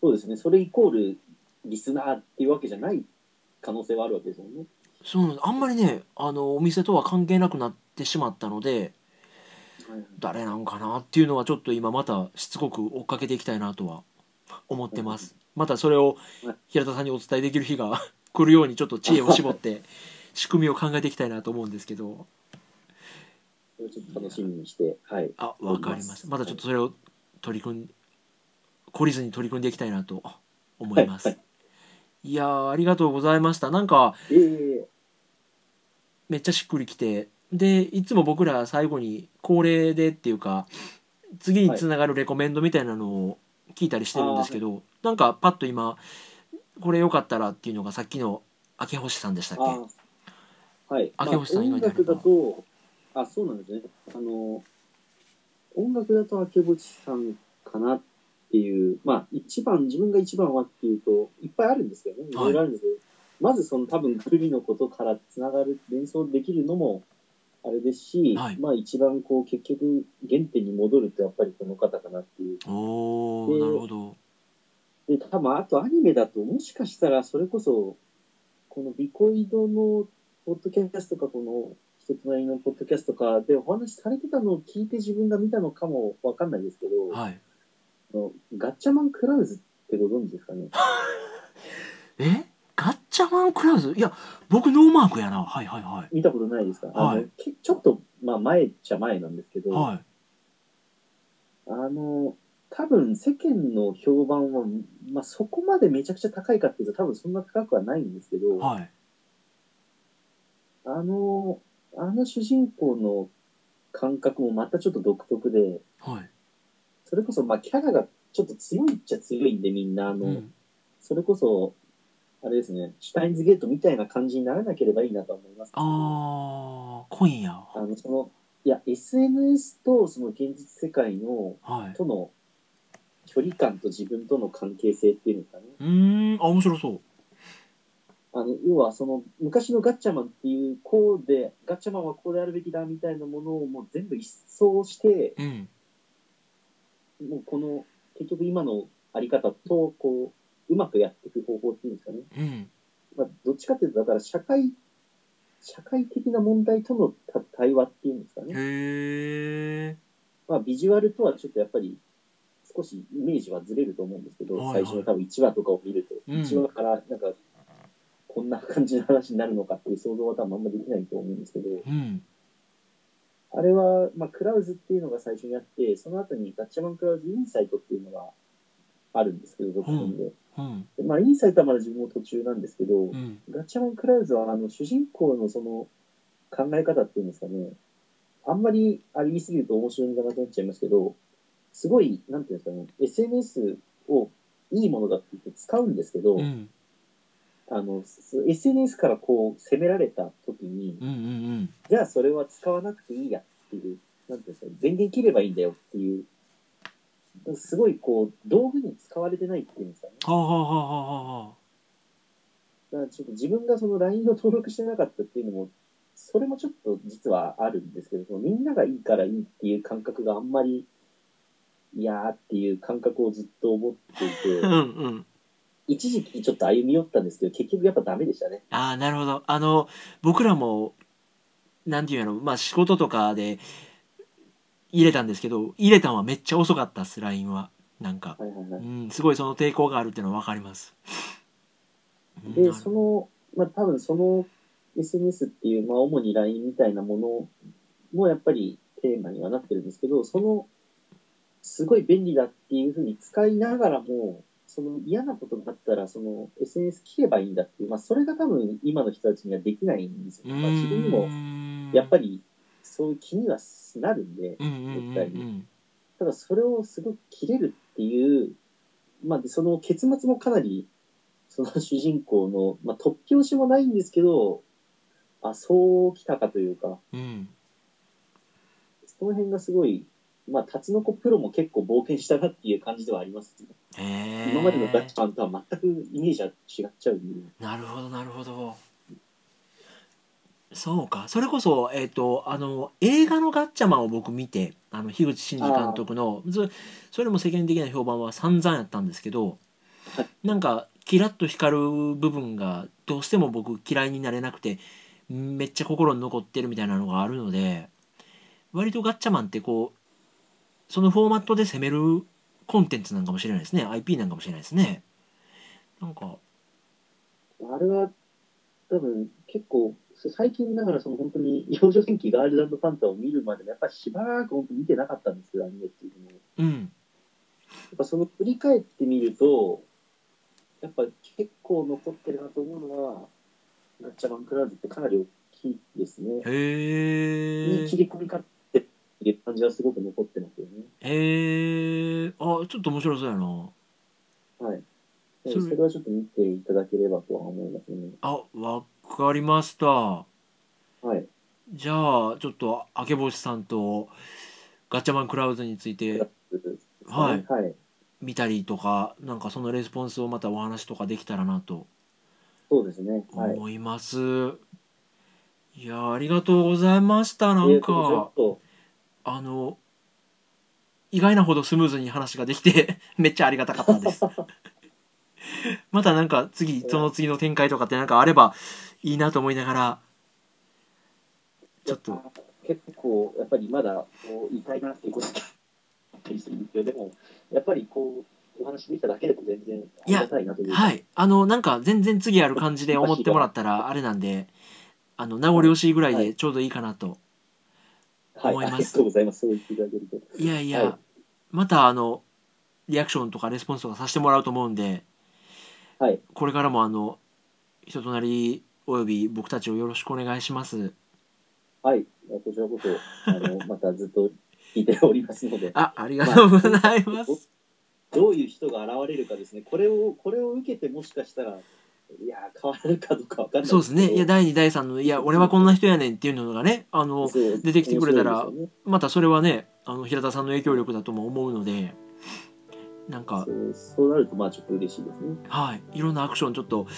[SPEAKER 3] そうですね。それイコールリスナーっていうわけじゃない可能性はあるわけですよね。
[SPEAKER 2] そうなんですあんまりねあのお店とは関係なくなってしまったので
[SPEAKER 3] はいはい
[SPEAKER 2] 誰なんかなっていうのはちょっと今またしつこく追っかけていきたいなとは思ってますまたそれを
[SPEAKER 3] はい
[SPEAKER 2] 平田さんにお伝えできる日が 来るようにちょっと知恵を絞って仕組みを考えていきたいなと思うんですけど
[SPEAKER 3] それをちょっと楽しみにして、はい。
[SPEAKER 2] あわかりましたまたちょっとそれを取り組ん懲りずに取り組んでいきたいなと思います、
[SPEAKER 3] はい
[SPEAKER 2] いやーありがとうございましたなんか
[SPEAKER 3] ええ
[SPEAKER 2] めっちゃしっくりきてでいつも僕ら最後に恒例でっていうか次につながるレコメンドみたいなのを聞いたりしてるんですけど、なんかパッと今これよかったらっていうのがさっきの明星さんでしたっ
[SPEAKER 3] あ
[SPEAKER 2] け
[SPEAKER 3] あ、はい。
[SPEAKER 2] 明星さん以
[SPEAKER 3] まあ
[SPEAKER 2] 外に
[SPEAKER 3] 音
[SPEAKER 2] あ
[SPEAKER 3] 楽
[SPEAKER 2] れば
[SPEAKER 3] だと、あ、そうなんですね。あの、音楽だと明星さんかなっていう、まあ、一番、自分が一番はっていうと、いっぱいあるんですけどね。いろいろあるんですけど、まずその多分、クリのことからつながる、連想できるのも、あれですし、
[SPEAKER 2] はい
[SPEAKER 3] まあ一番こう結局原点に戻るとやっぱりこの方かなっていう
[SPEAKER 2] お
[SPEAKER 3] え
[SPEAKER 2] ー
[SPEAKER 3] ー
[SPEAKER 2] なるほど
[SPEAKER 3] で、多分あとアニメだと、もしかしたらそれこそ、このビコイドのポッドキャストか、この人となりのポッドキャストかでお話しされてたのを聞いて自分が見たのかもわかんないですけど、
[SPEAKER 2] はい
[SPEAKER 3] あのガッチャマンクラウズってご存知ですかね。
[SPEAKER 2] えガッチャマンクラウズいや僕ノーマークやなはいはいは
[SPEAKER 3] 見たことないですか、
[SPEAKER 2] はい
[SPEAKER 3] あのけちょっと、まあ前っちゃ前なんですけど、
[SPEAKER 2] いはい
[SPEAKER 3] あの、多分世間の評判は、まあそこまでめちゃくちゃ高いかっていうと多分そんな高くはないんですけど、
[SPEAKER 2] はい
[SPEAKER 3] あの、あの主人公の感覚もまたちょっと独特で、
[SPEAKER 2] はい
[SPEAKER 3] それこそ、まあ、キャラがちょっと強いっちゃ強いんで、みんな、あの、
[SPEAKER 2] うん
[SPEAKER 3] それこそ、あれですね、シュタインズゲートみたいな感じにならなければいいなとは思いますけど
[SPEAKER 2] あー今夜は
[SPEAKER 3] あの、その、いや、SNS とその現実世界の、
[SPEAKER 2] い
[SPEAKER 3] との距離感と自分との関係性っていうのかね。
[SPEAKER 2] うーんあ面白そう
[SPEAKER 3] あの、要はその、昔のガッチャマンっていう、こうで、ガッチャマンはこうであるべきだみたいなものをもう全部一掃して、
[SPEAKER 2] うん
[SPEAKER 3] もうこの、結局今のあり方と、こう、うまくやっていく方法っていうんですかね。
[SPEAKER 2] うん
[SPEAKER 3] まあ、どっちかっていうと、だから社会、社会的な問題とのた対話っていうんですかね。
[SPEAKER 2] へえ
[SPEAKER 3] まあ、ビジュアルとはちょっとやっぱり、少しイメージはずれると思うんですけど、
[SPEAKER 2] はいはい
[SPEAKER 3] 最初の多分1話とかを見ると、
[SPEAKER 2] うん
[SPEAKER 3] 1話からなんか、こんな感じの話になるのかっていう想像は多分あんまできないと思うんですけど、
[SPEAKER 2] うん。
[SPEAKER 3] あれは、まあ、クラウズっていうのが最初にあって、その後にガッチャマンクラウズインサイトっていうのがあるんですけど、続編で。
[SPEAKER 2] うん。
[SPEAKER 3] でまあ、インサイトはまだ自分も途中なんですけど、
[SPEAKER 2] うん。
[SPEAKER 3] ガッチャマンクラウズは、あの、主人公のその考え方っていうんですかね、あんまりあれ言いすぎると面白みがなくなっちゃいますけど、すごい、なんていうんですかね、SNS をいいものだって言って使うんですけど、
[SPEAKER 2] うん。
[SPEAKER 3] あの、す SNS からこう、責められた時に、
[SPEAKER 2] うん。うん。
[SPEAKER 3] じゃあそれは使わなくていいやっていう、なんていうんですかね、電源切ればいいんだよっていう、すごいこう、道具に使われてないっていうんですかね。
[SPEAKER 2] はあはあはあはあはあ。
[SPEAKER 3] だからちょっと自分がその LINE の登録してなかったっていうのも、それもちょっと実はあるんですけど、そのみんながいいからいいっていう感覚があんまり、いやーっていう感覚をずっと持っていて
[SPEAKER 2] う、んうん。
[SPEAKER 3] 一時期ちょっと歩み寄ったんですけど、結局やっぱダメでしたね。
[SPEAKER 2] ああ、なるほど。あの、僕らも、なんていうんやろ、まあ仕事とかで入れたんですけど、入れたんはめっちゃ遅かったっす、LINE は。なんか。
[SPEAKER 3] はいはいうはい。
[SPEAKER 2] ん、すごいその抵抗があるっていうのはわかります。うん
[SPEAKER 3] で、その、まあ多分その SNS っていう、まあ主に LINE みたいなものもやっぱりテーマにはなってるんですけど、その、すごい便利だっていうふうに使いながらも、その嫌なことがあったら、その SNS 切ればいいんだっていう、まあそれが多分今の人たちにはできないんですよ。まあ自分にも、やっぱ
[SPEAKER 2] り、
[SPEAKER 3] りそういう気にはなるんで、
[SPEAKER 2] うんうんうんうん
[SPEAKER 3] ただそれをすごく切れるっていう、まあ、でその結末もかなり、その主人公の、まあ、突拍子もないんですけど、あ、そうきたかというか、
[SPEAKER 2] うん。
[SPEAKER 3] その辺がすごい、まあ、タツノコプロも結構冒険したなっていう感じではあります。
[SPEAKER 2] へー
[SPEAKER 3] 今までのガッチャマンとは全くイメージは違っちゃうんで。
[SPEAKER 2] なるほどなるほどそうかそれこそ、えっとあの映画の「ガッチャマン」を僕見てあの樋口真嗣監督のずそれも世間的な評判は散々やったんですけど、
[SPEAKER 3] はい
[SPEAKER 2] なんかキラッと光る部分がどうしても僕嫌いになれなくてめっちゃ心に残ってるみたいなのがあるので割とガッチャマンってこうそのフォーマットで攻めるコンテンツなんかもしれないですね IP なんかもしれないですねなんか
[SPEAKER 3] あれは、多分、結構、最近だからその本当に、幼女戦記ガールズパンタを見るまでも、やっぱりしばらく本当見てなかったんですけど、アニメっていうのを。
[SPEAKER 2] うん
[SPEAKER 3] やっぱその振り返ってみると、やっぱ結構残ってるなと思うのは、ガッチャマンクラウズってかなり大きいですね。
[SPEAKER 2] へ
[SPEAKER 3] いい切
[SPEAKER 2] え。
[SPEAKER 3] り込み方っていう感じはすごく残ってますよね。
[SPEAKER 2] へえ。あ、ちょっと面白そうやな。
[SPEAKER 3] はい。
[SPEAKER 2] そ
[SPEAKER 3] そ
[SPEAKER 2] れ
[SPEAKER 3] れはちょっと見ていただければとは思いますね。
[SPEAKER 2] あ、わかりました。
[SPEAKER 3] はい。
[SPEAKER 2] じゃあ、ちょっと、明け星さんと、ガッチャマンクラウズについ
[SPEAKER 3] クラ
[SPEAKER 2] て
[SPEAKER 3] ウズですね
[SPEAKER 2] はい
[SPEAKER 3] はい。
[SPEAKER 2] 見たりとか、なんかそのレスポンスをまたお話とかできたらなと
[SPEAKER 3] そうですね。はい。
[SPEAKER 2] 思います。い、やー、ありがとうございました。な
[SPEAKER 3] とい
[SPEAKER 2] ん
[SPEAKER 3] うことでちょ
[SPEAKER 2] か
[SPEAKER 3] っ、と、
[SPEAKER 2] あの、意外なほどスムーズに話ができて、 めっちゃありがたかったです。 またなんか次、その次の展開とかってなんかあればいいなと思いながら、ちょっと、
[SPEAKER 3] 結構やっぱりまだこう痛いなっていうことがあったりするんですけどでもやっぱりこうお話できただけでも全然ありがたいなというか
[SPEAKER 2] はい。あの、なんか全然次ある感じで思ってもらったらあれなんで、あの、名残惜しいぐらいでちょうどいいかなと。
[SPEAKER 3] はい
[SPEAKER 2] 思います
[SPEAKER 3] ありがとうございますそう言っていただけると
[SPEAKER 2] いやいや、
[SPEAKER 3] はい
[SPEAKER 2] またあの、リアクションとかレスポンスとかさせてもらうと思うんで、
[SPEAKER 3] はい
[SPEAKER 2] これからもあの、人となりおよび僕たちをよろしくお願いします。
[SPEAKER 3] はいこちらこそあのまたずっと聞いておりますので
[SPEAKER 2] あ、ありがとうございます。
[SPEAKER 3] どういう人が現れるかですねこれをこれを受けてもしかしたらいやー変わるかどうかわかんない
[SPEAKER 2] そうですね。いや、
[SPEAKER 3] だ
[SPEAKER 2] 第2、第3の、いや、俺はこんな人やねんっていうのがね、あの、出てきてくれたらまたそれはねあの平田さんの影響力だとも思うのでなんか
[SPEAKER 3] そうそうなるとまあちょっと嬉しいですね
[SPEAKER 2] はいいろんなアクションちょっと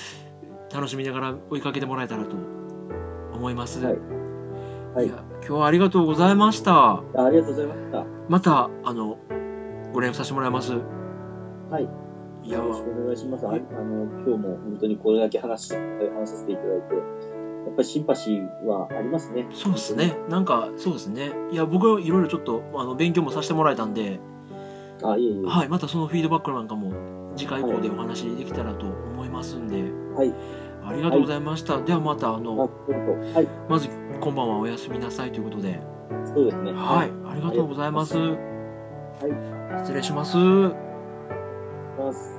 [SPEAKER 2] 楽しみながら追いかけてもらえたらと思います、
[SPEAKER 3] はいはい
[SPEAKER 2] や今日はありがとうございました
[SPEAKER 3] あありがとうございました
[SPEAKER 2] またあのご連絡させてもらいます
[SPEAKER 3] はい
[SPEAKER 2] いや
[SPEAKER 3] よろしくお願いします。ああ
[SPEAKER 2] はい
[SPEAKER 3] の今日も本当にこれだけ話し話させていただいて、やっぱりシンパシーはありますね。
[SPEAKER 2] そうですねなんかそうですねいや僕はいろいろちょっとあの勉強もさせてもらえたんで、
[SPEAKER 3] あ、いえいえ。
[SPEAKER 2] はい、またそのフィードバックなんかも次回以降でお話できたらと思いますんで
[SPEAKER 3] はい。
[SPEAKER 2] ありがとうございました、ではまたあ
[SPEAKER 3] あ、
[SPEAKER 2] の
[SPEAKER 3] ちょっと、はい、
[SPEAKER 2] まずこんばんはおやすみなさいということで
[SPEAKER 3] そうですね。
[SPEAKER 2] はいありがとうございます、
[SPEAKER 3] い
[SPEAKER 2] 失礼します
[SPEAKER 3] います。